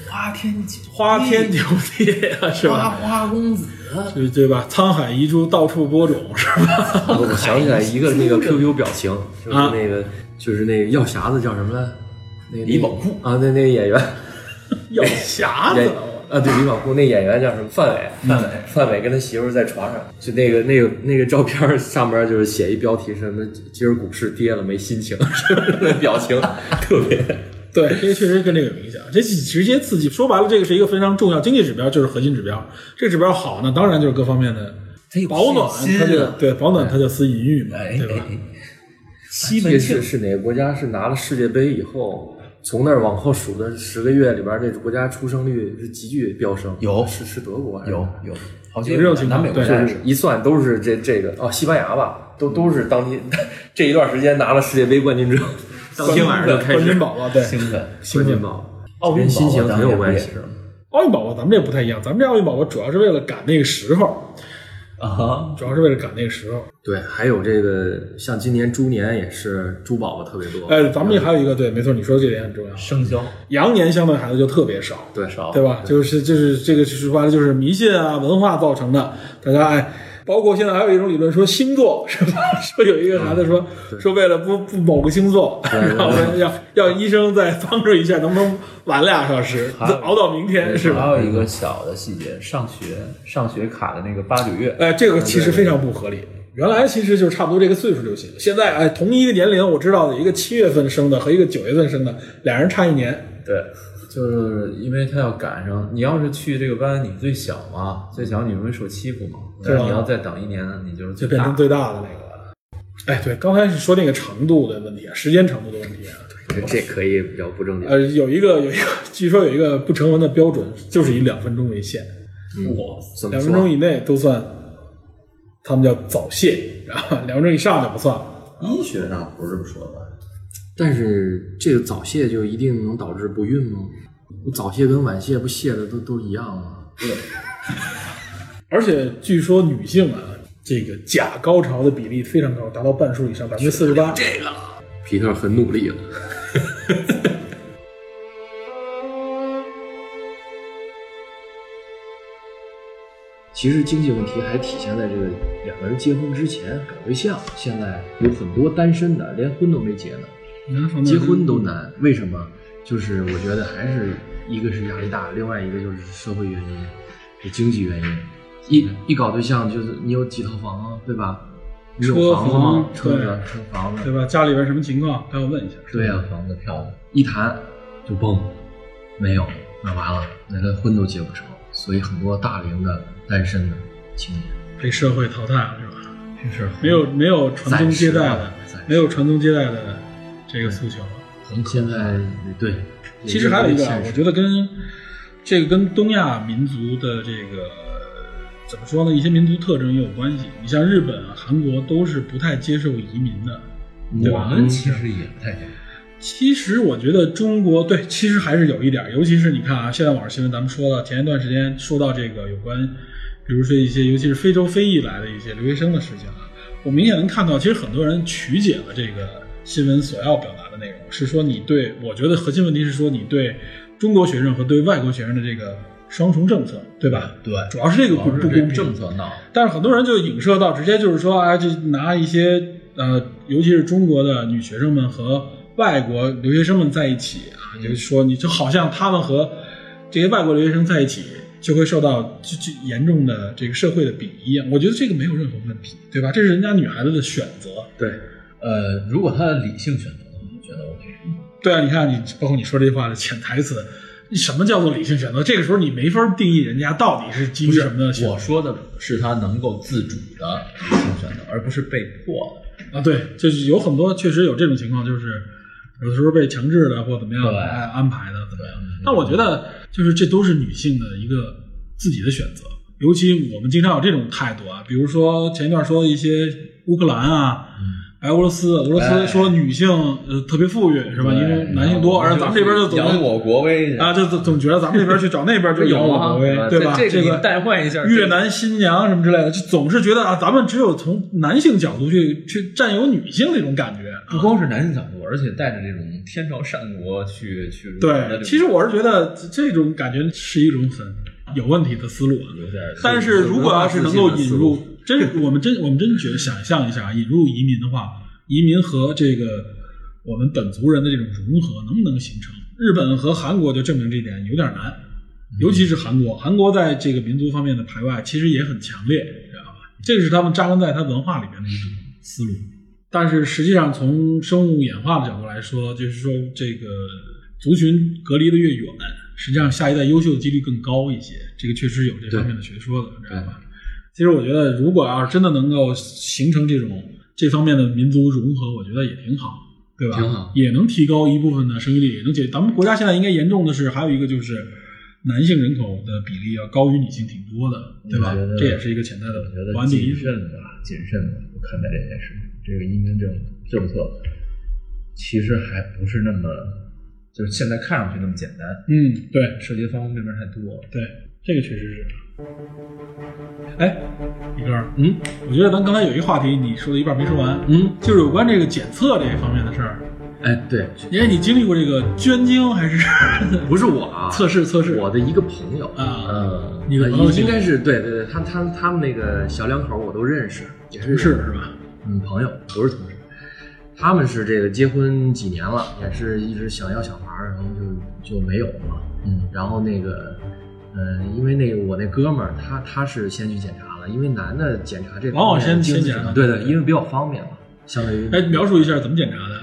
C: 花天酒
B: 花天酒地啊，是吧？
C: 花公子，
B: 对对吧？沧海一珠，到处播种，是吧？
A: 我我想起来一个那个 QQ 表情，就是
B: 啊
A: 那个就是那个药匣子叫什么来？那个
C: 李宝库
A: 啊，那那个演员。
B: 要匣
A: 演
B: 子，
A: 啊，对，李宝库那演员叫什么？范伟，范伟，
C: 嗯
A: 范伟跟他媳妇儿在床上，就那个那个那个照片儿上面就是写一标题什么，今儿股市跌了没心情， 那表情特 别。
B: 对，这个确实跟这个有影响。这是直接刺激，说白了，这个是一个非常重要经济指标，就是核心指标。这个指标好呢，当然就是各方面的保暖，
C: 信心
B: 它就
C: 啊
B: 对保暖，它就思淫欲嘛，
C: 哎
B: 对吧
C: 哎？哎，西
A: 这
C: 门
A: 是
C: 庆
A: 是哪个国家？是拿了世界杯以后，从那儿往后数的十个月里边儿，这国家出生率是急剧飙升。
C: 有
A: 是是德国还是
C: 哎有有，好像
B: 有这种情况
C: 南美国
B: 对
C: 家
A: 就
C: 也
A: 是
C: 是
A: 一算都是这这个哦，西班牙吧，都都是当今 这一段时间拿了世界杯冠军之后， 当天晚上就开
B: 冠
A: 始
B: 军宝宝，对，
C: 兴奋，
A: 兴奋宝，
C: 奥
A: 跟
C: 运宝
A: 心情
C: 咱
A: 很
C: 们
A: 有
C: 也
A: 关系
C: 也。是嘛
B: 奥运宝宝咱们这不太一样，咱们这奥运宝宝主要是为了赶那个时候，
C: 啊哈，
B: 主要是为了赶那个时候。
A: 对，还有这个像今年猪年也是猪宝宝特别多，
B: 哎，咱们这还有一个对，没错，你说这点很重要。
C: 生肖
B: 羊年相对孩子就特别少，
A: 哦对
C: 少
B: 对吧？就是就是这个说白了就是迷信啊文化造成的，大家哎。包括现在还有一种理论说星座是吧？ 说有一个孩子说、说为了不不某个星座， 然后要要医生再帮助一下，能不能晚俩小时，
C: 还有
B: 熬到明天是吧？
C: 还有一个小的细节，上学上学卡的那个八九月，
B: 哎，这个其实非常不合理。原来其实就是差不多这个岁数就行，现在哎同一个年龄，我知道有一个七月份生的和一个九月份生的，俩人差一年，
C: 对，就是因为他要赶上，你要是去这个班，你最小嘛，最小你容易受欺负嘛。
B: 对啊
C: 但是你要再等一年，你就是
B: 就
C: 最
B: 变成
C: 大。
B: 最大的那个了。哎，对，刚开始说那个长度的问题啊，时间长度的问题啊。
A: 这这可以比较不正经。
B: 呃，有一个有一个，据说有一个不成文的标准，就是以两分钟为限，
A: 我嗯怎么
B: 两分钟
A: 说？
B: 以内都算，他们叫早泄，然后两分钟以上就不算了。
C: 医学上不是这么说的吧？
A: 但是这个早泄就一定能导致不孕吗？早泄跟晚泄不泄的都都一样吗？
B: 而且据说女性啊，这个假高潮的比例非常高，达到半数以上，百分之四十八。
A: 皮特很努力了。 其实经济问题还体现在这个两个人结婚之前搞对象，现在有很多单身的连婚都没结呢。结婚都难，为什么？就是我觉得还是一个是压力大，另外一个就是社会原因，是经济原因。一
B: 嗯
A: 一搞对象就是你有几套房啊，对吧？你有
B: 车
A: 房子吗？
B: 房
A: 车
B: 对
A: 子、车房
B: 对
A: 子，
B: 吧？家里边什么情况都要问一下。
A: 对呀、
C: 房子漂亮，
A: 一谈就崩，没有，那完了，那连婚都结不成。所以很多大龄的单身的青年，
B: 被社会淘汰了，是吧？
C: 就是
B: 没有没有传宗接代的
C: 暂时啊暂时，
B: 没有传宗接代的这个诉求啊了。
A: 现在对，
B: 其实还有一个啊，我觉
A: 得
B: 得跟这个跟东亚民族的这个怎么说呢，一些民族特征也有关系。你像日本啊、韩国都是不太接受移民的。对
C: 我
B: 吧
C: 们其实也不太这样，
B: 其实我觉得中国对，其实还是有一点儿，尤其是你看啊，现在网上新闻咱们说到，前一段时间说到这个有关，比如说一些尤其是非洲非裔来的一些留学生的事情啊，我明显能看到，其实很多人曲解了这个新闻所要表达的内容，是说你对，我觉得核心问题是说你对中国学生和对外国学生的这个双重政策，对吧？
C: 对
B: 主要是这个不
C: 主要
B: 不
C: 是
B: 公
C: 这
B: 平，
C: 政策闹的，
B: 但是很多人就影射到，直接就是说，啊，就拿一些呃，尤其是中国的女学生们和外国留学生们在一起啊，就是说你就好像他们和这些外国留学生在一起，就会受到就就严重的这个社会的鄙夷一啊样。我觉得这个没有任何问题，对吧？这是人家女孩子的选择。
A: 对，
C: 呃，如果他的理性选择，我觉得 OK。
B: 对啊，你看你包括你说这句话的潜台词，什么叫做理性选择？这个时候你没法定义人家到底是基于
C: 不
B: 什么的选
C: 我说的是他能够自主的理性选择，而不是被迫的。
B: 啊，对，就是有很多确实有这种情况，就是有的时候被强制的或怎么样
C: 对
B: 来安排的怎么样。但我觉得就是这都是女性的一个自己的选择，尤其我们经常有这种态度啊，比如说前一段说一些乌克兰啊。白俄罗斯，啊俄罗斯
C: 哎
B: 说女性呃特别富裕是吧？因为男性多，而咱们这边就总
C: 扬我国威
B: 啊，就总总觉得咱们这边去找那 边就
C: 有
B: 扬我国威，对吧？
C: 这
B: 个
C: 你代换一下
B: 越南新娘什么之类的，就总是觉得啊，咱们只有从男性角度去去占有女性那种感觉。
C: 不
A: 啊
C: 光是男性角度，而且带着这种天朝上国去去如何的这
B: 对，
C: 种
B: 其实我是觉得这种感觉是一种很有问题的思路啊。
C: 有点儿，
B: 但是如果要是能够引入，真是我们真我们真觉得想象一下啊，引入移民的话，移民和这个我们本族人的这种融合能不能形成？日本和韩国就证明这一点有点难，尤其是韩国，韩国在这个民族方面的排外其实也很强烈，你知道吧？这是他们扎根在他文化里面的一种思路。但是实际上，从生物演化的角度来说，就是说这个族群隔离的越远，实际上下一代优秀的几率更高一些。这个确实有这方面的学说的，你知道吧？其实我觉得，如果要是真的能够形成这种这方面的民族融合，我觉得也挺好，对吧？
A: 挺好
B: 也能提高一部分的生育率，也能解。咱们国家现在应该严重的是，还有一个就是男性人口的比例要高于女性挺多的，对吧
C: 我觉得？
B: 这也是一个潜在的
C: 我觉得
B: 不安定因
C: 谨
B: 素。
C: 慎吧，谨慎吧，我看待这件事情，这个移民政政策其实还不是那么，就是现在看上去那么简单，
B: 嗯，对。
C: 涉及方方面面太多了。
B: 对，这个确实是。哎，李哥，
A: 嗯，
B: 我觉得咱刚才有一话题，你说的一半没说完，
A: 嗯，
B: 就是有关这个检测这一方面的事儿。
A: 哎，对，
B: 因为你经历过这个捐精还是
A: 不是我啊，
B: 测试测试
A: 我的一个朋友，
B: 啊？
A: 呃，
B: 你的朋友
A: 应该是对对对，他他他们那个小两口我都认识，也是
B: 不是是吧？
A: 嗯朋友，不是同事。他们是这个结婚几年了，也是一直想要小孩儿，然后就就没有嘛。
C: 嗯，
A: 然后那个，呃，因为那个我那哥们儿他他是先去检查了，因为男的检查这
B: 往往
A: 方面
B: 先
A: 精
B: 先
A: 子
B: 检查
A: 对对，因为比较方便嘛，相对于
B: 哎，描述一下怎么检查的？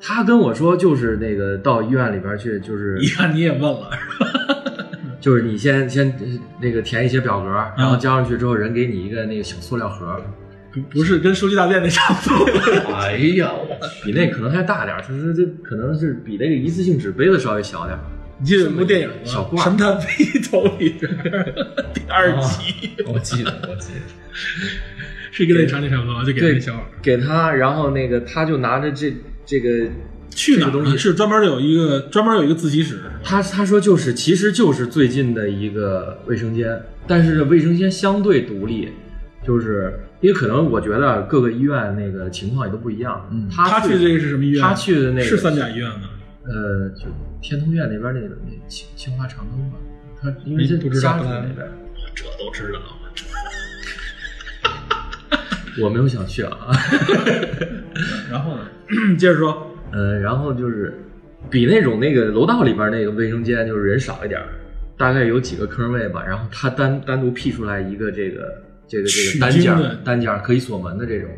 A: 他跟我说就是那个到医院里边去 就是
B: 你看你也问了，
A: 就是你先先呃那个填一些表格，然后交上去之后，人给你一个那个小塑料盒，
B: 不不是跟收集大便那差不多。
C: 哎呀，我
A: 比那可能还大点儿，它它这可能是比那个一次性纸杯子稍微小点儿。
B: 你记得有部电影吗？
A: 小罐儿
B: 神探飞头里边儿第二
A: 哦
B: 集、
C: 我记得，我记得，
B: 是跟那场景差不多，就给那
A: 对
B: 小碗儿。
A: 给他，然后那个他就拿着这这个
B: 去哪
A: 这个
B: 儿
A: 东
B: 呢？
A: 西
B: 是专门有一个专门有一个自习室，
A: 他他说就是，其实就是最近的一个卫生间，但是卫生间相对独立，就是因为可能我觉得各个医院那个情况也都不一样。
C: 嗯
A: 他
B: 去这个是什么医院？啊
A: 他去的那个
B: 是三甲医院吗？
A: 呃，就天通苑那边那个那清清华长庚吧，他因为这
B: 嗯不知道
A: 家住
B: 不太
A: 那边，
B: 这都知道。
A: 我没有想去啊。
B: 然后呢？嗯接着说，
A: 呃，然后就是比那种那个楼道里边那个卫生间就是人少一点儿，大概有几个坑位吧。然后他单单独辟出来一个这个这个这
B: 取
A: 个单间
B: 经
A: 儿
B: 的
A: 单间儿可以锁门的这种。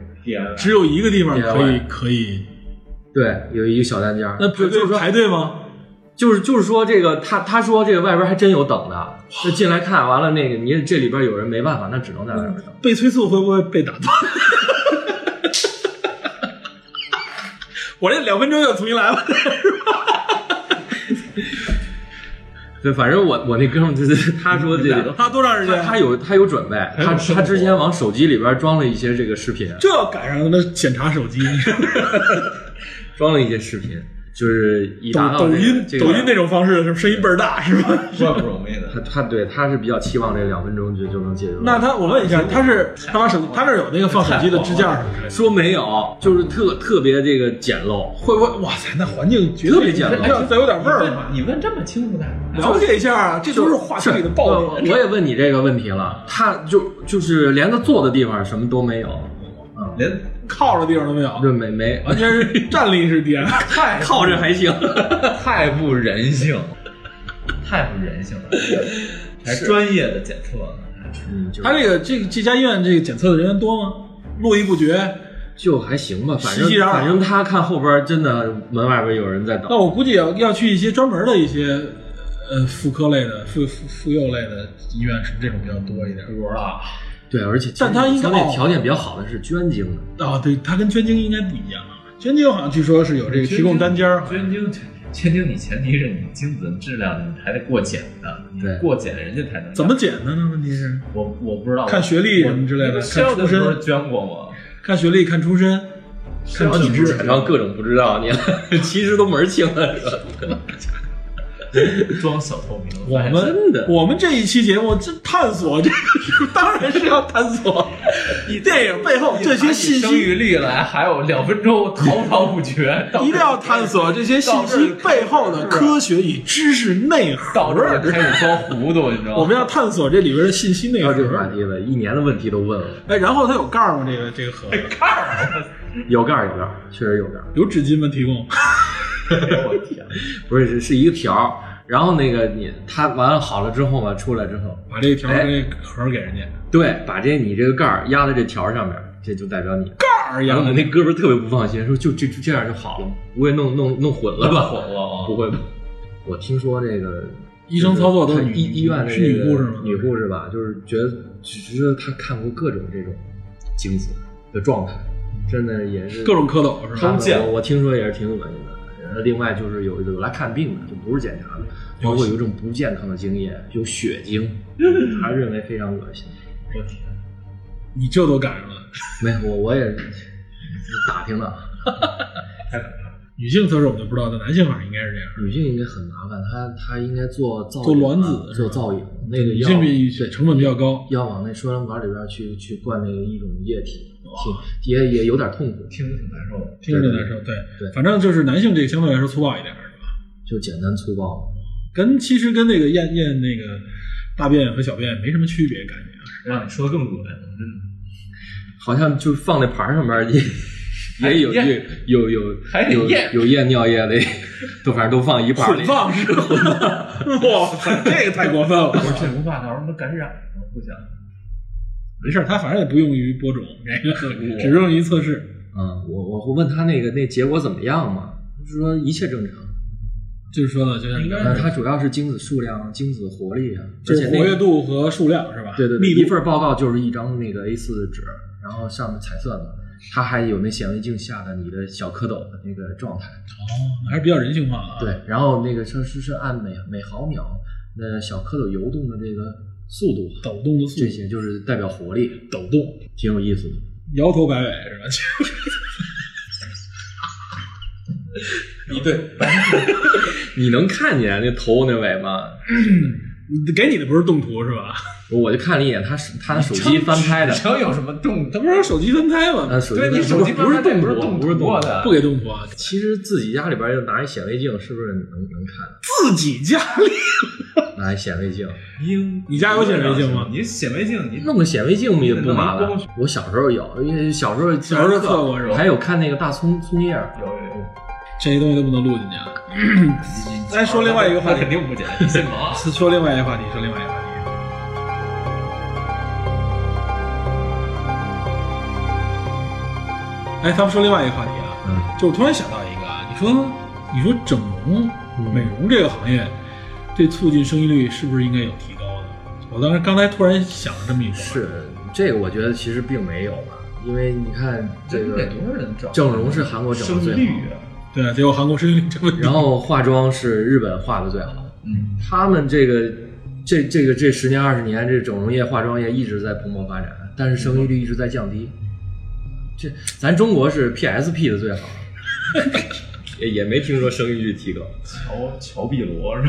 B: 只有一个地方可以
A: DIY
B: 可以，
A: 对，有一个小单间儿。
B: 那排
A: 就就是
B: 队
A: 说
B: 排队吗？
A: 就是就是说这个他他说这个外边还真有等的，就进来看完了那个你这里边有人没办法，那只能在外边等。
B: 被催促会不会被打断？ 我这两分钟又重新来 了，
A: 对，反正我我那哥们儿就是他说这个，
B: 他多长时
A: 他
B: 间？
A: 他有他有准备，他
C: 生活
A: 他之前往手机里边装了一些这个视频，
B: 这要赶上那检查手 机，
A: 装了一些视频，就是以达
B: 抖
A: 到
B: 抖
A: 这个
B: 音
A: 这个
B: 抖音那种方式，是不是声音倍儿大，是 吧？
C: 怪不容易
A: 他
C: 的。
A: 他对他是比较期望这两分钟就就能解决了。
B: 那他我问一下，他是他把手他那儿有那个放手机的支架什么之类的？
A: 说没有，就是特特别这个简陋，
B: 会不会？哇塞，那环境绝
A: 特别简陋
B: 要再有点味儿嘛。
C: 你问这么清楚干什么呀？
B: 了解一下啊，这都是话题里的爆
A: 我
B: 点。
A: 我也问你这个问题了，他就就是连个坐的地方什么都没有，嗯，
C: 连
B: 靠着地方都没有，
A: 就没没
B: 完全是站立式颠。
C: 太
A: 靠着还行。
C: 太不人性，太不人性了，还专业的检测呢。
A: 嗯，就
B: 他这个这个这家医院这个检测的人员多吗？络绎不绝。
A: 就还行吧，反正
B: 熙熙攘攘
A: 反正他看后边真的门外边有人在等
B: 那，我估计要要去一些专门的一些呃妇科类的、妇妇妇幼类的医院，是这种比较多一点。
C: 不知道，
A: 对，而且
B: 但他应该
A: 相对
B: 哦
A: 条件比较好的是捐精的，
B: 啊，对，它跟捐精应该不一样啊。捐精好像据说是有这个提供单间儿，啊
C: 捐精前捐精，你前提是你精子质量你还得过检呢，你
A: 对
C: 过检人家才能要
B: 怎么检呢？那问题是
C: 我我不知道
B: 看学历什么之类的
C: 我我
B: 看出身
C: 不是捐过吗？
B: 看学历、看出身、看体质。
A: 然后各种不知道，你 其实都门儿清了是吧？
C: 装小透明，
B: 我
C: 反正
B: 们
A: 真的
B: 我们这一期节目，这探索这个是当然是要探索电影背后这些信
C: 生育
B: 息，
C: 率来还有两分钟滔滔 不绝，到
B: 一定要探索这些信息背后的科学与知识内核。
C: 到这儿开始装糊涂，你知道吗？
B: 我们要探索这里边的信息内
A: 到这个
B: 核
A: 话。题了，一年的问题都问了，
B: 哎，然后它有盖儿吗？这个这个盒子
C: 看儿啊，
A: 有盖儿有盖儿，确实有盖儿，
B: 有纸巾吗？提供？
C: 哎呦我天！
A: 不是是是一个条儿，然后那个你他完了好了之后嘛，出来之后，
B: 把这条儿这盒儿给人家。
A: 对，把这你这个盖儿压在这条儿上面，这就代表你。
B: 盖儿一
A: 然后
B: 样
A: 我
B: 的
A: 那哥们儿特别不放心，说就这就这样就好了吗？不会弄弄弄混了吧？
C: 火了啊
A: 不会吧？我听说这个
B: 医生操作都是女
A: 医医院的
B: 是
A: 这个
B: 女护士吗？
A: 女护士吧，就是觉得只觉得她看过各种这种精子的状态，真的也是
B: 各种蝌蚪
A: 看
B: 是吧？
A: 的
C: 常见
A: 我我听说也是挺恶心的。然后另外就是有有来看病的，就不是检查的，包括有一种不健康的精液，有血 精，他认为非常恶心。
C: 我天！
B: 你这都赶上了。
A: 没有，我我也是打听的，
B: 女性测试我们就不知道，但男性好像应该是这样。
A: 女性应该很麻烦，她她应该做造
B: 做
A: 影
B: 卵
A: 啊
B: 子是
A: 做
B: 吧
A: 造影，那个
B: 女
A: 要
B: 性比成本比较高。
A: 要往那输卵管里边去去灌那个一种液体，挺也也有点痛苦，
C: 听着挺难受的。
B: 听着就难受，对
A: 对
B: 反正就是男性这个相对来说粗暴一点，是吧？
A: 就简单粗暴。
B: 跟其实跟那个验验那个大便和小便没什么区别，感觉。
C: 让你说的更恶心，
A: 好像就放那盘上面也也有
C: 还得
A: 这有有
C: 还得
A: 有
C: 验
A: 有验尿液的， 都反正都放一块儿里
B: 混。放是吧？ 哇塞，这个太过分了！
C: 真是这不怕到时候能感染吗？不想。
B: 没事儿，它反正也不用于播种，这 个只用于测试，
A: 嗯，我我会问他那个那结果怎么样嘛？就是说一切正常。
B: 就是说呢，就像你刚才
A: 但是
B: 说
A: 它主要是精子数量、精子活力啊，
B: 就
A: 而
B: 是
A: 且那
B: 嗯活跃
A: 个
B: 度和数量是吧？
A: 对对对，
B: 密
A: 一
B: 度
A: 份报告就是一张那个 A 4纸，然后上面彩色的，它还有那显微镜下的你的小蝌蚪的那个状态。
B: 还是比较人性化的啊。
A: 对，然后那个是是是按每每毫秒那小蝌蚪游动的这个速度，
B: 抖动的速
A: 这
B: 度，
A: 些就是代表活力，
B: 抖动，
A: 挺有意思的。
B: 摇头摆尾是吧？
A: 你对，你能看见那头那尾吗？
B: 你给你的不是动图是吧？
A: 我就看了一眼，他是他的手机翻拍的，
C: 能有什么动
B: 他不是说手机分开吗？
A: 啊他手机
C: 对你
A: 翻
C: 手机
A: 不是
C: 翻拍
A: 动
C: 不
A: 图
C: 是
A: 啊，
C: 动
A: 不是
C: 图
A: 动
C: 啊
A: 图。
C: 的
B: 不给动图啊，
A: 其实自己家里边就拿一显微镜，是不是能能看？
B: 自己家里
A: 拿一显微镜，
C: 应？
B: 你家有显微镜吗
C: 你显微镜，你
A: 弄个显微镜也不麻
C: 弄一
A: 烦。我小时候有，因为小时候
B: 小时候测过是吧
A: 还有看那个大葱葱叶儿，
C: 有有有。
B: 这些东西都不能录进去啊。再说另外一个话
C: 他
B: 题
C: 肯，定不剪，你 信吗？
B: 说另外一个话题，说另外一个话题。哎，咱们说另外一个话题啊，
A: 嗯，
B: 哎嗯就我突然想到一个啊，你说你说整容美容这个行业对促进生育率是不是应该有提高呢？我当时刚才突然想了这么一个，
A: 是这个，我觉得其实并没有吧，因为你看这
C: 这得
A: 个
C: 多少人整？
A: 整容是韩国整的
C: 生育
A: 最好
C: 率，啊，
B: 对，结果韩国生育率这么低，
A: 然后化妆是日本化的最好，
C: 嗯，
A: 他们这个这这个这十年二十年，这整容业、化妆业一直在蓬勃发展，但是生育率一直在降低。这咱中国是 PSP 的最好， 也也没听说生育率提高。
C: 乔乔碧罗是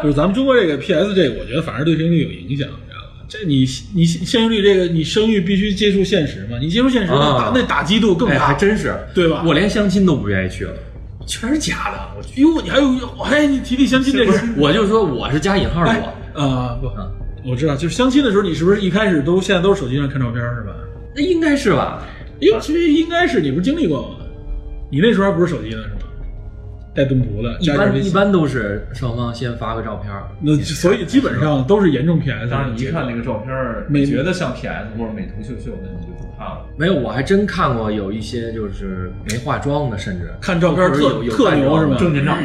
B: 就是咱们中国这个 PS 这个，我觉得反而对生育率有影响，你知道吧？这你你生育率这个，你生育必须接触现实嘛，你接触现实，那打
A: 啊
B: 那打击度更
A: 哎，
B: 大，
A: 还真是，
B: 对吧
A: 我连相亲都不愿意去了。
B: 全是假的。我去，哟，你还有我还你提起相亲这事儿，
A: 我就说我是加引号的
B: 哎
A: 我，
B: 啊不
A: 啊，
B: 我知道，就是相亲的时候，你是不是一开始都现在都是手机上看照片是吧？
A: 那应该是吧？
B: 因为其实应该是你不是经历过吗？你那时候还不是手机呢是吧？带动图的，
A: 一
B: 加点微
A: 般一
B: 信
A: 般都是双方先发个照片儿，
B: 那所以基本上都是严重 PS 的。
C: 当你一看那个照片儿，
B: 美
C: 你觉得像 PS 或者美图秀秀，那你就不看了。
A: 没有，我还真看过有一些就是没化妆的，甚至
B: 看照片
A: 或者
B: 特
A: 有有
B: 特
A: 带
B: 牛
A: 妆
B: 是吧
A: 的
C: 证件照，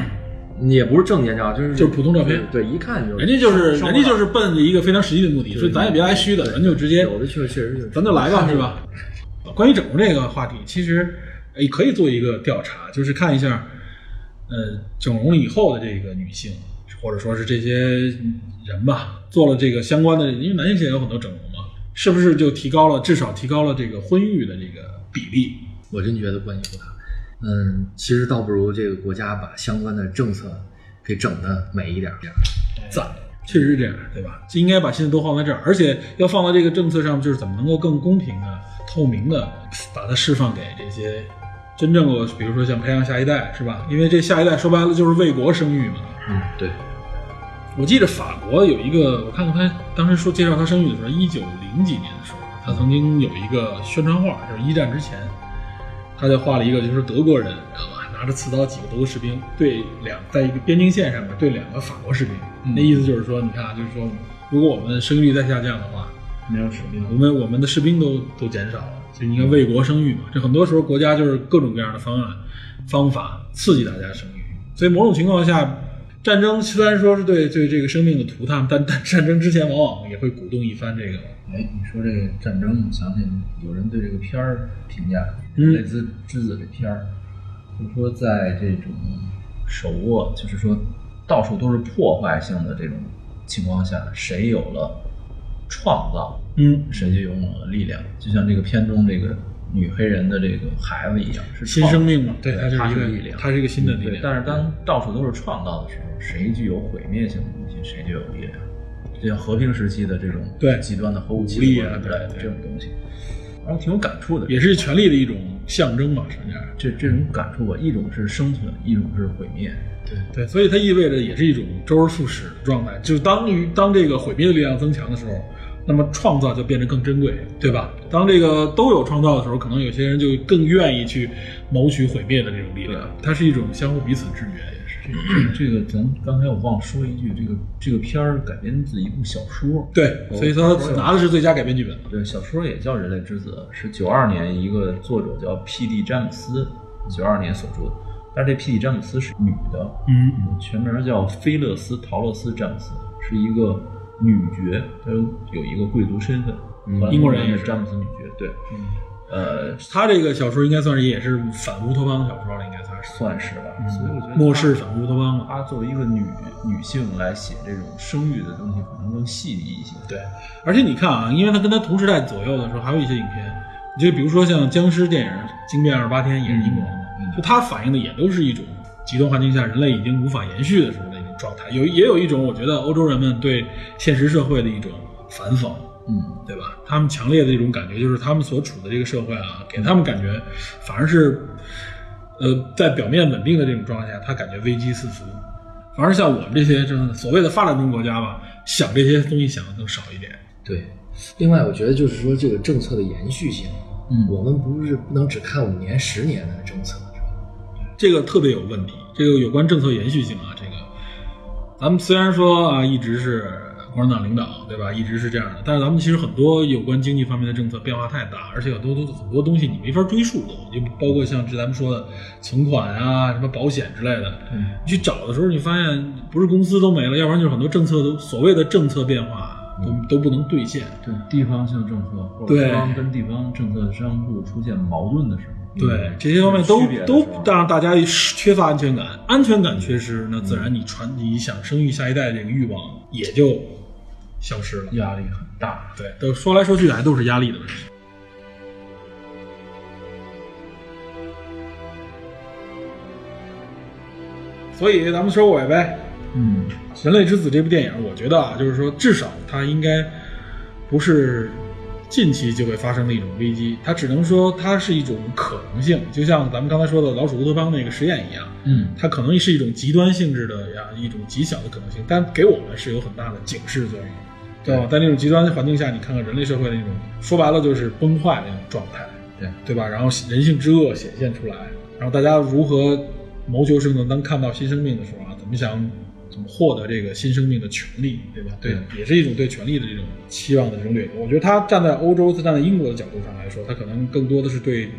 A: 也不是证件照，就是
B: 就是普通照片
A: 对，对一看就是
B: 人家就是
C: 上
B: 人家就是奔着一个非常实际的目的，说咱也别来虚的，咱就直接
A: 有的确实确实就是，
B: 咱就来吧，是吧？关于整容这个话题，其实也可以做一个调查，就是看一下，呃，整容了以后的这个女性，或者说是这些人吧，做了这个相关的，因为男性现在有很多整容嘛，是不是就提高了，至少提高了这个婚育的这个比例？
A: 我真觉得关系不大。嗯，其实倒不如这个国家把相关的政策给整的美一点儿。
B: 赞，确实是这样，对吧？就应该把心思都放在这儿，而且要放到这个政策上，就是怎么能够更公平的、透明的把它释放给这些真正的，比如说像培养下一代，是吧？因为这下一代说白了就是为国生育嘛。
A: 嗯，对，
B: 我记得法国有一个，我看过他当时说介绍他生育的时候，一九零几年的时候，他曾经有一个宣传画，就是一战之前，他就画了一个就是德国人，知道吧，拿着刺刀几个德国士兵对两在一个边境线上面对两个法国士兵，
C: 嗯
B: 那意思就是说，你看啊，就是说如果我们生育率再下降的话，
C: 没有指
B: 我们我们的士兵都都减少了，就应该为国生育嘛。这很多时候国家就是各种各样的方案、方法刺激大家生育，所以某种情况下，战争虽然说是对对这个生命的涂炭，但 但战争之前往往也会鼓动一番这个。
C: 哎，你说这个战争，我想起有人对这个片儿评价，
B: 嗯
C: 类似《质子》这片儿，就说在这种手握，就是说到处都是破坏性的这种情况下，谁有了创造，
B: 嗯，
C: 谁就拥有了力量。就像这个片中这个女黑人的这个孩子一样，是
B: 新
C: 创
B: 生命嘛，对，
C: 对
B: 它是
C: 它
B: 一
C: 是
B: 个
C: 力量
B: 它是一个新的力
C: 对
B: 量。，
C: 但是当到处都是创造的时候，谁具有毁灭性的东西，谁就有力量。就像和平时期的这种
B: 对
C: 极端的核武器
B: 武力啊
C: 之
B: 对
C: 类的
B: 对
C: 这种东西，然后挺有感触的。
B: 也是权力的一种象征嘛，实际上。
C: 这这种感触吧，一种是生存，一种是毁灭。
A: 对
B: 对，所以它意味着也是一种周而复始的状态。就是当于当这个毁灭的力量增强的时候，那么创造就变得更珍贵，对吧？当这个都有创造的时候，可能有些人就更愿意去谋取毁灭的这种力量。它是一种相互彼此制约，也是。
C: 这个咱刚才我忘说一句，这个这个片儿改编自一部小说，
B: 对，所以他拿的是最佳改编剧本。
C: 对，小说也叫《人类之子》，是九二年一个作者叫 P.D. 詹姆斯，九二年所著的。但是这 P.D. 詹姆斯是女的，
B: 嗯，
C: 全名叫菲勒斯·陶勒斯·詹姆斯，是一个女爵，她有一个贵族身份，荷兰
B: 嗯英国人也
C: 的
B: 是
C: 詹姆斯女爵，对，呃，
B: 他这个小说应该算是也是反乌托邦小说了，应该算是。
C: 算是吧，所以我觉得
B: 嗯末世反乌托邦嘛。
C: 她作为一个女女性来写这种生育的东西，可能更细腻一些。
B: 对，而且你看啊，因为他跟他同时代左右的时候，还有一些影片，你就比如说像僵尸电影《惊变二十八天》，也是英国的嘛，
C: 嗯
B: 就它反映的也都是一种极端环境下人类已经无法延续的时候的一种状态，有也有一种我觉得欧洲人们对现实社会的一种反讽。
C: 嗯，
B: 对吧？他们强烈的一种感觉就是他们所处的这个社会啊，给他们感觉反而是，呃，在表面稳定的这种状态下，他感觉危机四伏。反而像我们这些就是所谓的发展中国家吧，想这些东西想的更少一点。
A: 对。另外，我觉得就是说这个政策的延续性，
C: 嗯
A: 我们不是不能只看五年、十年的政策，是吧？
B: 这个特别有问题。这个有关政策延续性啊，这个咱们虽然说啊一直是共产党领导，对吧？一直是这样的。但是咱们其实很多有关经济方面的政策变化太大，而且有多多很多东西你没法追溯的，就包括像咱们说的存款啊、什么保险之类的。
C: 嗯
B: 你去找的时候，你发现不是公司都没了，要不然就是很多政策都所谓的政策变化都、都不能兑现。
D: 对地方性政策或者
B: 对
D: 中央跟地方政策相互出现矛盾的时候，
B: 对这些方面
D: 嗯有
B: 都
D: 区别的
B: 都
D: 时候
B: 让大家缺乏安全感，安全感缺失，那自然
D: 嗯
B: 你传你想生育下一代这个欲望也就消失了。
D: 压力很大。
B: 对，都说来说去还都是压力的问题。所以咱们收尾呗，
D: 嗯，
B: 《人类之子》这部电影，我觉得啊，就是说，至少它应该不是近期就会发生的一种危机，它只能说它是一种可能性，就像咱们刚才说的老鼠乌托邦那个实验一样，
D: 嗯，
B: 它可能是一种极端性质的呀，一种极小的可能性，但给我们是有很大的警示作用，对吧？在那种极端环境下，你看看人类社会的那种，说白了就是崩坏那种状态，
D: 对
B: 对吧？然后人性之恶显现出来，然后大家如何谋求生存？当看到新生命的时候啊，怎么想怎么获得这个新生命的权利，对吧？对，
D: 嗯
B: 也是一种对权利的这种期望的这种掠夺。我觉得他站在欧洲，站在英国的角度上来说，他可能更多的是对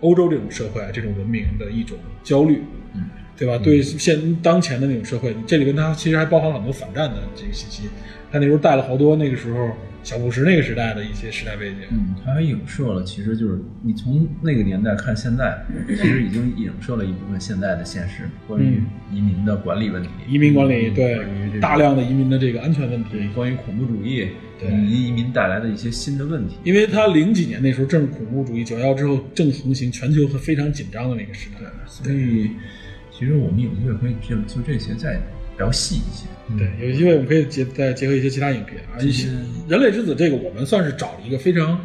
B: 欧洲这种社会啊、这种文明的一种焦虑，
D: 嗯，
B: 对吧？对现当前的那种社会，这里边它其实还包含很多反战的这个信息。他那时候带了好多那个时候小布什那个时代的一些时代背景，
D: 嗯，它影射了，其实就是你从那个年代看现 在，其实已经影射了一部分现在的现实，关于移民的管理问题、
B: 嗯移民管理
D: 嗯
B: 对
D: 关于这个
B: 大量的移民的这个安全问题，
D: 关于恐怖主义
B: 对
D: 以及移民带来的一些新的问题。
B: 因为他零几年那时候正是恐怖主义九幺之后正横行全球和非常紧张的那个时代，
D: 所以，其实我们有机会可以就就这些再聊细一些。
B: 对，有机会我们可以结再结合一些其他影片啊，一些《人类之子》这个我们算是找了一个非常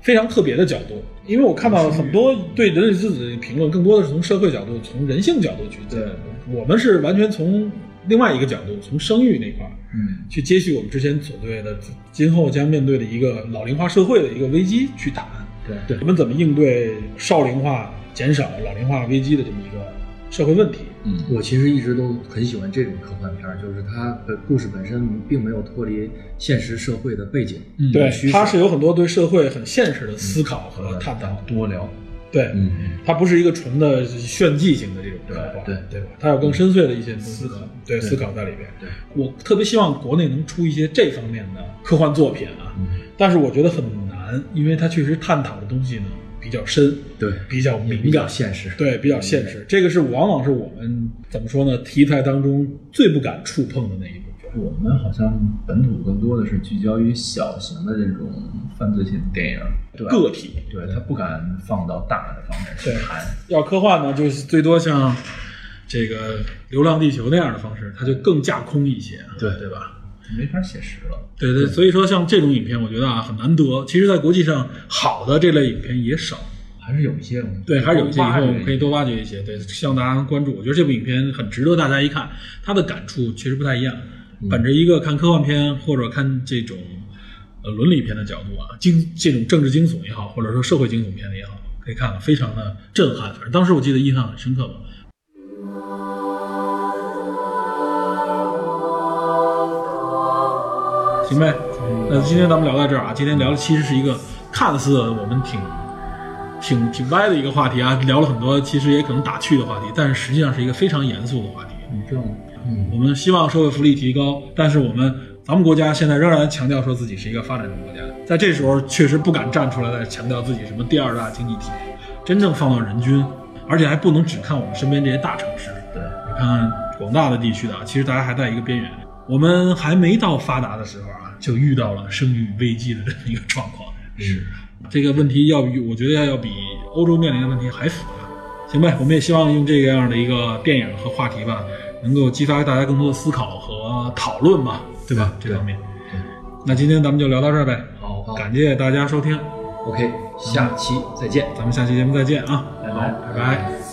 B: 非常特别的角度，因为我看到很多对《人类之子》的评论，更多的是从社会角度、从人性角度去讲。我们是完全从另外一个角度，从生育那块儿
D: 嗯，
B: 去接续我们之前所对的今后将面对的一个老龄化社会的一个危机去谈。
D: 对
B: 我们怎么应对少龄化、减少老龄化危机的这么一个社会问题？
D: 嗯，
A: 我其实一直都很喜欢这种科幻片儿，就是它的故事本身并没有脱离现实社会的背景。
D: 嗯
B: 对
A: 趋，势
B: 它是有很多对社会很现实的思考和探讨。
D: 多聊。
B: 对，
D: 嗯，
B: 它不是一个纯的炫技型的这种刻画，
D: 对嗯
B: 对吧？它有更深邃的一些思考，对
D: 对
B: 思考在里边。
D: 对，
B: 我特别希望国内能出一些这方面的科幻作品啊，
D: 嗯
B: 但是我觉得很难，因为它确实探讨的东西呢比较深，
A: 对
B: 嗯比较
A: 比
B: 敏
A: 较
B: 感，
A: 现实。嗯
B: 对，比较现实。这个是往往是我们怎么说呢？题材当中最不敢触碰的那一部分。
D: 我们好像本土更多的是聚焦于小型的这种犯罪性电影，对吧
B: 个体
D: 对他不敢放到大的方面去
B: 对
D: 谈。
B: 要科幻呢，就是最多像这个《流浪地球》那样的方式，它就更架空一些，对对吧？
D: 没法写实了。
B: 对对，所以说像这种影片，我觉得啊很难得。其实，在国际上，好的这类影片也少。
D: 还是有一些我
C: 嗯
D: 们
B: 对，还是有一些以后我们
D: 挖掘
B: 可以多挖掘一些，对，希望大家关注。我觉得这部影片很值得大家一看，它的感触确实不太一样。本着一个看科幻片或者看这种呃伦理片的角度啊，惊这种政治惊悚也好，或者说社会惊悚片也好，可以看看，非常的震撼。反正当时我记得印象很深刻嘛。行呗，那今天咱们聊到这儿啊。今天聊的其实是一个看似我们挺挺挺歪的一个话题啊，聊了很多其实也可能打趣的话题，但是实际上是一个非常严肃的话题。
D: 你这种
B: 我们希望社会福利提高，但是我们咱们国家现在仍然强调说自己是一个发展中国家，在这时候确实不敢站出来再强调自己什么第二大经济体，真正放到人均，而且还不能只看我们身边这些大城市，
D: 对
B: 你看广大的地区的啊，其实大家还在一个边缘，我们还没到发达的时候啊，就遇到了生育危机的这么一个状况，是这个问题要比我觉得要比欧洲面临的问题还复杂。行呗，我们也希望用这个样的一个电影和话题吧，能够激发大家更多的思考和讨论吧，对吧？这方面。那今天咱们就聊到这儿呗，
A: 好，好
B: 感谢大家收听，
A: ，OK，下期再见。
B: 咱们下期节目再见啊，
D: 拜拜。
B: 拜拜。